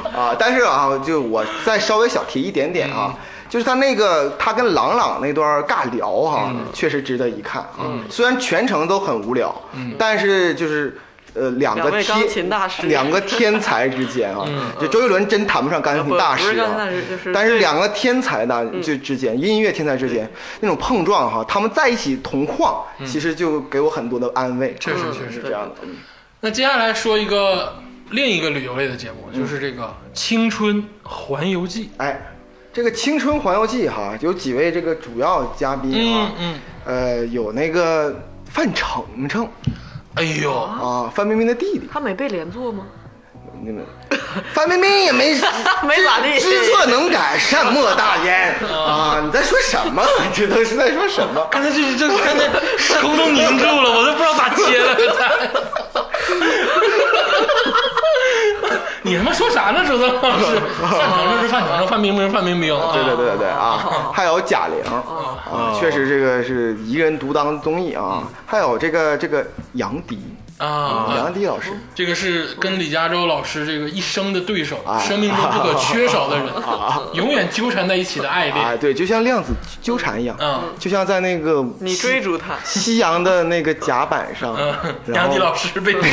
[SPEAKER 4] 啊，但是啊，就我再稍微小提一点点
[SPEAKER 1] 嗯
[SPEAKER 4] 啊，就是他那个他跟朗朗那段尬聊哈、
[SPEAKER 1] 嗯
[SPEAKER 4] 确实值得一看啊。虽然全程都很无聊，
[SPEAKER 1] 嗯
[SPEAKER 4] 但是就是。呃，两个
[SPEAKER 2] 两位
[SPEAKER 4] 天
[SPEAKER 2] 钢琴大师
[SPEAKER 4] 两个天才之间啊，
[SPEAKER 1] 嗯
[SPEAKER 4] 就周杰伦真谈不上钢琴大
[SPEAKER 2] 呃不
[SPEAKER 4] 师
[SPEAKER 2] 是钢琴
[SPEAKER 4] 啊
[SPEAKER 2] 大师就是，嗯
[SPEAKER 4] 但是两个天才呢，就之间音乐天才之间那种碰撞哈，他们在一起同框，其实就给我很多的安慰，
[SPEAKER 1] 嗯确实确实
[SPEAKER 4] 是这样的。嗯
[SPEAKER 1] 那接下来说一个另一个旅游类的节目，就是这个《青春环游记
[SPEAKER 4] 哎，这个《青春环游记》哈，有几位这个主要嘉宾啊，
[SPEAKER 1] 嗯
[SPEAKER 4] 呃，有那个范丞丞》。
[SPEAKER 1] 哎呦，
[SPEAKER 4] 啊，范冰冰的弟弟，
[SPEAKER 2] 他没被连坐吗？
[SPEAKER 4] 你们范冰冰也没
[SPEAKER 2] 没咋地
[SPEAKER 4] 知错能改，善莫大焉啊！你在说什么？这都是在说什么？
[SPEAKER 1] 刚才这这刚才喉咙凝住了，我都不知道咋接了。你他妈说啥呢，周三老师？范丞丞是范丞丞，范冰冰是范冰冰，
[SPEAKER 4] 对对对对对啊！还有贾玲啊，确实这个是一人独当综艺啊。还有这个这个杨迪，
[SPEAKER 1] 啊，
[SPEAKER 4] 杨迪老师，
[SPEAKER 1] 这个是跟李嘉洲老师这个一生的对手，
[SPEAKER 4] 啊
[SPEAKER 1] 生命中不可缺少的人，啊永远纠缠在一起的爱
[SPEAKER 4] 啊，
[SPEAKER 1] 恋。
[SPEAKER 4] 对，就像量子纠缠一样，
[SPEAKER 1] 嗯
[SPEAKER 4] 就像在那个
[SPEAKER 2] 你追逐他，
[SPEAKER 4] 夕阳的那个甲板上，
[SPEAKER 1] 嗯，
[SPEAKER 4] 然
[SPEAKER 1] 杨
[SPEAKER 4] 后
[SPEAKER 1] 迪老师被被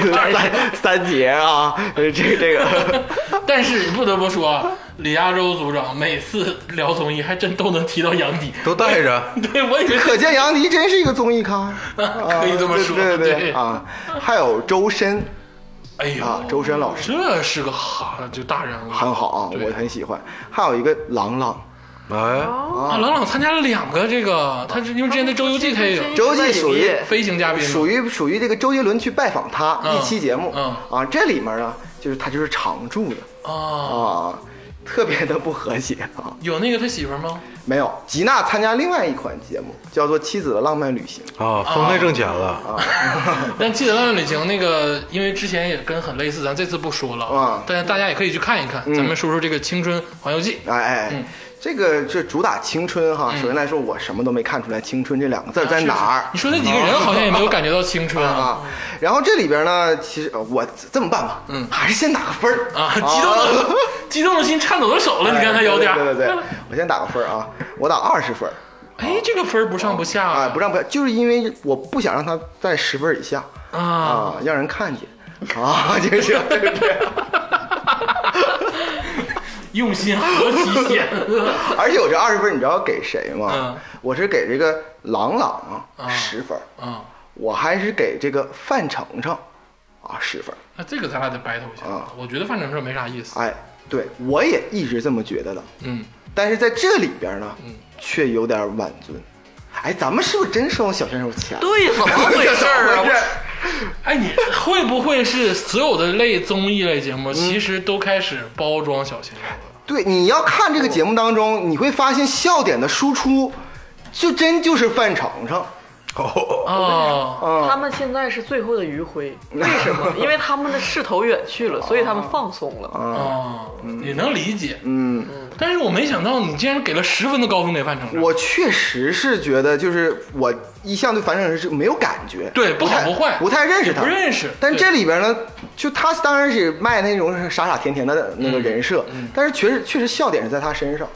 [SPEAKER 4] 三三节啊，呃这 这个
[SPEAKER 1] 但是不得不说啊，李亚洲组长每次聊综艺还真都能提到杨迪，
[SPEAKER 3] 都带着。
[SPEAKER 1] 对我以为
[SPEAKER 4] 可见杨迪真是一个综艺咖，啊
[SPEAKER 1] 可以这么说
[SPEAKER 4] 对
[SPEAKER 1] 对
[SPEAKER 4] 对啊，还有周深
[SPEAKER 1] 哎呦，
[SPEAKER 4] 啊，周深老师
[SPEAKER 1] 这是个哈，就大人物，
[SPEAKER 4] 很好啊，
[SPEAKER 1] 对
[SPEAKER 4] 我很喜欢。还有一个郎朗，
[SPEAKER 3] 哎，
[SPEAKER 1] 啊。郎朗参加了两个这个，他是因为之前的《周游记》他也有
[SPEAKER 2] 周
[SPEAKER 4] 周记属于
[SPEAKER 1] 飞行嘉宾嘛，
[SPEAKER 4] 属于属于这个周杰伦去拜访他
[SPEAKER 1] 嗯
[SPEAKER 4] 一期节目
[SPEAKER 1] 嗯
[SPEAKER 4] 啊，这里面啊就是他就是常驻的
[SPEAKER 1] 啊，
[SPEAKER 4] 啊，特别的不和谐啊。
[SPEAKER 1] 有那个他媳妇儿吗？
[SPEAKER 4] 没有，吉娜参加另外一款节目叫做《妻子的浪漫旅行》。
[SPEAKER 3] 啊，封太挣钱了，
[SPEAKER 1] 但《记得浪漫旅行》那个，因为之前也跟很类似，咱这次不说了
[SPEAKER 4] 啊嗯
[SPEAKER 1] 但大家也可以去看一看。咱们说说这个《青春环游记
[SPEAKER 4] 哎哎，
[SPEAKER 1] 嗯
[SPEAKER 4] 哎，这个这主打青春哈。首先来说，我什么都没看出来“青春”这两个
[SPEAKER 1] 啊
[SPEAKER 4] 字儿》在哪儿。
[SPEAKER 1] 你说那几个人好像也没有感觉到青春啊
[SPEAKER 4] 啊，然后这里边呢，其实呃我这么办吧，嗯，还是先打个分儿
[SPEAKER 1] 啊！激动的、激动的心颤抖的手了，你看他有点儿。
[SPEAKER 4] 哎对对对对，我先打个分儿啊，我打二十分儿
[SPEAKER 1] 哎，这个分儿不上不下
[SPEAKER 4] 啊，不让不让，就是因为我不想让他在十分儿以下
[SPEAKER 1] 啊！
[SPEAKER 4] 啊，让人看见啊， 就是这样就是这样。
[SPEAKER 1] 用心何其啊险恶
[SPEAKER 4] 而且我这二十分儿你知道给谁吗
[SPEAKER 1] 嗯？
[SPEAKER 4] 我是给这个朗朗啊十分儿，
[SPEAKER 1] 啊！
[SPEAKER 4] 我还是给这个范丞丞啊十分儿。
[SPEAKER 1] 那这个咱俩得 battle 一下。
[SPEAKER 4] 啊
[SPEAKER 1] 我觉得范丞丞没啥意思。
[SPEAKER 4] 哎，对我也一直这么觉得的，
[SPEAKER 1] 嗯，
[SPEAKER 4] 但是在这里边呢，却有点晚尊。哎，咱们是不是真收小鲜肉钱？啊
[SPEAKER 2] 对，怎么回事 儿啊？我
[SPEAKER 1] 哎，你会不会是所有的类综艺类节
[SPEAKER 4] 嗯
[SPEAKER 1] 目，其实都开始包装小鲜肉了？
[SPEAKER 4] 对，你要看这个节目当中，你会发现笑点的输出，就真就是范丞丞
[SPEAKER 3] 哦，
[SPEAKER 1] 啊？
[SPEAKER 4] 啊。
[SPEAKER 2] 他们现在是最后的余晖， 为什么？因为他们的势头远去了，所以他们放松了。
[SPEAKER 1] 哦，也能理解，
[SPEAKER 4] 啊嗯，
[SPEAKER 1] 但是我没想到你竟然给了十分的高分给范丞丞。
[SPEAKER 4] 我确实是觉得，就是我一向对范丞丞是没有感觉，
[SPEAKER 1] 对不好
[SPEAKER 4] 太
[SPEAKER 1] 不坏
[SPEAKER 4] 不太认识他，
[SPEAKER 1] 不认识
[SPEAKER 4] 但
[SPEAKER 1] 对
[SPEAKER 4] 这里边呢，就他当然是卖那种傻傻甜甜的那个人设，
[SPEAKER 1] 嗯
[SPEAKER 4] 但是确实确实笑点是在他身上，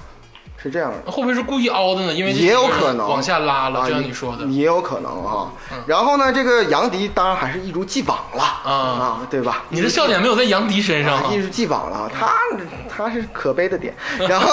[SPEAKER 4] 是这样的。
[SPEAKER 1] 会不会是故意凹的呢？因为这
[SPEAKER 4] 也有
[SPEAKER 1] 几个人
[SPEAKER 4] 可能
[SPEAKER 1] 往下拉了，
[SPEAKER 4] 啊，
[SPEAKER 1] 就像你说的。嗯
[SPEAKER 4] 也有可能啊。然后呢，这个杨迪当然还是一如既往了
[SPEAKER 1] 啊
[SPEAKER 4] 啊，对吧？
[SPEAKER 1] 你的笑点没有在杨迪身上
[SPEAKER 4] 啊
[SPEAKER 1] 啊
[SPEAKER 4] 一如既往了啊，他他是可悲的点。然后，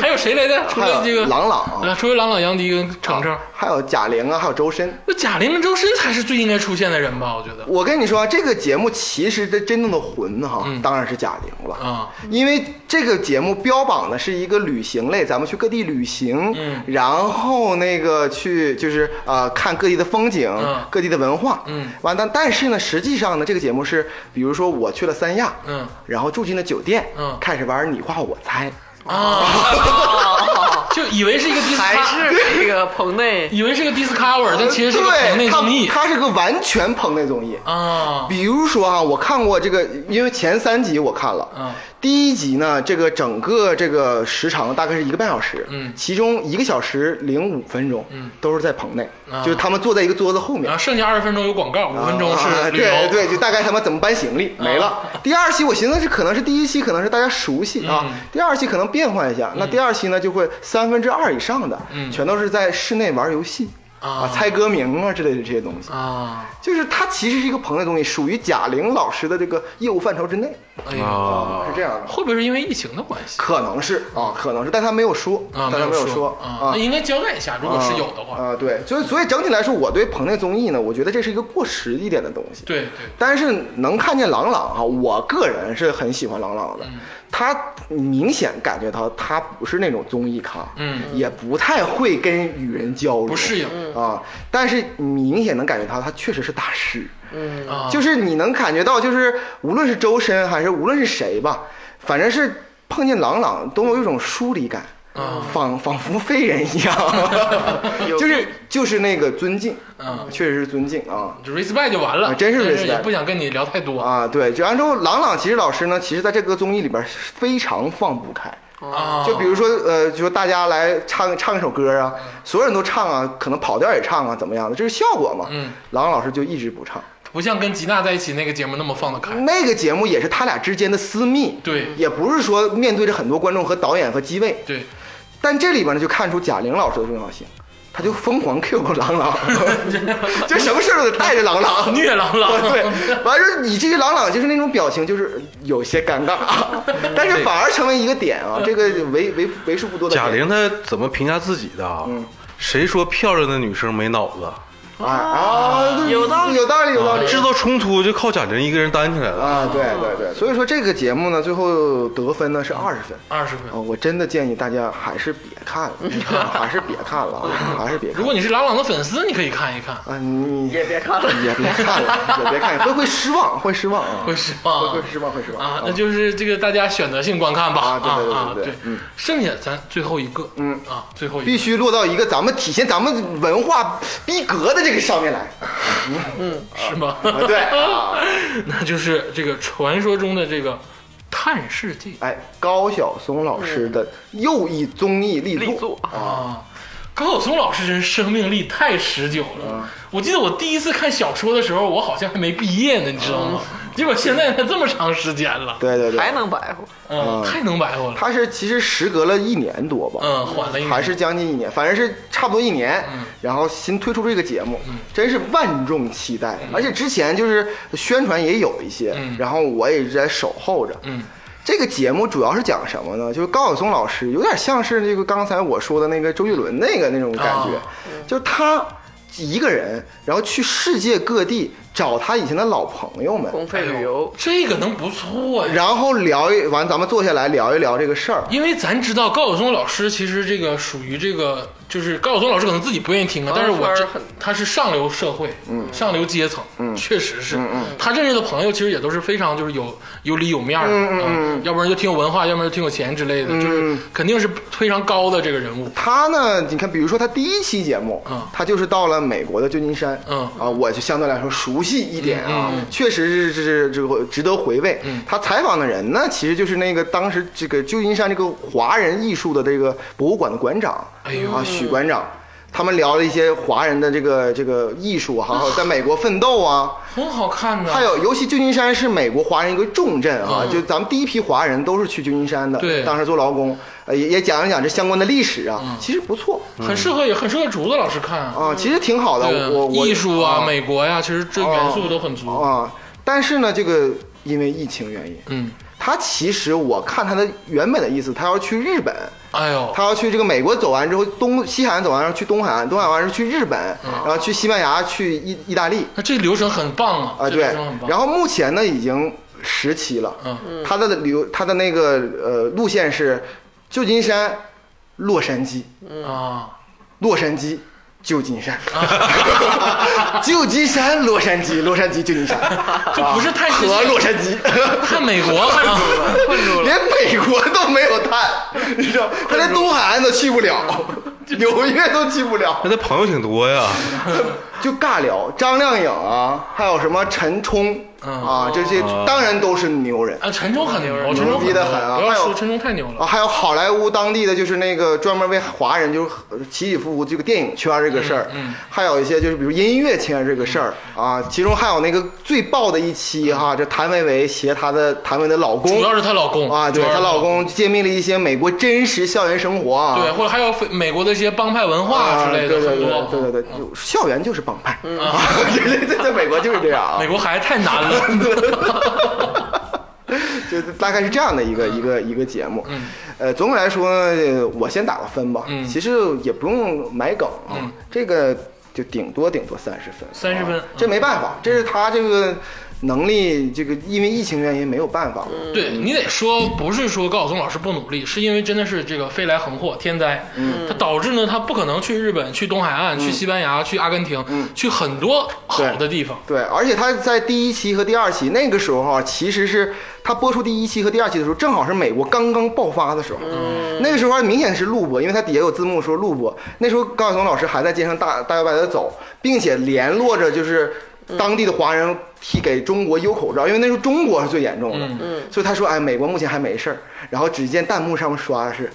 [SPEAKER 1] 还有谁来着？ 除
[SPEAKER 4] 还
[SPEAKER 1] 了
[SPEAKER 4] 有
[SPEAKER 1] 这个
[SPEAKER 4] 朗朗
[SPEAKER 1] 呃除了郎朗、杨迪跟程程，
[SPEAKER 4] 还有贾玲啊，还有周深。
[SPEAKER 1] 那贾玲跟周深才是最应该出现的人吧？我觉得
[SPEAKER 4] 我跟你说啊，这个节目其实的真正的魂哈，当然是贾玲了
[SPEAKER 1] 嗯啊，
[SPEAKER 4] 因为这个节目标榜的是一个旅行类，咱们去各地旅行，
[SPEAKER 1] 嗯
[SPEAKER 4] 然后那个去就是呃看各地的风景、
[SPEAKER 1] 嗯
[SPEAKER 4] 各地的文化，
[SPEAKER 1] 嗯
[SPEAKER 4] 完但但是呢，实际上呢，这个节目是，比如说我去了三亚，
[SPEAKER 1] 嗯，
[SPEAKER 4] 然后住进了酒店，
[SPEAKER 1] 嗯
[SPEAKER 4] 开始玩你画我猜，
[SPEAKER 1] 啊，
[SPEAKER 4] 哦
[SPEAKER 1] 就以为是一个 dis
[SPEAKER 2] 还
[SPEAKER 1] cover，
[SPEAKER 2] 是 这个棚内
[SPEAKER 1] 以为是个 discover，但其实是个棚内
[SPEAKER 4] 呃对，
[SPEAKER 1] 综艺
[SPEAKER 4] 它它是个完全棚内综艺
[SPEAKER 1] 啊，
[SPEAKER 4] 比如说啊，我看过这个，因为前三集我看了，
[SPEAKER 1] 嗯
[SPEAKER 4] 第一集呢，这个整个这个时长大概是一个半小时，
[SPEAKER 1] 嗯
[SPEAKER 4] 其中一个小时零五分钟，
[SPEAKER 1] 嗯
[SPEAKER 4] 都是在棚内，
[SPEAKER 1] 啊
[SPEAKER 4] 就是他们坐在一个桌子后面
[SPEAKER 1] 然后，剩下二十分钟有广告，五分钟
[SPEAKER 4] 啊
[SPEAKER 1] 是旅游，啊
[SPEAKER 4] 对对，就大概他们怎么搬行李没了。第二期我寻思是可能是第一期可能是大家熟悉啊
[SPEAKER 1] 嗯，
[SPEAKER 4] 第二期可能变换一下，那第二期呢就会三分之二以上的
[SPEAKER 1] 嗯
[SPEAKER 4] 全都是在室内玩游戏
[SPEAKER 1] 啊
[SPEAKER 4] 啊，猜歌名啊之类的这些东西。
[SPEAKER 1] 啊，
[SPEAKER 4] 就是它其实是一个棚内东西，属于贾玲老师的这个业务范畴之内
[SPEAKER 1] 哎呀，
[SPEAKER 3] 啊
[SPEAKER 4] 是这样的，
[SPEAKER 1] 会不会是因为疫情的关系
[SPEAKER 4] 可能是啊，可能是，但他没有说，
[SPEAKER 1] 啊？
[SPEAKER 4] 但他没
[SPEAKER 1] 有
[SPEAKER 4] 有说
[SPEAKER 1] 啊，那应该交代一下，如果是有的话，
[SPEAKER 4] 啊，对，所以所以整体来说，我对棚内综艺呢，我觉得这是一个过时一点的东西。
[SPEAKER 1] 对对，
[SPEAKER 4] 但是能看见郎朗啊，我个人是很喜欢郎朗
[SPEAKER 1] 嗯
[SPEAKER 4] 的，他明显感觉到他不是那种综艺咖，
[SPEAKER 1] 嗯，
[SPEAKER 4] 也不太会跟与人交流，
[SPEAKER 1] 不适应
[SPEAKER 4] 啊，但是明显能感觉到他确实是大师，
[SPEAKER 2] 嗯
[SPEAKER 1] 啊，
[SPEAKER 4] 就是你能感觉到，就是无论是周深还是无论是谁吧，反正是碰见郎朗都有一种疏离感，
[SPEAKER 1] 啊
[SPEAKER 4] 仿仿佛非人一样，
[SPEAKER 2] 有
[SPEAKER 4] 就是就是那个尊敬，
[SPEAKER 1] 嗯
[SPEAKER 4] 确实是尊敬啊。
[SPEAKER 1] 就 respect 就完了，
[SPEAKER 4] 啊真是
[SPEAKER 1] 但也
[SPEAKER 4] respect
[SPEAKER 1] 不想跟你聊太多
[SPEAKER 4] 啊，对，就按照郎朗，其实老师呢，其实在这个综艺里边非常放不开，
[SPEAKER 1] 啊，嗯
[SPEAKER 4] 就比如说，呃，就说大家来唱唱一首歌啊，所有人都唱啊，可能跑调也唱啊，怎么样的，这是效果嘛。
[SPEAKER 1] 嗯，
[SPEAKER 4] 郎朗老师就一直不唱，
[SPEAKER 1] 不像跟吉娜在一起那个节目那么放得开，
[SPEAKER 4] 那个节目也是他俩之间的私密，
[SPEAKER 1] 对
[SPEAKER 4] 也不是说面对着很多观众和导演和机位，
[SPEAKER 1] 对，
[SPEAKER 4] 但这里边呢就看出贾玲老师的重要性，她就疯狂 Q 郎朗，就什么事儿都得带着郎朗。
[SPEAKER 1] 啊虐郎朗，
[SPEAKER 4] 对，完事儿你至于朗朗就是那种表情，就是有些尴 尬，但是反而成为一个点啊，这个为为为数不多的点
[SPEAKER 3] 贾玲她怎么评价自己的啊？谁说漂亮的女生没脑子？
[SPEAKER 4] 啊啊，对
[SPEAKER 2] 有道理
[SPEAKER 4] 有道理，有道
[SPEAKER 1] 啊
[SPEAKER 4] 理。
[SPEAKER 3] 制造冲突就靠贾玲一个人担起来了。
[SPEAKER 4] 啊，对对对，所以说这个节目呢，最后得分呢是二十分。
[SPEAKER 1] 二
[SPEAKER 2] 嗯
[SPEAKER 1] 十分
[SPEAKER 4] 啊，。我真的建议大家还是别看了， 还是别看了，啊还是别看
[SPEAKER 1] 如
[SPEAKER 4] 了。
[SPEAKER 1] 果你是郎朗的粉丝，你可以看一看，
[SPEAKER 4] 啊，你
[SPEAKER 2] 也别看了，
[SPEAKER 4] 也别看了，也别看，会会失望，会失望啊，
[SPEAKER 1] 会失望
[SPEAKER 4] 会会失望，会失望
[SPEAKER 1] 啊，那就是这个大家选择性观看吧
[SPEAKER 4] 啊对对对
[SPEAKER 1] 啊
[SPEAKER 4] 对对
[SPEAKER 1] 对，剩下咱最后一个，嗯啊，最后一个
[SPEAKER 4] 必须落到一个咱们体现咱们文化逼格的这个上面来。
[SPEAKER 1] 是吗？
[SPEAKER 4] 啊，对，啊，
[SPEAKER 1] 那就是这个传说中的这个探视记
[SPEAKER 4] 哎，高晓松老师的又一综艺力
[SPEAKER 2] 嗯力
[SPEAKER 4] 作
[SPEAKER 2] 作，
[SPEAKER 1] 啊。高晓松老师真是生命力太持久
[SPEAKER 4] 啊
[SPEAKER 1] 了。我记得我第一次看小说的时候，我好像还没毕业呢，你知道吗？
[SPEAKER 4] 啊
[SPEAKER 1] 结果现在他这么长时间了，
[SPEAKER 4] 对对对，
[SPEAKER 2] 还能白活。
[SPEAKER 1] 嗯，太能白活了。
[SPEAKER 4] 啊他是其实时隔了一年多吧，
[SPEAKER 1] 嗯，缓了一年，
[SPEAKER 4] 还是将近一年，反正是差不多一年，然后新推出这个节目，真是万众期待。而且之前就是宣传也有一些，然后我也一直在守候着。
[SPEAKER 1] 嗯
[SPEAKER 4] 这个节目主要是讲什么呢？就是高晓松老师有点像是那个刚才我说的那个周杰伦那个那种感觉，
[SPEAKER 1] 啊
[SPEAKER 4] 就是他一个人，然后去世界各地找他以前的老朋友们，
[SPEAKER 2] 公费旅游，
[SPEAKER 1] 哎这个能不错呀。
[SPEAKER 4] 然后聊一完，咱们坐下来聊一聊这个事儿。
[SPEAKER 1] 因为咱知道高晓松老师其实这个属于这个，就是高晓松老师可能自己不愿意听啊，
[SPEAKER 2] 高
[SPEAKER 1] 但
[SPEAKER 2] 晓
[SPEAKER 1] 是
[SPEAKER 2] 松
[SPEAKER 1] 我这
[SPEAKER 2] 老师很
[SPEAKER 1] 他是上流社会，上流阶层，确实是，他认识的朋友其实也都是非常就是有有里有面儿的，嗯要不然就挺有文化，要不然就挺有钱之类的，就是肯定是非常高的这个人物，
[SPEAKER 4] 他呢，你看，比如说他第一期节目，
[SPEAKER 1] 嗯
[SPEAKER 4] 他就是到了美国的旧金山，
[SPEAKER 1] 嗯
[SPEAKER 4] 啊，我就相对来说熟悉一点啊，确实是是这个值得回味。
[SPEAKER 1] 嗯
[SPEAKER 4] 他采访的人呢，其实就是那个当时这个旧金山这个华人艺术的这个博物馆的馆长，
[SPEAKER 1] 哎呦
[SPEAKER 4] 啊，许馆长。他们聊了一些华人的这个这个艺术啊，还有在美国奋斗啊，
[SPEAKER 1] 很好看呢。
[SPEAKER 4] 还有，尤其旧金山是美国华人一个重镇啊，就咱们第一批华人都是去旧金山的，
[SPEAKER 1] 嗯对嗯
[SPEAKER 4] 当时做劳工，呃，也也讲一讲这相关的历史啊，其实不错
[SPEAKER 1] 很适合也很适合竹子老师看啊，
[SPEAKER 4] 啊，其实挺好的，
[SPEAKER 1] 对
[SPEAKER 4] 我哦我
[SPEAKER 1] 艺术啊，美国呀，其实这元素都很足，
[SPEAKER 4] 啊，但是呢，这个因为疫情原因，
[SPEAKER 1] 嗯，
[SPEAKER 4] 他其实我看他的原本的意思，他要去日本，
[SPEAKER 1] 哎呦，
[SPEAKER 4] 他要去这个美国走完之后，东西海岸走完，然后去东海岸，东海岸完是去日本，
[SPEAKER 1] 嗯
[SPEAKER 4] 然后去西班牙，去意意大利，
[SPEAKER 1] 那这流程很棒啊！
[SPEAKER 4] 啊，
[SPEAKER 1] 这流
[SPEAKER 4] 对
[SPEAKER 1] 程很。棒。
[SPEAKER 4] 然后目前呢，已经十期了。
[SPEAKER 1] 嗯，
[SPEAKER 4] 它的流，它的那个呃路线是旧金山、洛杉矶、
[SPEAKER 1] 啊，
[SPEAKER 4] 洛杉矶、旧金山、 旧金山、洛杉矶、洛杉矶、旧金山，
[SPEAKER 1] 啊
[SPEAKER 4] 啊
[SPEAKER 1] 这不是太
[SPEAKER 4] 和洛杉矶，
[SPEAKER 1] 看美国啊，
[SPEAKER 4] 连美国都没有探，你知道，他连东海岸都去 不了，纽约都去不了。
[SPEAKER 3] 那他朋友挺多呀，
[SPEAKER 4] 就尬聊，张靓颖啊，还有什么陈冲
[SPEAKER 1] 嗯
[SPEAKER 4] 啊，这些当然都是牛人
[SPEAKER 1] 啊，陈冲很牛，陈冲
[SPEAKER 4] 牛逼得很啊
[SPEAKER 1] 不要
[SPEAKER 4] 还有
[SPEAKER 1] 说陈冲太牛
[SPEAKER 4] 啊，
[SPEAKER 1] 了。
[SPEAKER 4] 还有好莱坞当地的就是那个专门为华人就是起起伏伏这个电影圈这个事儿，
[SPEAKER 1] 嗯
[SPEAKER 4] 还有一些就是比如音乐圈这个事儿啊，其中还有那个最爆的一期哈，这谭维维携她的谭维的老
[SPEAKER 1] 嗯
[SPEAKER 4] 公
[SPEAKER 1] 主要是她老公
[SPEAKER 4] 啊，
[SPEAKER 1] 主
[SPEAKER 4] 对
[SPEAKER 1] 要
[SPEAKER 4] 她
[SPEAKER 1] 是
[SPEAKER 4] 老公揭秘了一些美国真实校园生活啊，
[SPEAKER 1] 对，或者还有非美国的一些帮派文化
[SPEAKER 4] 啊，
[SPEAKER 1] 之类的
[SPEAKER 4] 对对
[SPEAKER 1] 很
[SPEAKER 4] 对
[SPEAKER 1] 多。嗯
[SPEAKER 4] 对对对，就校园就是帮派啊， 对对对，在美国就是这样啊
[SPEAKER 1] 美，国孩子太难了。
[SPEAKER 4] 就是大概是这样的一个、一个一个节目。呃，总体来说，呃我先打个分吧。
[SPEAKER 1] 嗯
[SPEAKER 4] 其实也不用埋梗啊，这个就顶多顶多三十分，
[SPEAKER 1] 30分
[SPEAKER 4] 啊这没办法，这是他这个能力，这个因为疫情原因没有办法。
[SPEAKER 1] 对你得说，不是说高晓松老师不努力，是因为真的是这个飞来横祸天灾，
[SPEAKER 4] 嗯
[SPEAKER 1] 它导致呢他不可能去日本、去东海岸、去西班牙、去阿根廷、去很多好的地方。
[SPEAKER 4] 嗯对，而且他在第一期和第二期那个时候啊，其实是他播出第一期和第二期的时候，正好是美国刚刚爆发的时候。那个时候还明显是录播，因为他底下有字幕说录播。那时候高晓松老师还在街上大大摇摆的走，并且联络着就是当地的华人替给中国邮口罩，因为那时候中国是最严重的。嗯，所以他说：“哎，美国目前还没事儿。”然后只见弹幕上面刷的是：“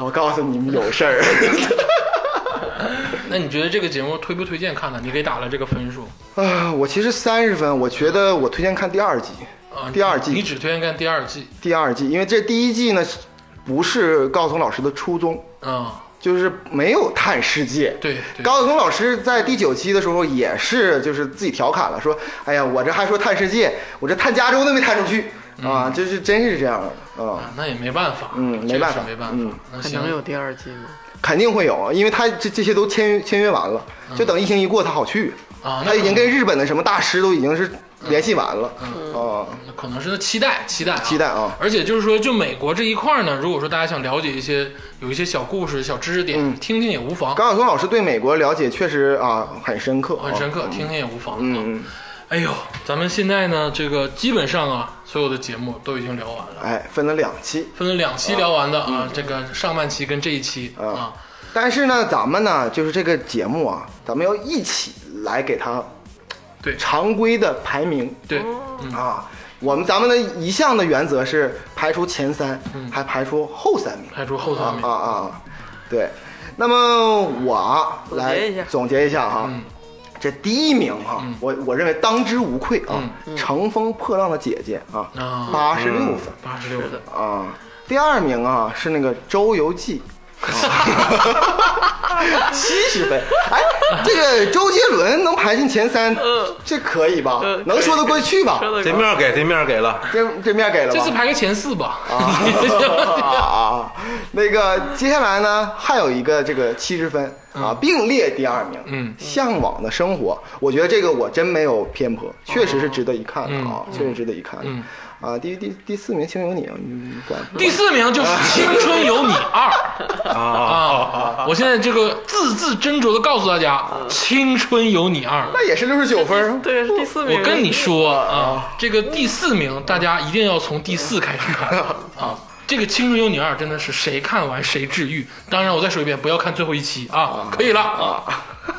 [SPEAKER 4] 我告诉你们有事儿。
[SPEAKER 1] 那你觉得这个节目推不推荐看呢？你给打了这个分数”
[SPEAKER 4] 啊，我其实三十分，我觉得我推荐看第二季。
[SPEAKER 1] 啊，
[SPEAKER 4] 第二季
[SPEAKER 1] 你只推荐看第二季
[SPEAKER 4] 第二季，因为这第一季呢不是高晓松老师的初衷，
[SPEAKER 1] 啊？
[SPEAKER 4] 就是没有探世界。
[SPEAKER 1] 对对
[SPEAKER 4] 高晓松老师在第九期的时候也是，就是自己调侃了，说：“哎呀，我这还说探世界，我这探加州都没探出去
[SPEAKER 1] 嗯
[SPEAKER 4] 啊！”就是真是这样的啊，
[SPEAKER 1] 啊，那也没办法，
[SPEAKER 4] 嗯
[SPEAKER 1] 这个
[SPEAKER 4] 没办法
[SPEAKER 1] 是没办
[SPEAKER 4] 嗯
[SPEAKER 1] 法。那
[SPEAKER 2] 还
[SPEAKER 1] 行
[SPEAKER 2] 能有第二季吗？
[SPEAKER 4] 肯定会有，因为他这这些都签约签约完了，就等疫情一过，他好去。
[SPEAKER 1] 嗯啊，那
[SPEAKER 4] 他已经跟日本的什么大师都已经是联系完了
[SPEAKER 1] 嗯
[SPEAKER 4] 啊。
[SPEAKER 1] 可能是他期待，期待、啊，
[SPEAKER 4] 期待啊！
[SPEAKER 1] 而且就是说，就美国这一块儿呢，如果说大家想了解一些有一些小故事、小知识点，听听也无妨，
[SPEAKER 4] 嗯高晓松老师对美国了解确实啊很深刻啊，
[SPEAKER 1] 很深刻，听听也无妨。
[SPEAKER 4] 嗯。嗯
[SPEAKER 1] 哎呦，咱们现在呢，这个基本上啊，所有的节目都已经聊完了，
[SPEAKER 4] 哎，分了两期。
[SPEAKER 1] 分了两期聊完的啊，这个上半期跟这一期
[SPEAKER 4] 嗯啊
[SPEAKER 1] 啊，
[SPEAKER 4] 但是呢，咱们呢，就是这个节目啊，咱们要一起来给它
[SPEAKER 1] 对
[SPEAKER 4] 常规的排名
[SPEAKER 1] 对，
[SPEAKER 2] 哦
[SPEAKER 4] 啊。我们咱们的一项的原则是排除前三，还排除后三名
[SPEAKER 1] 排除嗯后三
[SPEAKER 4] 啊
[SPEAKER 1] 名
[SPEAKER 4] 啊，啊！对，那么我啊
[SPEAKER 2] 总结
[SPEAKER 4] 来
[SPEAKER 2] 一下
[SPEAKER 4] 总结一下哈
[SPEAKER 1] 嗯，
[SPEAKER 4] 这第一名哈，我我认为当之无愧啊，
[SPEAKER 1] 嗯
[SPEAKER 4] 乘风破浪的姐姐》啊
[SPEAKER 1] 啊，
[SPEAKER 4] 八十六分
[SPEAKER 1] 八十六分，
[SPEAKER 4] 啊。第二名啊是那个《周游 记》，七十分。哎，这个周杰伦能排进前三，
[SPEAKER 2] 嗯
[SPEAKER 4] 这可以吧
[SPEAKER 2] 嗯？
[SPEAKER 4] 能说得过去吧？
[SPEAKER 2] 说
[SPEAKER 3] 这
[SPEAKER 2] 的
[SPEAKER 3] 面儿给这面儿给 了，
[SPEAKER 4] 这这面给了吧？
[SPEAKER 1] 这次排个前四吧。
[SPEAKER 4] 啊啊！那个接下来呢，还有一个这个七十分啊，并列第二名。
[SPEAKER 1] 嗯
[SPEAKER 4] 向往的生活，我觉得这个我真没有偏颇，确实是值得一看的啊，确实值得一看的。啊，第第第四名，请有你，你你管 不管
[SPEAKER 1] 第四名就是《青春有你二》 啊！嗯我现在这个字字斟酌的告诉大家，《青春有你二》
[SPEAKER 4] 那也是六十九分儿。
[SPEAKER 2] 对，是第四名。
[SPEAKER 1] 我跟你说啊，这个第四名大家一定要从第四开始 看啊。这个《青春有你二》真的是谁看完谁治愈。当然，我再说一遍，不要看最后一期啊，可以了啊。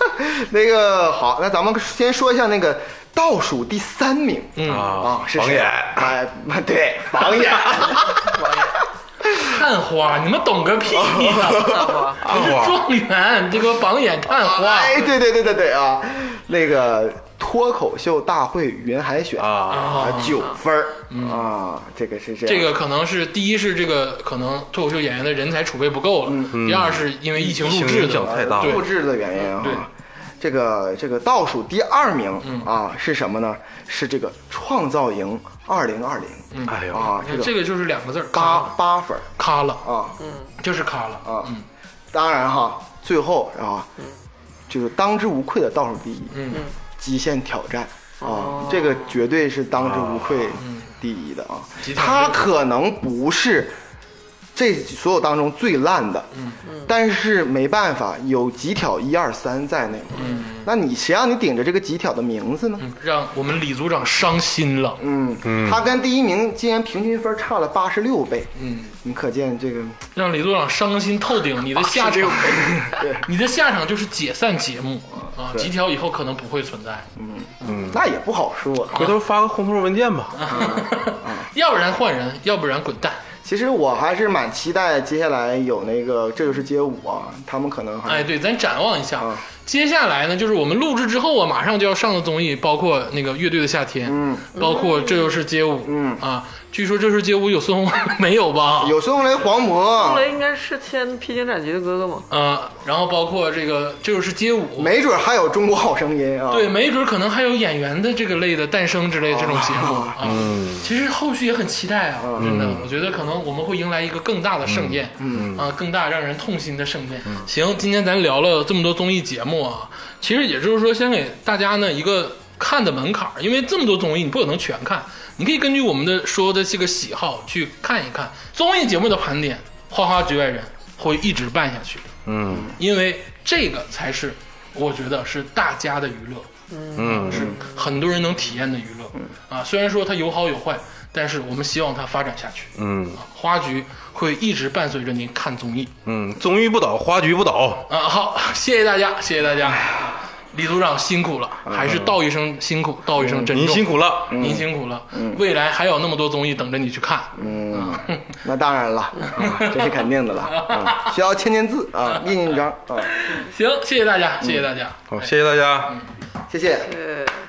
[SPEAKER 4] 那个好，那咱们先说一下那个倒数第三名。嗯啊，是
[SPEAKER 3] 榜
[SPEAKER 4] 谁
[SPEAKER 3] 眼
[SPEAKER 4] 哎， 对，榜眼。
[SPEAKER 1] 看花，你们懂个 屁呀！啊
[SPEAKER 3] 看
[SPEAKER 1] 这
[SPEAKER 3] 花
[SPEAKER 1] 状元这个榜眼看花，
[SPEAKER 4] 哎，对对对对对啊，那个脱口秀大会云海选
[SPEAKER 3] 啊，
[SPEAKER 4] 啊，九分儿啊，这个是这样
[SPEAKER 1] 这个可能是第一是这个可能脱口秀演员嗯的人才储备不够了，第二是因为疫情录制
[SPEAKER 3] 影响
[SPEAKER 1] 的，
[SPEAKER 3] 太大
[SPEAKER 1] 对
[SPEAKER 3] 了
[SPEAKER 4] 录制的原因啊
[SPEAKER 1] 对。
[SPEAKER 4] 这个这个倒数第二名啊是什么呢？是这个创造营二零二零
[SPEAKER 3] 哎呦，
[SPEAKER 4] 啊，这个
[SPEAKER 1] 这个就是两个字儿，
[SPEAKER 4] 八
[SPEAKER 1] 咖
[SPEAKER 4] 八分儿
[SPEAKER 1] 咖了，
[SPEAKER 4] 啊
[SPEAKER 1] 就是咖了。
[SPEAKER 4] 啊，当然哈，最后啊，就是当之无愧的倒数第一，
[SPEAKER 1] 嗯，哦
[SPEAKER 4] 极限挑战啊，这个绝对是当之无愧第一的啊
[SPEAKER 1] 极。限挑
[SPEAKER 4] 他
[SPEAKER 1] 战
[SPEAKER 4] 可能不是这所有当中最烂的，
[SPEAKER 1] 嗯
[SPEAKER 4] 但是没办法，有极挑一二三在那块儿，那你谁让你顶着这个极挑的名字呢？
[SPEAKER 1] 嗯让我们李组长伤心了。
[SPEAKER 4] 嗯，他跟第一名竟然平均分差了八十六倍，
[SPEAKER 1] 嗯，
[SPEAKER 4] 你可见这个
[SPEAKER 1] 让李组长伤心透顶，
[SPEAKER 4] 啊
[SPEAKER 1] 你的下场，
[SPEAKER 4] 对
[SPEAKER 1] 你的下场就是解散节目啊！极条以后可能不会存在，
[SPEAKER 4] 嗯那也不好说。
[SPEAKER 3] 回头发个红头文件吧。
[SPEAKER 4] 啊
[SPEAKER 1] 要不然换人，要不然滚蛋。
[SPEAKER 4] 其实我还是蛮期待接下来有那个《这就是街舞》啊，他们可能还
[SPEAKER 1] 哎，对，咱展望一下
[SPEAKER 4] 啊，
[SPEAKER 1] 接下来呢，就是我们录制之后啊，马上就要上的综艺，包括那个乐队的夏天，嗯，包括这就是街舞，嗯啊，据说这是街舞有孙红 雷没有吧？
[SPEAKER 4] 有孙红雷、黄
[SPEAKER 2] 后
[SPEAKER 4] 渤，
[SPEAKER 2] 来应该是签《披荆斩棘的哥哥》吗？
[SPEAKER 1] 呃，然后包括这个这就是街舞，
[SPEAKER 4] 没准还有《中国好声音》啊。
[SPEAKER 1] 对，没准可能还有演员的这个类的诞生之类的这种节目啊。其实后续也很期待啊，真的，我觉得可能我们会迎来一个更大的盛宴，嗯啊，更大让人痛心的盛宴。行，今天咱聊了这么多综艺节目啊，其实也就是说，先给大家呢一个看的门槛儿，因为这么多综艺你不可能全看，你可以根据我们的说的这个喜好去看一看综艺节目的盘点，《花花局外人》会一直办下去。
[SPEAKER 3] 嗯
[SPEAKER 1] 因为这个才是我觉得是大家的娱乐，
[SPEAKER 3] 嗯，
[SPEAKER 1] 是很多人能体验的娱乐。啊，虽然说它有好有坏，但是我们希望它发展下去。
[SPEAKER 3] 嗯
[SPEAKER 1] 啊花局会一直伴随着您看综艺
[SPEAKER 3] 嗯，综艺不倒，花局不倒。
[SPEAKER 1] 啊。好，谢谢大家，谢谢大
[SPEAKER 3] 哎
[SPEAKER 1] 家。李组长辛苦了，还是道一声辛苦，道一声珍重。
[SPEAKER 3] 嗯您辛苦嗯了，
[SPEAKER 1] 您辛苦了，未来还有那么多综艺等着你去看。
[SPEAKER 4] 嗯，那当然了，啊这是肯定的了。啊需要签签字啊，印印章啊，
[SPEAKER 3] 嗯
[SPEAKER 1] 行，谢谢大家，谢谢大家。
[SPEAKER 3] 好，谢谢大家。
[SPEAKER 4] 谢谢。
[SPEAKER 2] 呃。